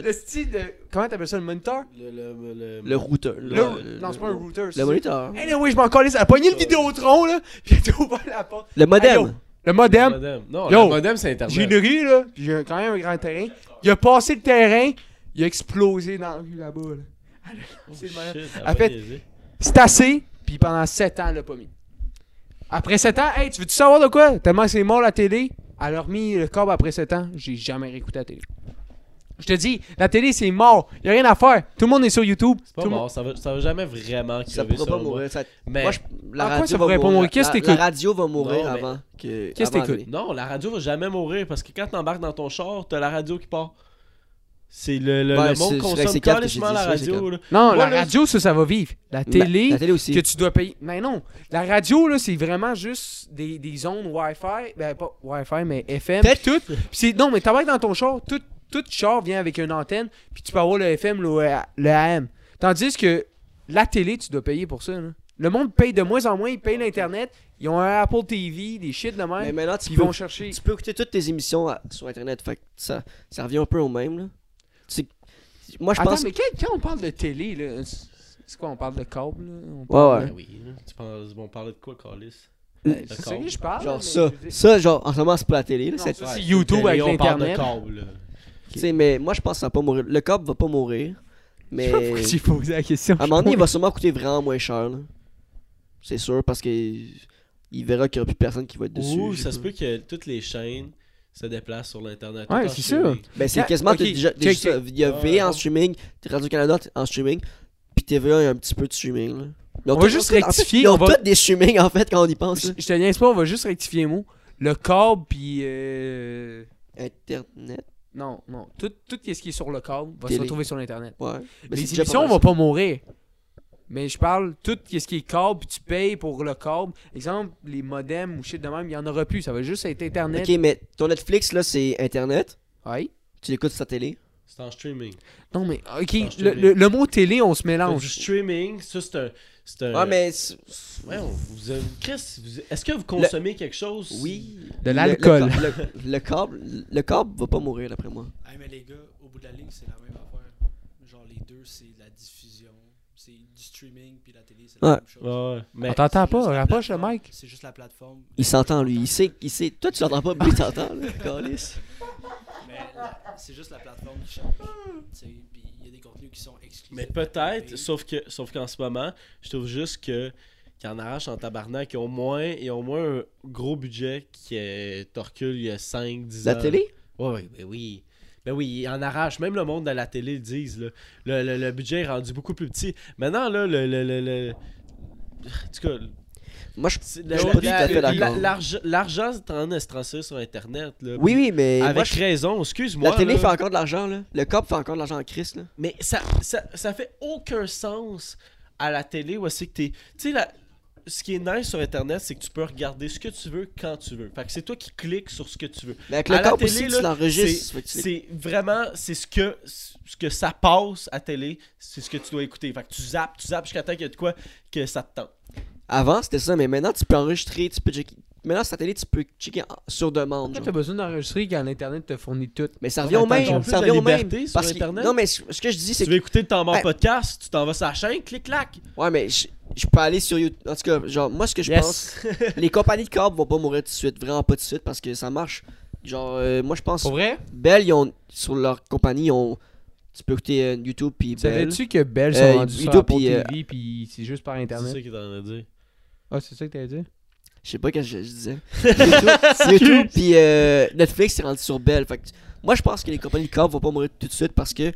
le style de, comment t'appelles ça, le moniteur
Le, le, le,
le routeur
Le-
le-
Non, c'est pas un router.
le
c'est-
moniteur
Hey, là, oui, je m'en calisse. Elle a pogné le Vidéotron, là, puis elle a ouvert la porte.
le
Hey, yo,
modem
le modem,
modem. Non,
Yo.
le modem, c'est Internet.
J'ai une rue, là, pis j'ai quand même un grand terrain. Il a passé le terrain, il a explosé dans la rue là-bas. Là. Elle a lancé le bonhomme.
Oh, Shit,
En fait-
abonnez-y.
C'est assez, puis pendant 7 ans, elle l'a pas mis. Après 7 ans, hey, tu veux-tu savoir de quoi? Tellement que c'est mort la télé, elle a remis le câble après 7 ans, j'ai jamais réécouté la télé. Je te dis, la télé, c'est mort. Y a rien à faire. Tout le monde est sur YouTube.
C'est pas
Tout le
mort, ça va, ça va jamais vraiment crever
ça pourra pas
selon moi.
mourir ça-
Mais
Moi, je- la
En quoi
radio
ça
va
pourrait pas
mourir.
mourir? Qu'est-ce
La-
que
La
t'écoutes?
radio va mourir
Non, mais-
avant que.
Qu'est-ce que
avant
t'écoutes?
non, la radio va jamais mourir parce que quand t'embarques dans ton char, t'as la radio qui part. C'est le, le,
Ouais,
le
c'est-
monde
c'est vrai,
consomme
c'est quatre que j'ai
carrément
dit,
la
c'est vrai, c'est
radio. là.
monde- Non,
Moi,
la
là,
radio, ça, ça va vivre. La
Bah,
télé,
La télé aussi.
que tu dois payer. Mais non, la radio, là, c'est vraiment juste des, des zones Wi-Fi. Ben, pas Wi-Fi, mais FM.
Peut-être
tout. Puis c'est- non, mais t'embarques dans ton char, tout tout char vient avec une antenne, puis tu peux avoir le FM, le, euh, le AM. Tandis que la télé, tu dois payer pour ça. là. Le monde paye de moins en moins, ils payent l'Internet, ils ont un Apple TV, des shit de
Mais
même,
maintenant,
puis
tu
ils
peux,
vont chercher.
tu peux écouter toutes tes émissions à- sur Internet. Fait que ça, ça revient un peu au même. Là. C'est- Moi, je
Attends,
pense.
mais quel- quand on parle de télé, là, c'est c'est quoi, on parle de câble? là? On
Ouais,
parle
ouais.
Ben oui, là. tu penses, on parlait de quoi, Carlis
de-
Le
C'est ça
câble.
que je parle. là,
Genre
mais
ça.
je veux dire-
Ça, genre, en ce moment, c'est pas la télé. là,
Non,
c'est-
ça, c'est YouTube avec
on parle de
l'Internet.
câble. là.
tu sais, mais moi, je pense que ça va pas mourir. Le câble va pas mourir.
Je
Mais
sais pas pourquoi j'ai posé la question.
à un moment donné, il va sûrement coûter vraiment moins cher. là. C'est sûr, parce que il verra qu'il y aura plus personne qui va être dessus.
Ou
je sais
ça
pas.
se peut que toutes les chaînes se déplacent sur l'Internet.
Ouais,
Tout en
c'est
streaming.
Ben, c'est
Ah,
quasiment
ok,
t'as déjà, déjà
check,
ça. Il y a
Ah,
V en
ouais.
streaming, Radio-Canada t- en streaming, puis TVA, il y a un petit peu de streaming. Là. Ils ont
On va
tous-
juste
en fait,
rectifier,
Ils ont
on va-
tous des streaming en fait quand on y pense.
Je
là.
je te niaise pas, on va juste rectifier un mot. Le câble, puis... euh,
Internet,
Non, non. Tout, tout ce qui est sur le câble va se
Télé.
retrouver sur l'Internet.
ouais. Ben, c'est
Les
déjà
émissions
mal,
vont
ça.
pas mourir. Mais je parle tout ce qui est câble, puis tu payes pour le câble. Exemple, les modems ou shit de même, il y en aura plus. Ça va juste être Internet.
Ok, mais ton Netflix là, c'est Internet.
Ouais.
Tu l'écoutes sur ta télé.
C'est en streaming.
Non, mais
Non,
ok,
je te
le,
le
le- le mot télé, on se
T'as
mélange.
du streaming, ça c'est un. C'est un...
Ouais, mais. c'est-
Ouais, on- vous avez- Chris, vous- est-ce que vous consommez quelque chose
Oui.
De
Le-
l'alcool.
Le, câble- le, le câble, le câble va pas mourir d'après moi.
Ah, mais les gars, au bout de la ligne, c'est la même affaire. Genre, les deux, c'est la diffusion. C'est du streaming, puis la télé, c'est la
Ouais.
même chose.
Ouais, ouais. Mais
On t'entend
C'est juste
pas,
la
rapproche le
plateforme-
mic.
C'est juste la plateforme.
Il s'entend lui, il sait, il sait. Toi tu l'entends pas, mais lui t'entends là, câlisse.
Mais la- c'est juste la plateforme qui change. tu sais, Puis il y a des contenus qui sont exclusifs.
Mais
à la
peut-être,
télé.
sauf que sauf qu'en ce moment, je trouve juste que qu'il y en arrache en tabarnak, ils ont moins, ils ont moins un gros budget qui est Torcule il y a 5 10 ans.
La télé?
Ouais, ouais, ben oui. Ben oui, ils en arrachent. Même le monde de la télé le disent. là. Le, le- le budget est rendu beaucoup plus petit. Maintenant, là, le. le, le, le- En tout cas,
Moi je.
c'est-
Je suis pas tout à fait
la-
d'accord.
l'argent l'argent se trans- se transfère sur Internet. Là,
Oui
Puis
oui mais.
Avec
moi, je-
raison, excuse-moi.
La télé
là.
fait encore de l'argent là. Le câble fait encore de l'argent en crise là.
Mais ça, ça, ça fait aucun sens à la télé où c'est que t'es. Tu sais, la- ce qui est nice sur Internet, c'est que tu peux regarder ce que tu veux quand tu veux. Fait que c'est toi qui cliques sur ce que tu veux.
Mais avec
À
le
la
câble
télé,
aussi,
là,
tu l'enregistres. fait que tu-
C'est vraiment, c'est ce que, ce que ça passe à télé, c'est ce que tu dois écouter. Fait que tu zappes, tu zappes jusqu'à temps qu'il y a de quoi que ça te tente.
Avant, c'était ça, mais maintenant, tu peux enregistrer, tu peux checker. Maintenant, sur ta télé, tu peux checker en- sur demande.
Pourquoi
genre.
t'as besoin d'enregistrer quand l'Internet te fournit tout?
Mais ça
Non,
revient au
mais attends,
même.
ils ont
Ça
plus de
revient au même.
liberté sur
Parce que...
Internet?
Non, mais ce ce que je dis,
Tu
c'est
veux
que.
écouter le temps mort
Ben-
podcast, tu t'en vas sur la chaîne, clic-clac.
Ouais, mais je, je peux aller sur YouTube. En tout cas, genre, moi, ce que je pense, les compagnies de câbles vont pas mourir tout de suite. Vraiment pas tout de suite parce que ça marche. Genre, euh, moi, je pense.
Pour vrai?
Bell, ils ont. Sur leur compagnie, ils ont. Tu peux écouter euh, YouTube puis Bell.
Savais-tu que Bell
Euh,
sont rendus sur
YouTube,
Apple
puis, euh,
TV puis c'est juste par
C'est ça
Internet?
qu'il est en train de dire.
Ah, c'est ça que t'avais dit?
Je sais pas qu'est-ce que je, je disais. YouTube, YouTube puis euh, Netflix est rendu sur Bell. Fait que moi, je pense que les compagnies de câbles vont pas mourir tout de suite parce que.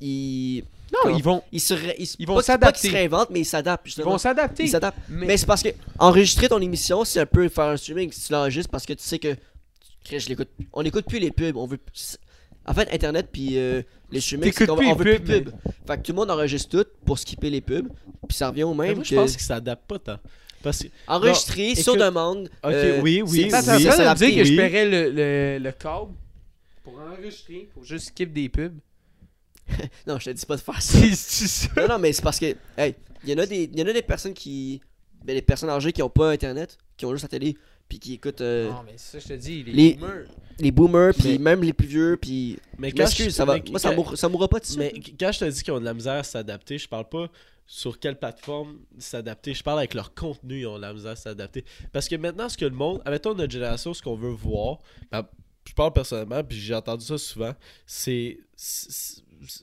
Ils.
Non, ils vont
Ils, se ré- ils,
Ils vont
pas-
s'adapter.
Pas qu'ils se réinventent, mais ils s'adaptent.
ils
justement.
vont s'adapter.
Ils s'adaptent.
Mais,
Mais, c'est parce que enregistrer ton émission, c'est un peu faire un streaming si tu l'enregistres parce que tu sais que. Chris, Je l'écoute. On n'écoute plus les pubs. On veut. En fait, Internet puis euh, les streamings, c'est
T'écoutes
qu'on
plus
on
les
veut plus
pubs,
de pubs. Fait que tout le monde enregistre tout pour skipper les pubs. Puis ça revient au
Mais
même.
moi,
que...
je pense que ça adapte pas tant. Parce que,
Enregistrer
écoute-
sur demande. euh,
Ok, oui, oui,
c'est-
oui.
attends,
c'est
attends, me
s'adapter.
dire que je
oui.
paierais le, le, le câble pour enregistrer, pour juste skip des pubs.
Non, je te dis pas de faire ça.
C'est ça?
non, non, mais c'est parce que. Hey, il y, en a des- il y en a des personnes qui. Ben, des personnes âgées qui ont pas Internet, qui ont juste la télé, puis qui écoutent euh,
Non, mais ça, je te dis, les,
les-
boomers.
les boomers, puis
Ah. Mais-
même les plus vieux, puis
mais
Je
quand je-
m'excuse, ça va.
mais-
Moi, ça, mourra- ça mourra pas dessus.
Mais qu- quand je te dis qu'ils ont de la misère à s'adapter, je parle pas sur quelle plateforme s'adapter. Je parle avec leur contenu, ils ont de la misère à s'adapter. Parce que maintenant, ce que le monde, admettons notre génération, ce qu'on veut voir, ben, je parle personnellement, puis j'ai entendu ça souvent, c'est. c'est-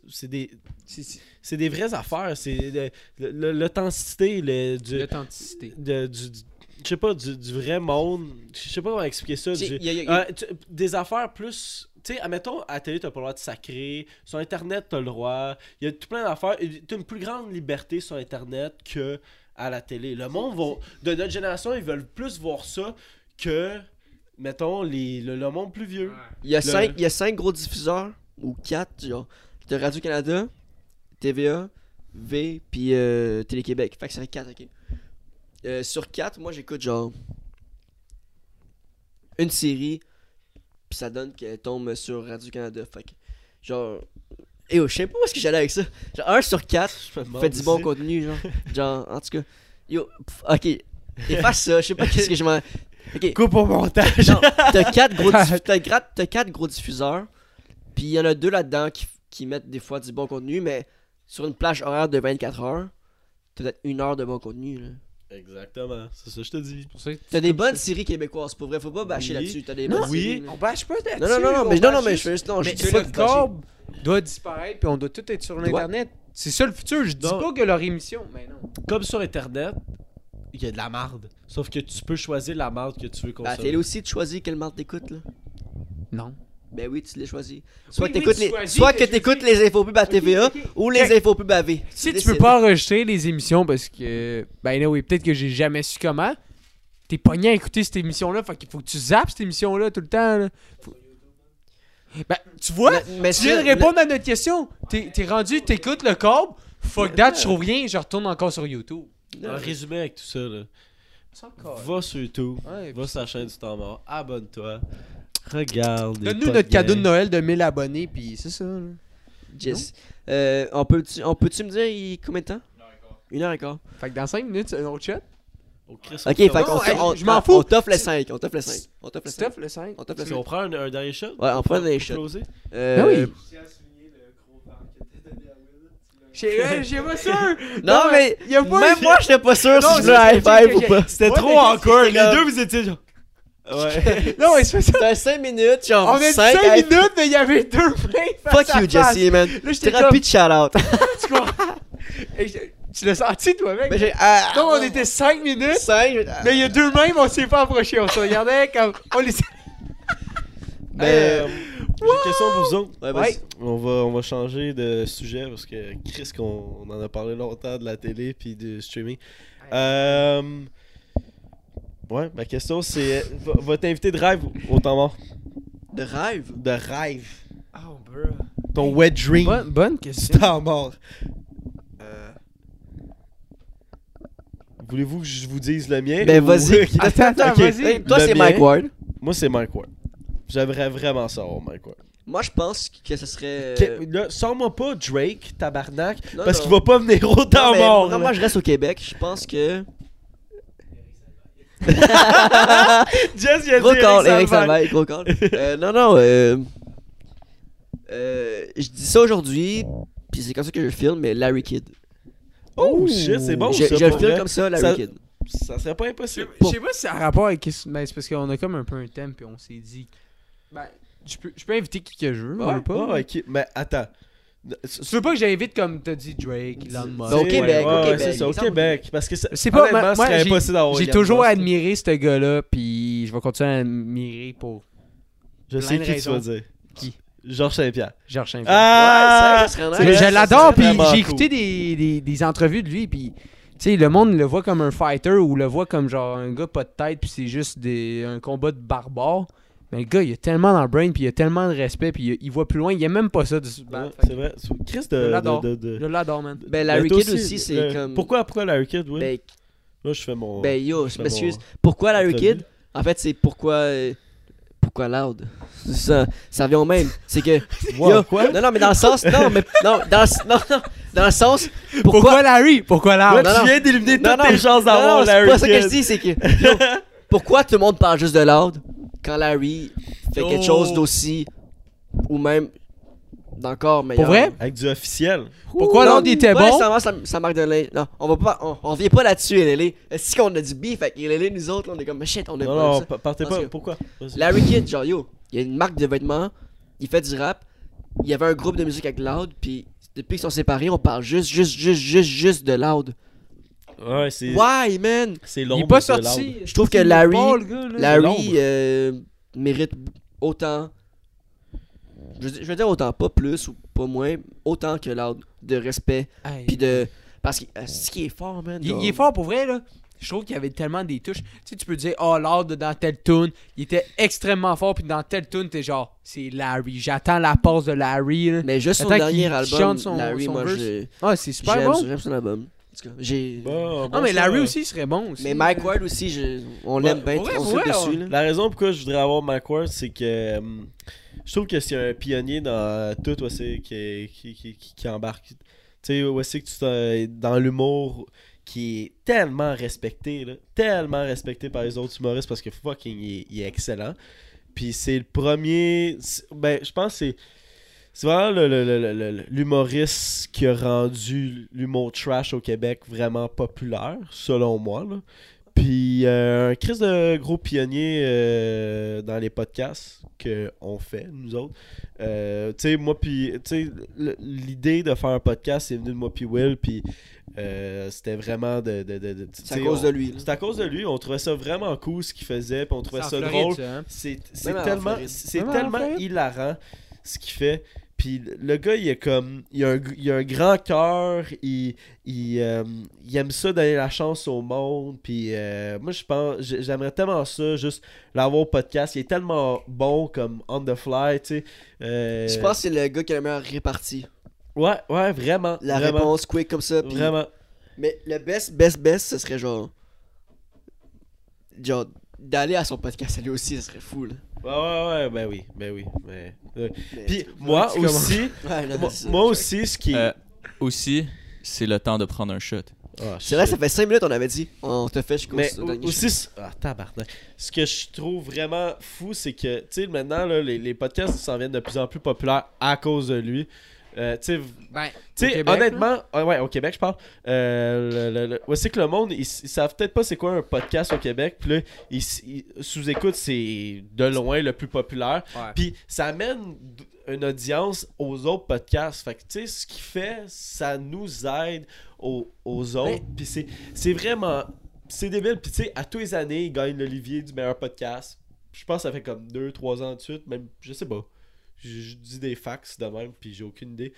C'est des, c'est des vraies affaires. C'est de- le- le- l'authenticité le-
Euh,
du,
L'authenticité.
de- du, du- je sais pas, du, du vrai monde. Je sais pas comment expliquer ça.
Tu sais,
du-
il y a- il y a-
euh, tu- des affaires plus. Tu sais, admettons, à la télé, t'as pas le droit de sacrer. Sur Internet, t'as le droit. Il y a tout plein d'affaires. Et T'as une plus grande liberté sur Internet que à la télé. Le monde va. De notre génération, ils veulent plus voir ça que. Mettons, les, le, le monde plus vieux.
il y a
le-
cinq- il y a 5 gros diffuseurs, ou 4, genre, de Radio-Canada, TVA, V, puis euh, Télé-Québec. Fait que ça fait 4, ok. Euh, sur 4, moi, j'écoute genre. Une série, puis ça donne qu'elle tombe sur Radio-Canada. Fait que Genre. Et oh, je sais pas où est-ce que j'allais avec ça. Genre 1 sur 4,
Bon,
fait du bon
c'est-
contenu, genre. Genre, en tout cas. Yo, pff, ok. Efface ça, je sais pas qu'est-ce que je m'en. Ok.
Coupe au montage.
Non, t'as quatre gros, diffu- t'as gra- t'as quatre gros diffuseurs, puis il y en a deux là-dedans qui, qui mettent des fois du bon contenu, mais sur une plage horaire de 24 heures, t'as peut-être une heure de bon contenu. là.
Exactement, c'est ça que je te dis.
T'as des bonnes séries québécoises, pour vrai, faut pas bâcher
Oui.
là-dessus. T'as des
Non,
bonnes
oui.
séries, là.
On bâche pas là-dessus.
Non, non, non, non, mais, non, non, mais je fais juste. Non, je
Mais
dis pas
le
de bâcher.
câble doit disparaître, puis on doit tout être sur l'Internet. C'est ça le futur. Je dis
Non.
pas que leur émission. Mais non.
Comme sur Internet, il y a de la marde. Sauf que tu peux choisir la marde que tu veux
Bah,
consommer.
t'es là aussi, tu choisis quelle marque t'écoutes, là.
Non.
Ben oui, tu l'as choisi. Soit
Oui,
que
oui,
t'écoutes
tu
les...
choisis,
Soit
mais
que
je
t'écoutes
veux
les infos pubs à TVA
ok, ok.
ou les infos pubs à V.
Si tu
décides.
peux pas enregistrer les émissions parce que. Ben oui, peut-être que j'ai jamais su comment. T'es pogné à écouter cette émission-là, fait qu'il faut que tu zappes cette émission-là tout le temps. là. Faut- Ben, tu vois,
Mais- mais
tu viens
ça,
de répondre à notre question. T'es t'es rendu, t'écoutes le câble, fuck that, je reviens, je retourne encore sur YouTube.
En résumé avec tout ça, là, va sur YouTube,
Ouais,
va sur la chaîne du temps mort, abonne-toi, regarde. les
Donne-nous notre
podcasts.
cadeau de Noël de 1000 abonnés, puis c'est ça. là.
Jess, euh, on peut-tu on peut me dire il- combien de temps? Une heure et quart.
Fait que dans 5 minutes, un autre chat.
Oh, Chris, on
Ok,
fait
fait
ça.
qu'on
hey,
on-
je m'en
on-
fous.
On t'offre les 5, on t'offre les 5. On t'offre les 5.
Stuff le 5.
On t'offre les
Si on
5.
prend un, un dernier shot
Ouais, on prend des
Pour
shots.
closer?
Euh,
Ben oui. J'ai j'ai pas sûr.
Non, mais
y a pas
même moi, j'étais pas sûr
Non,
si je voulais
c'est-
un high five
ok,
ou
ok.
pas.
C'était
Ouais,
trop
mais
encore, les
c'est comme-
deux vous étiez genre. Ouais.
Non, mais c'est pas ça.
T'as 5 minutes, genre
On a dit
5
5 minutes, mais il y avait deux points face
Fuck
à
you,
face.
Jesse, man.
Là, j'étais
Thérapie
rapide.
de shout-out.
Tu comprends? Et je- Tu l'as senti, toi, mec?
Mais j'ai.
Non, on était 5 minutes,
5.
mais il y a deux mêmes, on s'est pas approchés. On se regardait comme. On les.
Mais.
Euh, J'ai une question pour vous autres.
Ouais, vas-y.
On va, on va changer de sujet parce que Chris, qu'on on en a parlé longtemps de la télé puis du streaming. Euh, ouais, ma question c'est va- votre invité de rêve au temps mort
De rêve.
De rêve.
Oh, bro.
Ton wet dream
bonne
du temps mort.
Euh.
Voulez-vous que je vous dise le mien
Ben
ou-
vas-y.
Attends, attends,
Ok.
vas-y.
Hey, Toi,
Le
c'est
mien.
Mike Ward.
Moi, c'est Mike Ward. J'aimerais vraiment savoir Mike Ward.
Moi, je pense que ce serait.
Que- là, Sors-moi pas Drake, tabarnak,
Euh. Non,
parce
non.
qu'il va pas venir au temps
Non, mais
mort.
vraiment,
là.
moi, je reste au Québec. Je pense que.
Jess, il a
Gros
dit
call, Eric
Eric Salvaille.
Salvaille, gros call. Euh, non, non, euh, euh, je dis ça aujourd'hui, puis c'est comme ça que je le filme, mais Larry Kidd.
Oh shit, c'est bon
je,
ça.
je
pour
le filme
vrai.
comme ça, Larry
Ça-
Kidd.
Ça serait pas impossible.
Je sais pas si ça a rapport avec. Mais ben, c'est parce qu'on a comme un peu un thème, puis on s'est dit. Ben, je peux, je peux inviter qui que je veux, mais on veut pas.
Ah, ok, mais attends. C'est-
Tu veux pas que j'invite comme t'as dit Drake, Elon Musk.
au Québec,
ouais,
au
ouais,
Québec.
c'est ça, au
Il semble-
Québec. Parce que ça-
C'est pas-
honnêtement,
moi-
ce serait
j'ai-
impossible d'avoir
J'ai
Elon
toujours
Musk.
admiré ce gars-là, puis je vais continuer à admirer pour
Je
plein
sais
de
qui tu vas
raisons.
dire.
Qui?
Georges Saint-Pierre.
Georges Saint-Pierre.
Ah!
Ouais, c'est vrai, ça serait
C'est
Mais
nice.
vrai,
je
ça,
l'adore,
c'est
puis
vraiment
j'ai
cool.
écouté des, des, des entrevues de lui, puis tu sais, le monde le voit comme un fighter ou le voit comme genre un gars pas de tête, puis c'est juste des, un combat de barbares. Mais le gars, il a tellement dans le brain, puis il a tellement de respect, puis il, il voit plus loin, il aime même pas ça. Du...
Ouais,
Ben, fait
C'est vrai. Chris
Je
de.
l'adore.
de- de-
que je l'adore, man.
Ben,
Mais
Larry
toi
Kidd aussi, c'est
euh,
comme.
Pourquoi pourquoi Larry Kidd, oui?
Ben,
Là, je fais mon.
ben, yo,
je
je
fais
m'excuse.
mon-
Pourquoi Larry
entrevue.
Kidd En fait, c'est pourquoi. euh, Pourquoi Loud ça, ça revient au même. C'est que.
Wow,
yo,
quoi?
Non, non, mais dans le sens. Non, mais. Non, dans le, non, non, dans le sens.
Pourquoi, Larry Pourquoi Larry
Ouais, Ah, non, non.
Tu viens d'éliminer
Non,
toutes
non,
tes chances
Non,
d'avoir
non,
Larry Kidd.
c'est pas ça que je dis, c'est que. yo, pourquoi tout le monde parle juste de Loud quand Larry fait
Oh.
quelque chose d'aussi. ou même. d'encore meilleur?
Pour vrai?
Avec du officiel.
Pourquoi
Non,
Loud il était
pas
bon
nécessairement sa, sa marque de lait. Non, on va pas. On, on revient pas là-dessus, LLA. Si qu'on a du beef avec LLA, nous autres, on est comme shit, on est
Non,
pas
non,
ça.
pa- partez
Parce
pas.
que-
Pourquoi? Vas-y.
Larry Kidd, genre yo, il y a une marque de vêtements, il fait du rap, il y avait un groupe de musique avec Loud, puis depuis qu'ils sont séparés, on parle juste, juste, juste, juste, juste de Loud.
Ouais, c'est.
Why, man?
C'est long.
Il est pas sorti.
Je trouve que
Il est
Larry-
bon, le gars, là.
Larry euh, mérite autant. Je, veux- je veux dire autant, pas plus ou pas moins, autant que Loud de respect,
Hey.
puis de. Parce que euh, ce qui est fort, man.
Il,
genre.
il est fort pour vrai, là. Je trouve qu'il y avait tellement des touches. Tu sais, tu peux dire, oh, Lord, dans telle tune, il était extrêmement fort, puis dans telle tune, t'es genre, c'est Larry. J'attends la passe de Larry. là.
Mais juste son
Attends qu'il
dernier album,
chante son-
Larry,
son
moi,
verse.
j'ai-
Ah, c'est super
j'aime
bon.
j'aime son album. En tout cas, j'ai.
Bon,
Ah,
bon,
Non, mais
ça,
Larry
euh,
aussi serait bon aussi.
Mais Mike Ward aussi, je- on
Ouais,
l'aime bien,
ouais,
on
ouais,
tripe
on-
dessus. là.
La raison pourquoi je voudrais avoir Mike Ward, c'est que. hum, Je trouve que c'est un pionnier dans euh, tout où c'est qui, qui, qui, qui- qui embarque. Tu sais, où c'est que tu t'es- dans l'humour qui est tellement respecté, là, tellement respecté par les autres humoristes parce que fucking il est, il est excellent. Puis c'est le premier. c'est- Ben, je pense que c'est. C'est vraiment le- le- le- le- le- l'humoriste qui a rendu l'humour trash au Québec vraiment populaire, selon moi. Là. Puis euh, un crise de gros pionnier euh, dans les podcasts qu'on fait, nous autres. Euh, tu sais, moi, puis, tu sais, l- l'idée de faire un podcast, c'est venu de moi, puis Will, puis euh, c'était vraiment de. de, de, de-
C'est à
tu sais,
cause
on-
de lui. là.
c'est à cause de lui, on trouvait ça vraiment cool ce qu'il faisait, puis on trouvait ça hein. drôle. C'est c'est
Même en
tellement,
Floride.
c'est
Même en
tellement
Floride.
hilarant ce qu'il fait. Puis le gars, il est comme. Il a un, il a un grand cœur. Il, il, euh, il aime ça donner la chance au monde. Puis euh, moi, je pense. j'- J'aimerais tellement ça, juste l'avoir au podcast. Il est tellement bon, comme on the fly, tu sais. Euh,
Je pense que c'est le gars qui a la meilleure répartie.
Ouais, ouais, vraiment.
La
vraiment,
réponse quick comme ça. puis-
Vraiment.
Mais le best, best, best, ce serait genre. Genre, d'aller à son podcast, aller aussi, ce serait fou là.
Ouais, ouais, ouais, ben oui, ben oui. mais- euh,
Mais-
Puis moi
tu commences.
aussi.
Ouais, non,
moi,
c'est ça.
moi aussi, ce qui.
Euh, aussi, c'est le temps de prendre un shot.
Ah,
C'est vrai, ça fait 5 minutes, on avait dit. On te fait jusqu'au
Mais
ce
au-
dernier
aussi, c- ah, tabarnak. Ce que je trouve vraiment fou, c'est que, tu sais, maintenant, là, les, les podcasts s'en viennent de plus en plus populaires à cause de lui. Euh, tu sais, v-
Ben,
tu
au
sais,
Québec,
honnêtement, ah ouais, au Québec, je parle. Euh, le- le- le- ouais, c'est que le monde, ils, s- ils savent peut-être pas c'est quoi un podcast au Québec. Puis là, ils, s- ils- sous-écoutent, c'est de loin le plus populaire.
Ouais.
Puis ça amène d- une audience aux autres podcasts. Fait que, tu sais, ce qui fait, ça nous aide aux, aux autres. Puis c'est, c'est vraiment. C'est débile. Puis tu sais, à tous les années, ils gagnent l'Olivier du meilleur podcast. Je pense que ça fait comme 2-3 ans de suite, même, je sais pas. Je, je dis des fax de même, puis j'ai aucune idée.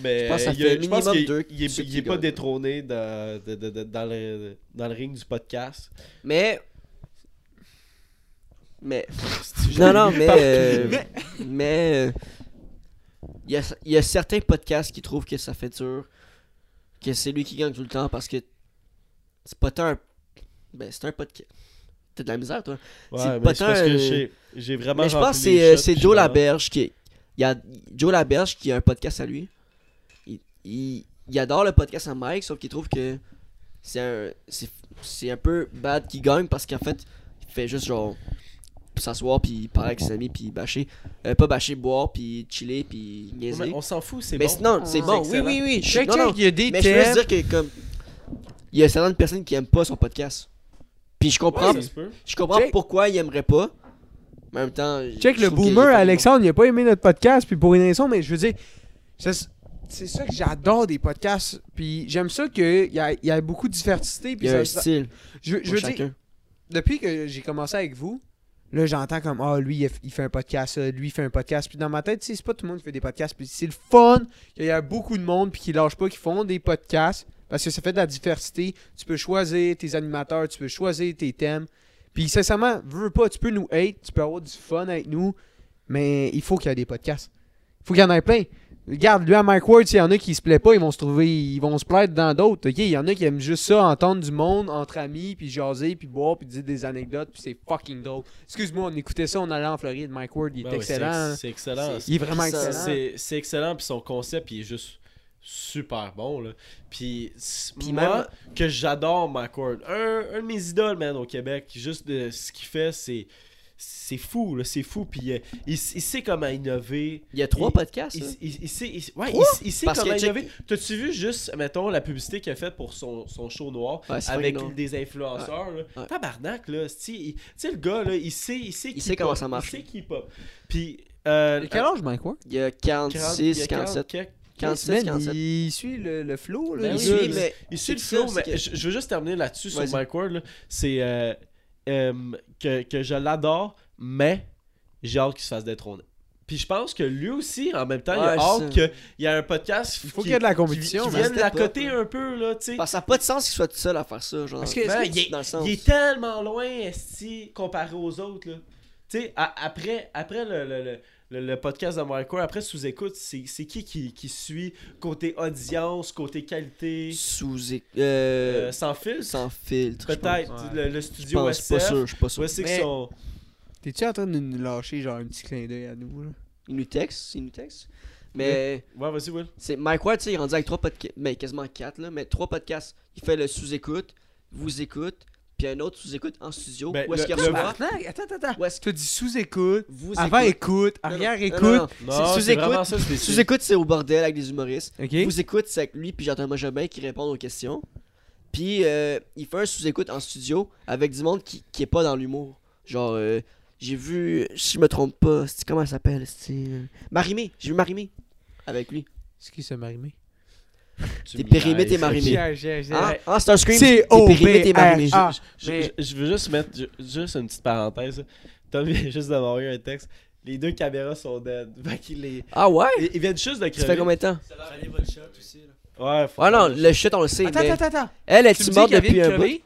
Mais
Je pense que ça
il y a-
fait
je pense
minimum
qu'il-
deux
il est,
ceux
il
qui
est pas
gagnent.
détrôné dans, de- de- de- dans le, dans le ring du podcast.
Mais. Mais.
C'est-
Non, non, mais.
Partout.
euh, mais. euh, Il y, a, il y a certains podcasts qui trouvent que ça fait dur. Que c'est lui qui gagne tout le temps parce que. C'est pas tant un. Ben, c'est un podcast. T'as de la misère, toi.
Ouais,
c'est
mais
pas
c'est parce
tant,
que
euh,
j'ai, j'ai vraiment.
mais je pense
rempli
que
les
c'est, euh,
shots,
c'est
puis
Joe
j'ai vraiment-
Laberge qui. est- Il y a Joe Laberge qui a un podcast à lui. Il, il- il adore le podcast à Mike, sauf qu'il trouve que c'est un, c'est, c'est un peu bad qu'il gagne parce qu'en fait, il fait juste genre s'asseoir puis parler avec ses amis puis bâcher. Euh, pas bâcher, boire puis chiller puis
Ouais,
niaiser.
mais on s'en fout, c'est
mais
bon.
sinon, c'est
Ah,
bon.
c'est
Oui,
excellent.
oui, oui.
Check,
Non, non,
check, il y a des
mais je veux
thèmes.
juste dire que comme. Il y a certaines personnes qui aiment pas son podcast. Puis je
Ouais,
comprends
ça se peut.
je comprends
Check.
pourquoi il aimerait pas. Mais en même temps. je-
Check
je
le
trouve qu'il-
boomer, Alexandre, il a pas aimé notre podcast, puis pour une raison, mais je veux dire, ça, c'est c'est ça que j'adore des podcasts, puis j'aime ça qu'il y a, il y a beaucoup de diversité,
Il
puis
y a un
ça- ça-
style.
je, je
pour
veux dire,
chacun.
depuis que j'ai commencé avec vous, là, j'entends comme, ah, lui, il a- il fait un podcast, ça, lui, il fait un podcast. Puis dans ma tête, tu sais, c'est pas tout le monde qui fait des podcasts. Puis c'est le fun qu'il y a beaucoup de monde, puis qui lâche pas, qui font des podcasts. Parce que ça fait de la diversité. Tu peux choisir tes animateurs, tu peux choisir tes thèmes. Puis sincèrement, veux veux pas, tu peux nous hate, tu peux avoir du fun avec nous, mais il faut qu'il y ait des podcasts. Il faut qu'il y en ait plein. Regarde, lui à Mike Ward, s'il y en a qui se plaît pas, ils vont se trouver, ils vont se plaire dans d'autres. OK, il y en a qui aiment juste ça, entendre du monde entre amis, puis jaser, puis boire, puis dire des anecdotes, puis c'est fucking drôle. Excuse-moi, on écoutait ça, on allait en Floride, Mike Ward, il est
Ben oui, c'est
excellent.
ex- C'est excellent.
il est vraiment
ça,
excellent.
C'est c'est excellent, puis son concept, il est juste super bon. Là. Puis, c-
Puis
moi, que j'adore McCord, un, un de mes idoles, man, au Québec, juste de ce qu'il fait, c'est c'est fou, là, c'est fou. Puis, euh, il, s- il sait comment innover.
Il y a trois
Il-
podcasts.
Il,
hein.
s- il- il sait, il, s- ouais, il,
Quoi?
s- il sait
Parce
comment
que,
innover. T'as-tu vu juste, mettons, la publicité qu'il a faite pour son, son show noir
Ouais, Ah, c'est
avec
fucking
des influenceurs? là?
Ouais.
Tabarnak, là. c'ti, il- Tu sais, le gars, là, il sait, il sait,
Il
qu'il
sait comment
pop,
ça marche.
Il sait qu'il pop. Puis, euh,
Et quel âge, Mike Ward?
Il y a 46, 47. 46,
Man,
47.
Il suit le, le flow, là.
Ben
Il
le
oui,
gars,
suit,
là.
mais.
Il suit le
Ah, C'est
flow,
ça,
mais
c'est
je,
que-
je veux juste terminer là-dessus sur
Vas-y.
Mike Ward. là. C'est euh, euh, que, que je l'adore, mais j'ai hâte qu'il se fasse détrôner. Puis je pense que lui aussi, en même temps, il a
Ouais,
hâte
c'est
qu'il y ait un podcast
Il faut
qui-
qu'il y ait de la
qui-
compétition,
qui
man.
vienne
C'était
la
pas-
côté un peu, là, tu sais.
Parce que ça n'a pas de sens qu'il soit tout seul à faire ça. Genre. Ben,
Parce que-
Man, il est-
dans le sens.
Il est tellement loin, esti, comparé aux autres, là. Tu sais, a- après, après le, le- le- le- le podcast de Mike Ward, après sous-écoute, c'est c'est qui, qui qui suit côté audience, côté qualité,
Sous. Euh,
euh, sans fil,
sans filtre. je pense.
Peut-être.
pense.
Le, le
Je
studio
pense, je suis pas
SF.
sûr. Je suis pas
Ouais,
sûr.
c'est que
Mais-
son-
T'es-tu en train de nous lâcher, genre, un petit clin d'œil à nous, là?
Inutex, c'est Inutex. Mais
Ouais, vas-y, Will.
c'est Mike Ward, tu sais, il est rendu avec trois podcasts, mais quasiment quatre, là, mais trois podcasts. Il fait le sous-écoute, vous écoute, puis un autre sous-écoute en studio.
Ben,
où est-ce
le-
qu'il
le-
reçoit
Attends, attends, attends.
Où est-ce
Tu as dit sous-écoute,
vous écoute.
avant-écoute,
Non, non,
arrière-écoute.
non, non, non.
Non,
sous-
c'est
sous-écoute.
vraiment ça, c'est
Sous-écoute, c'est au bordel avec des humoristes.
Ok.
Vous écoute, c'est avec lui, puis Jean-Thomas Jobin qui répond aux questions. Puis euh, il fait un sous-écoute en studio avec du monde qui, qui est pas dans l'humour. Genre, euh, j'ai vu, si je me trompe pas, c'est comment elle s'appelle C'est euh, Marimé, j'ai vu Marimé avec lui.
C'est qui ce marimé?
Tu
T'es
me
périmé, t'es
niaises.
marimé.
J'ai- j'ai- j'ai-
Ah, ah c'est un scream.
C'est
T'es périmé, t'es marimé.
O-B-R-A.
Je,
Mais-
je- je veux juste mettre ju- juste une petite parenthèse. Tom vient juste de m'envoyer un texte. Les deux caméras sont dead. Fait qu'il les...
Ah ouais
ils, ils viennent juste de
Ça fait
crever.
combien de temps
Prenez votre shot aussi. Là.
Ouais, faut-
Ah non, le shit, on le sait.
Attends,
mais
attends, attends.
Elle,
Tu
est
me
morte
dis qu'elle
depuis
vient de
un bout
crever?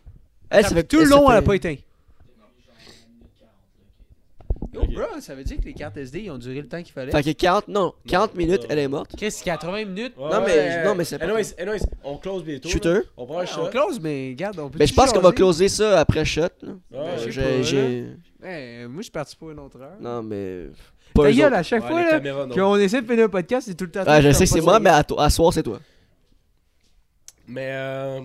Elle,
Ça
ça
fait
fait
tout le
ça
long,
fait-
elle a pas éteint. Yo,
Ok.
bro, ça veut dire que les cartes SD, ils ont duré le temps qu'il fallait.
Fait que 40, non, 40
Non,
minutes,
non.
elle est morte.
Chris, 80 minutes.
Ouais,
non, mais-
ouais,
non,
ouais.
mais c'est pas-
Anyways, anyways, on close bientôt. là.
Shooter.
On prend un shot.
on close, mais regarde, on peut.
Mais Ben, je pense qu'on va closer ça après shot. là.
Ouais,
Ben,
Euh,
je sais
j'ai-
pas, là.
j'ai-
Ben, moi, je suis parti pour une autre heure.
Non, mais.
Ta
eux
gueule,
autres.
à chaque
Ouais,
fois,
les
là,
caméras, non.
qu'on essaie de finir un podcast, c'est tout le temps.
Ah, je sais que c'est moi, mais à, to- à soir, c'est toi.
Mais euh,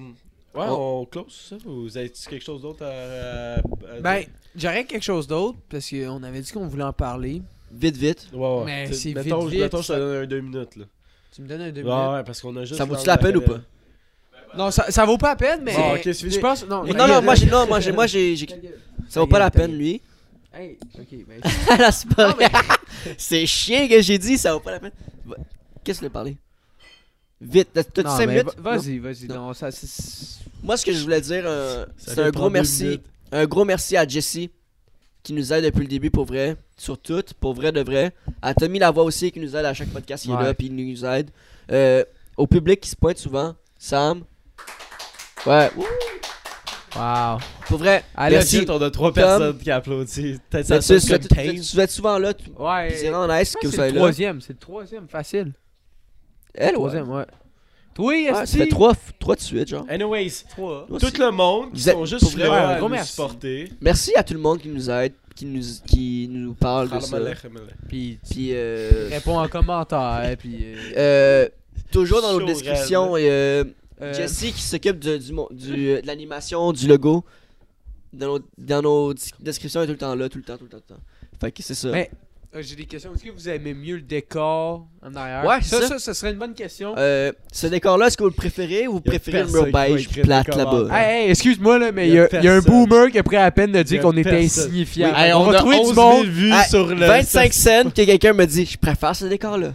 ouais, on... close ça. Vous avez quelque chose d'autre à, à- à-
Ben, j'aurais quelque chose d'autre, parce qu'on avait dit qu'on voulait en parler.
Vite, vite.
Ouais, ouais.
mais
Tu-
c'est
mettons,
vite, vite,
mettons, je te
ça-
donne un deux minutes là.
Tu me donnes un deux
Ouais,
minutes.
ouais, parce qu'on a juste.
Ça vaut-tu
dans
la peine ou
caméra.
pas
Non, ça, ça vaut pas la peine, mais.
Bon, ok, c'est fini.
je pense. Non,
Non, non, moi, j'ai- non, moi, j'ai- moi, j'ai. j'ai- Ça vaut pas la peine, lui.
Hey, ok, ben.
Ah, c'est pas vrai. C'est chiant que j'ai dit, ça vaut pas la peine. Va- Qu'est-ce que tu parler Vite, t'as- t'as-tu
Non,
5
mais
minutes
va-
Non.
Vas-y, vas-y.
Non.
Non, ça. c'est-
Moi, ce que je voulais dire, euh,
Ça
c'est un
dépend
gros
deux
merci.
minutes.
Un gros merci à Jesse qui nous aide depuis le début pour vrai, sur tout, pour vrai de vrai. À Tommy Lavoie aussi qui nous aide à chaque podcast, il
Ouais.
est là puis il nous aide. Euh, au public qui se pointe souvent, Sam. Ouais, ouh,
Wow.
pour vrai.
À la
merci.
Shit, on a trois personnes qui applaudissent. Peut-être ça
Merci,
sonne
vous
comme
êtes-
15.
vous êtes souvent là, tu-
Ouais.
c'est vraiment nice que
C'est
vous
le
soyez là.
troisième, c'est le troisième, facile.
Elle, ouais.
Troisième, ouais. Toi,
Ouais, ça
est-ce
fait trois, trois de suite, genre.
Anyways,
Trois.
Toi
tout
aussi.
le monde qui
Vous êtes-
sont juste
pour vrai,
là
ouais,
à
gros
nous
merci.
supporter.
Merci à tout le monde qui nous aide, qui nous, qui nous parle de ça.
Ralemalech, ralemalech.
Puis
Puis, euh,
réponds en commentaire, puis. euh,
euh, toujours dans nos
Chaud
descriptions, et, euh,
euh,
Jessie qui s'occupe de, du, mon- du, euh, de l'animation, du logo. Dans nos, dans nos dis- descriptions, elle est tout le temps là, tout le temps, tout le temps. tout le temps. Fait que c'est ça.
Mais- euh, J'ai des questions. Est-ce que vous aimez mieux le décor en arrière
Ouais,
ça,
ça.
ça, ça serait une bonne question.
Euh, ce décor-là, est-ce que vous le préférez ou vous
Y a
préférez le
personne
mur
qui va
beige
écrire
plate
des commentaires.
là-bas?
Hey, hey, excuse-moi, là, mais
Y
il y,
a
a- y a un
personne.
boomer qui a pris à peine de
Y
dire
a
qu'on était
personne.
insignifiant.
Oui. Hey,
on,
on
va
a
trouver du
11
monde.
000 vues
Ah,
sur le.
25 cents que quelqu'un me dit, je préfère ce décor-là.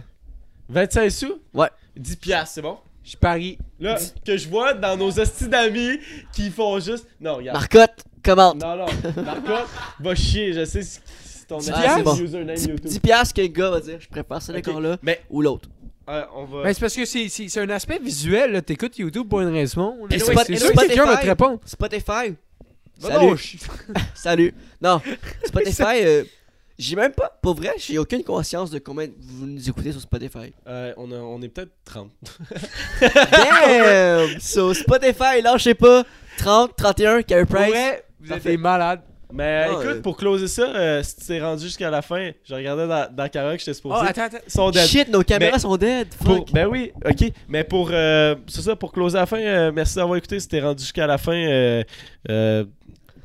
25 sous
Ouais.
10 piastres, c'est bon?
Je parie.
Là, que je vois dans nos hosties d'amis qui font juste. Non, regarde.
Marcotte, commente.
Non, non. Marcotte, va chier, je sais ce- c'est ton
Dix
ami-
piastres?
ton username
10,
YouTube.
piastres que le gars va dire, je préfère ce
Ok.
décor-là
Mais
ou l'autre.
euh, on va.
Mais Ben, c'est parce que c'est- c'est c'est un aspect visuel. là. T'écoutes YouTube pour une raison. là.
Et
Ouais,
Spot-
C'est
et
sûr que quelqu'un va te
Spotify.
répondre.
Spotify,
Va
Salut.
donc, je-
Salut. Non, Spotify, euh, j'ai même pas, pour vrai, j'ai aucune conscience de combien vous nous écoutez sur Spotify.
Euh, on, a- on est peut-être 30.
Damn! so Spotify, lâchez pas. 30, 31, Carey
Pour
Price.
vrai, vous êtes
Parfait.
des malades.
Mais
Non,
écoute,
euh,
pour closer ça, euh, si tu t'es rendu jusqu'à la fin, je regardais dans, dans Carac, j'étais
Oh,
supposé.
attends, attends.
sont dead.
Shit, nos caméras
Mais-
sont dead.
Pour-
Fuck.
ben oui, ok. Mais pour euh, c'est ça, pour closer à la fin, euh, merci d'avoir écouté. Si t'es rendu jusqu'à la fin, euh, euh,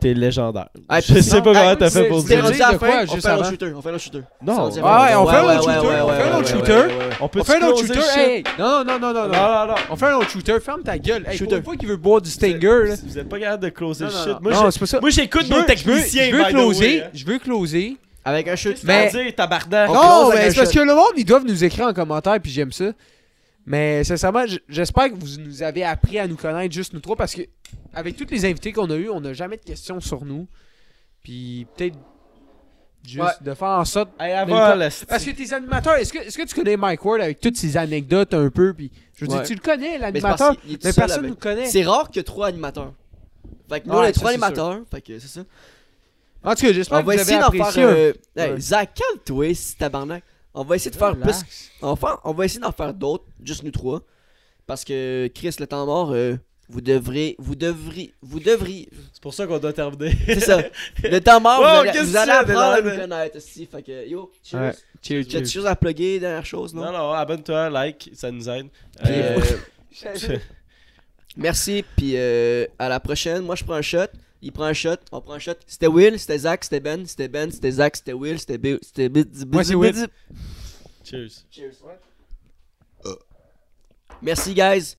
t'es légendaire.
Ah,
je
puis-
sais pas
non,
comment
ah,
t'as fait
c'est-
pour
c'est
T'es
dire.
rendu-
rendu
dire
à
de
la
quoi,
fin, on
juste
fait un
avant.
autre shooter. On fait un autre shooter.
Non.
Ça,
Ah ouais, on fait un
ouais,
autre
ouais,
shooter,
ouais,
on
ouais,
fait un
ouais,
autre
ouais,
shooter.
ouais, ouais, ouais.
On peut
On fait un autre shooter. Hey, hey. Non, non, non, non, non.
Non, non, non.
On fait un autre shooter, ferme ta gueule. Hey,
Shooter.
pour une fois qu'il veut boire du Stinger, là.
Vous vous êtes pas capable de closer
Non,
le
non,
shit.
non.
Moi,
Non,
j'ai-
c'est pas ça.
moi, j'écoute
veux-
nos
je
techniciens.
veux, je veux
by the way,
closer,
hein.
je veux closer.
Avec un shoot.
Qu'est-ce que
Mais-
t'as à dire, tabarnak?
On
Non,
close avec
mais
un
c'est parce que
shot.
le monde, ils doivent nous écrire en commentaire, puis j'aime ça. Mais sincèrement, j- j'espère que vous nous avez appris à nous connaître juste nous trois, parce que avec tous les invités qu'on a eu, on n'a jamais de questions sur nous. Puis peut-être juste
Ouais.
de faire en sorte.
Hey,
Mais
avant, Ah,
quoi?
le
Parce que tes animateurs, est-ce que, est-ce que tu connais Mike Ward avec toutes ses anecdotes un peu, puis je veux dire,
Ouais.
tu le
Mais
connais,
c'est parce
l'animateur,
qu'il est tout
mais
seul
personne
avec-
nous connaît.
C'est rare qu'il y a trois animateurs. Fait que nous,
Ouais,
on
ça,
a trois
c'est sûr.
animateurs. Fait que c'est ça.
En tout cas, j'espère
On
que vous
va
avez
essayer d'en
apprécié.
faire.
un-
euh, hey,
Ouais.
Zach, calme-toi, si tabarnak. On va essayer de faire plus.
Relax.
Enfin, on va essayer d'en faire d'autres, juste nous trois. Parce que Chris, le temps mort, euh, Vous devrez, vous devrez, vous devriez.
C'est pour ça qu'on doit terminer.
C'est ça. Le temps mort,
Wow,
vous allez,
qu'est-ce
vous
que
allez
tu
apprendre à
fais,
nous
man?
connaître aussi. Fait que yo, cheers.
Ouais.
J'ai
Cheers,
des
cheers.
choses à plugger, dernière chose, non?
Non, non, abonne-toi, like, ça nous aide.
Puis,
Euh,
euh, Merci, puis euh, à la prochaine. Moi, je prends un shot. Il prend un shot. On prend un shot. C'était Will, c'était Zach, c'était Ben, c'était Ben, c'était Zach, c'était Will, c'était Bill, c'était Bill.
Moi, c'est Will.
cheers.
Merci, guys.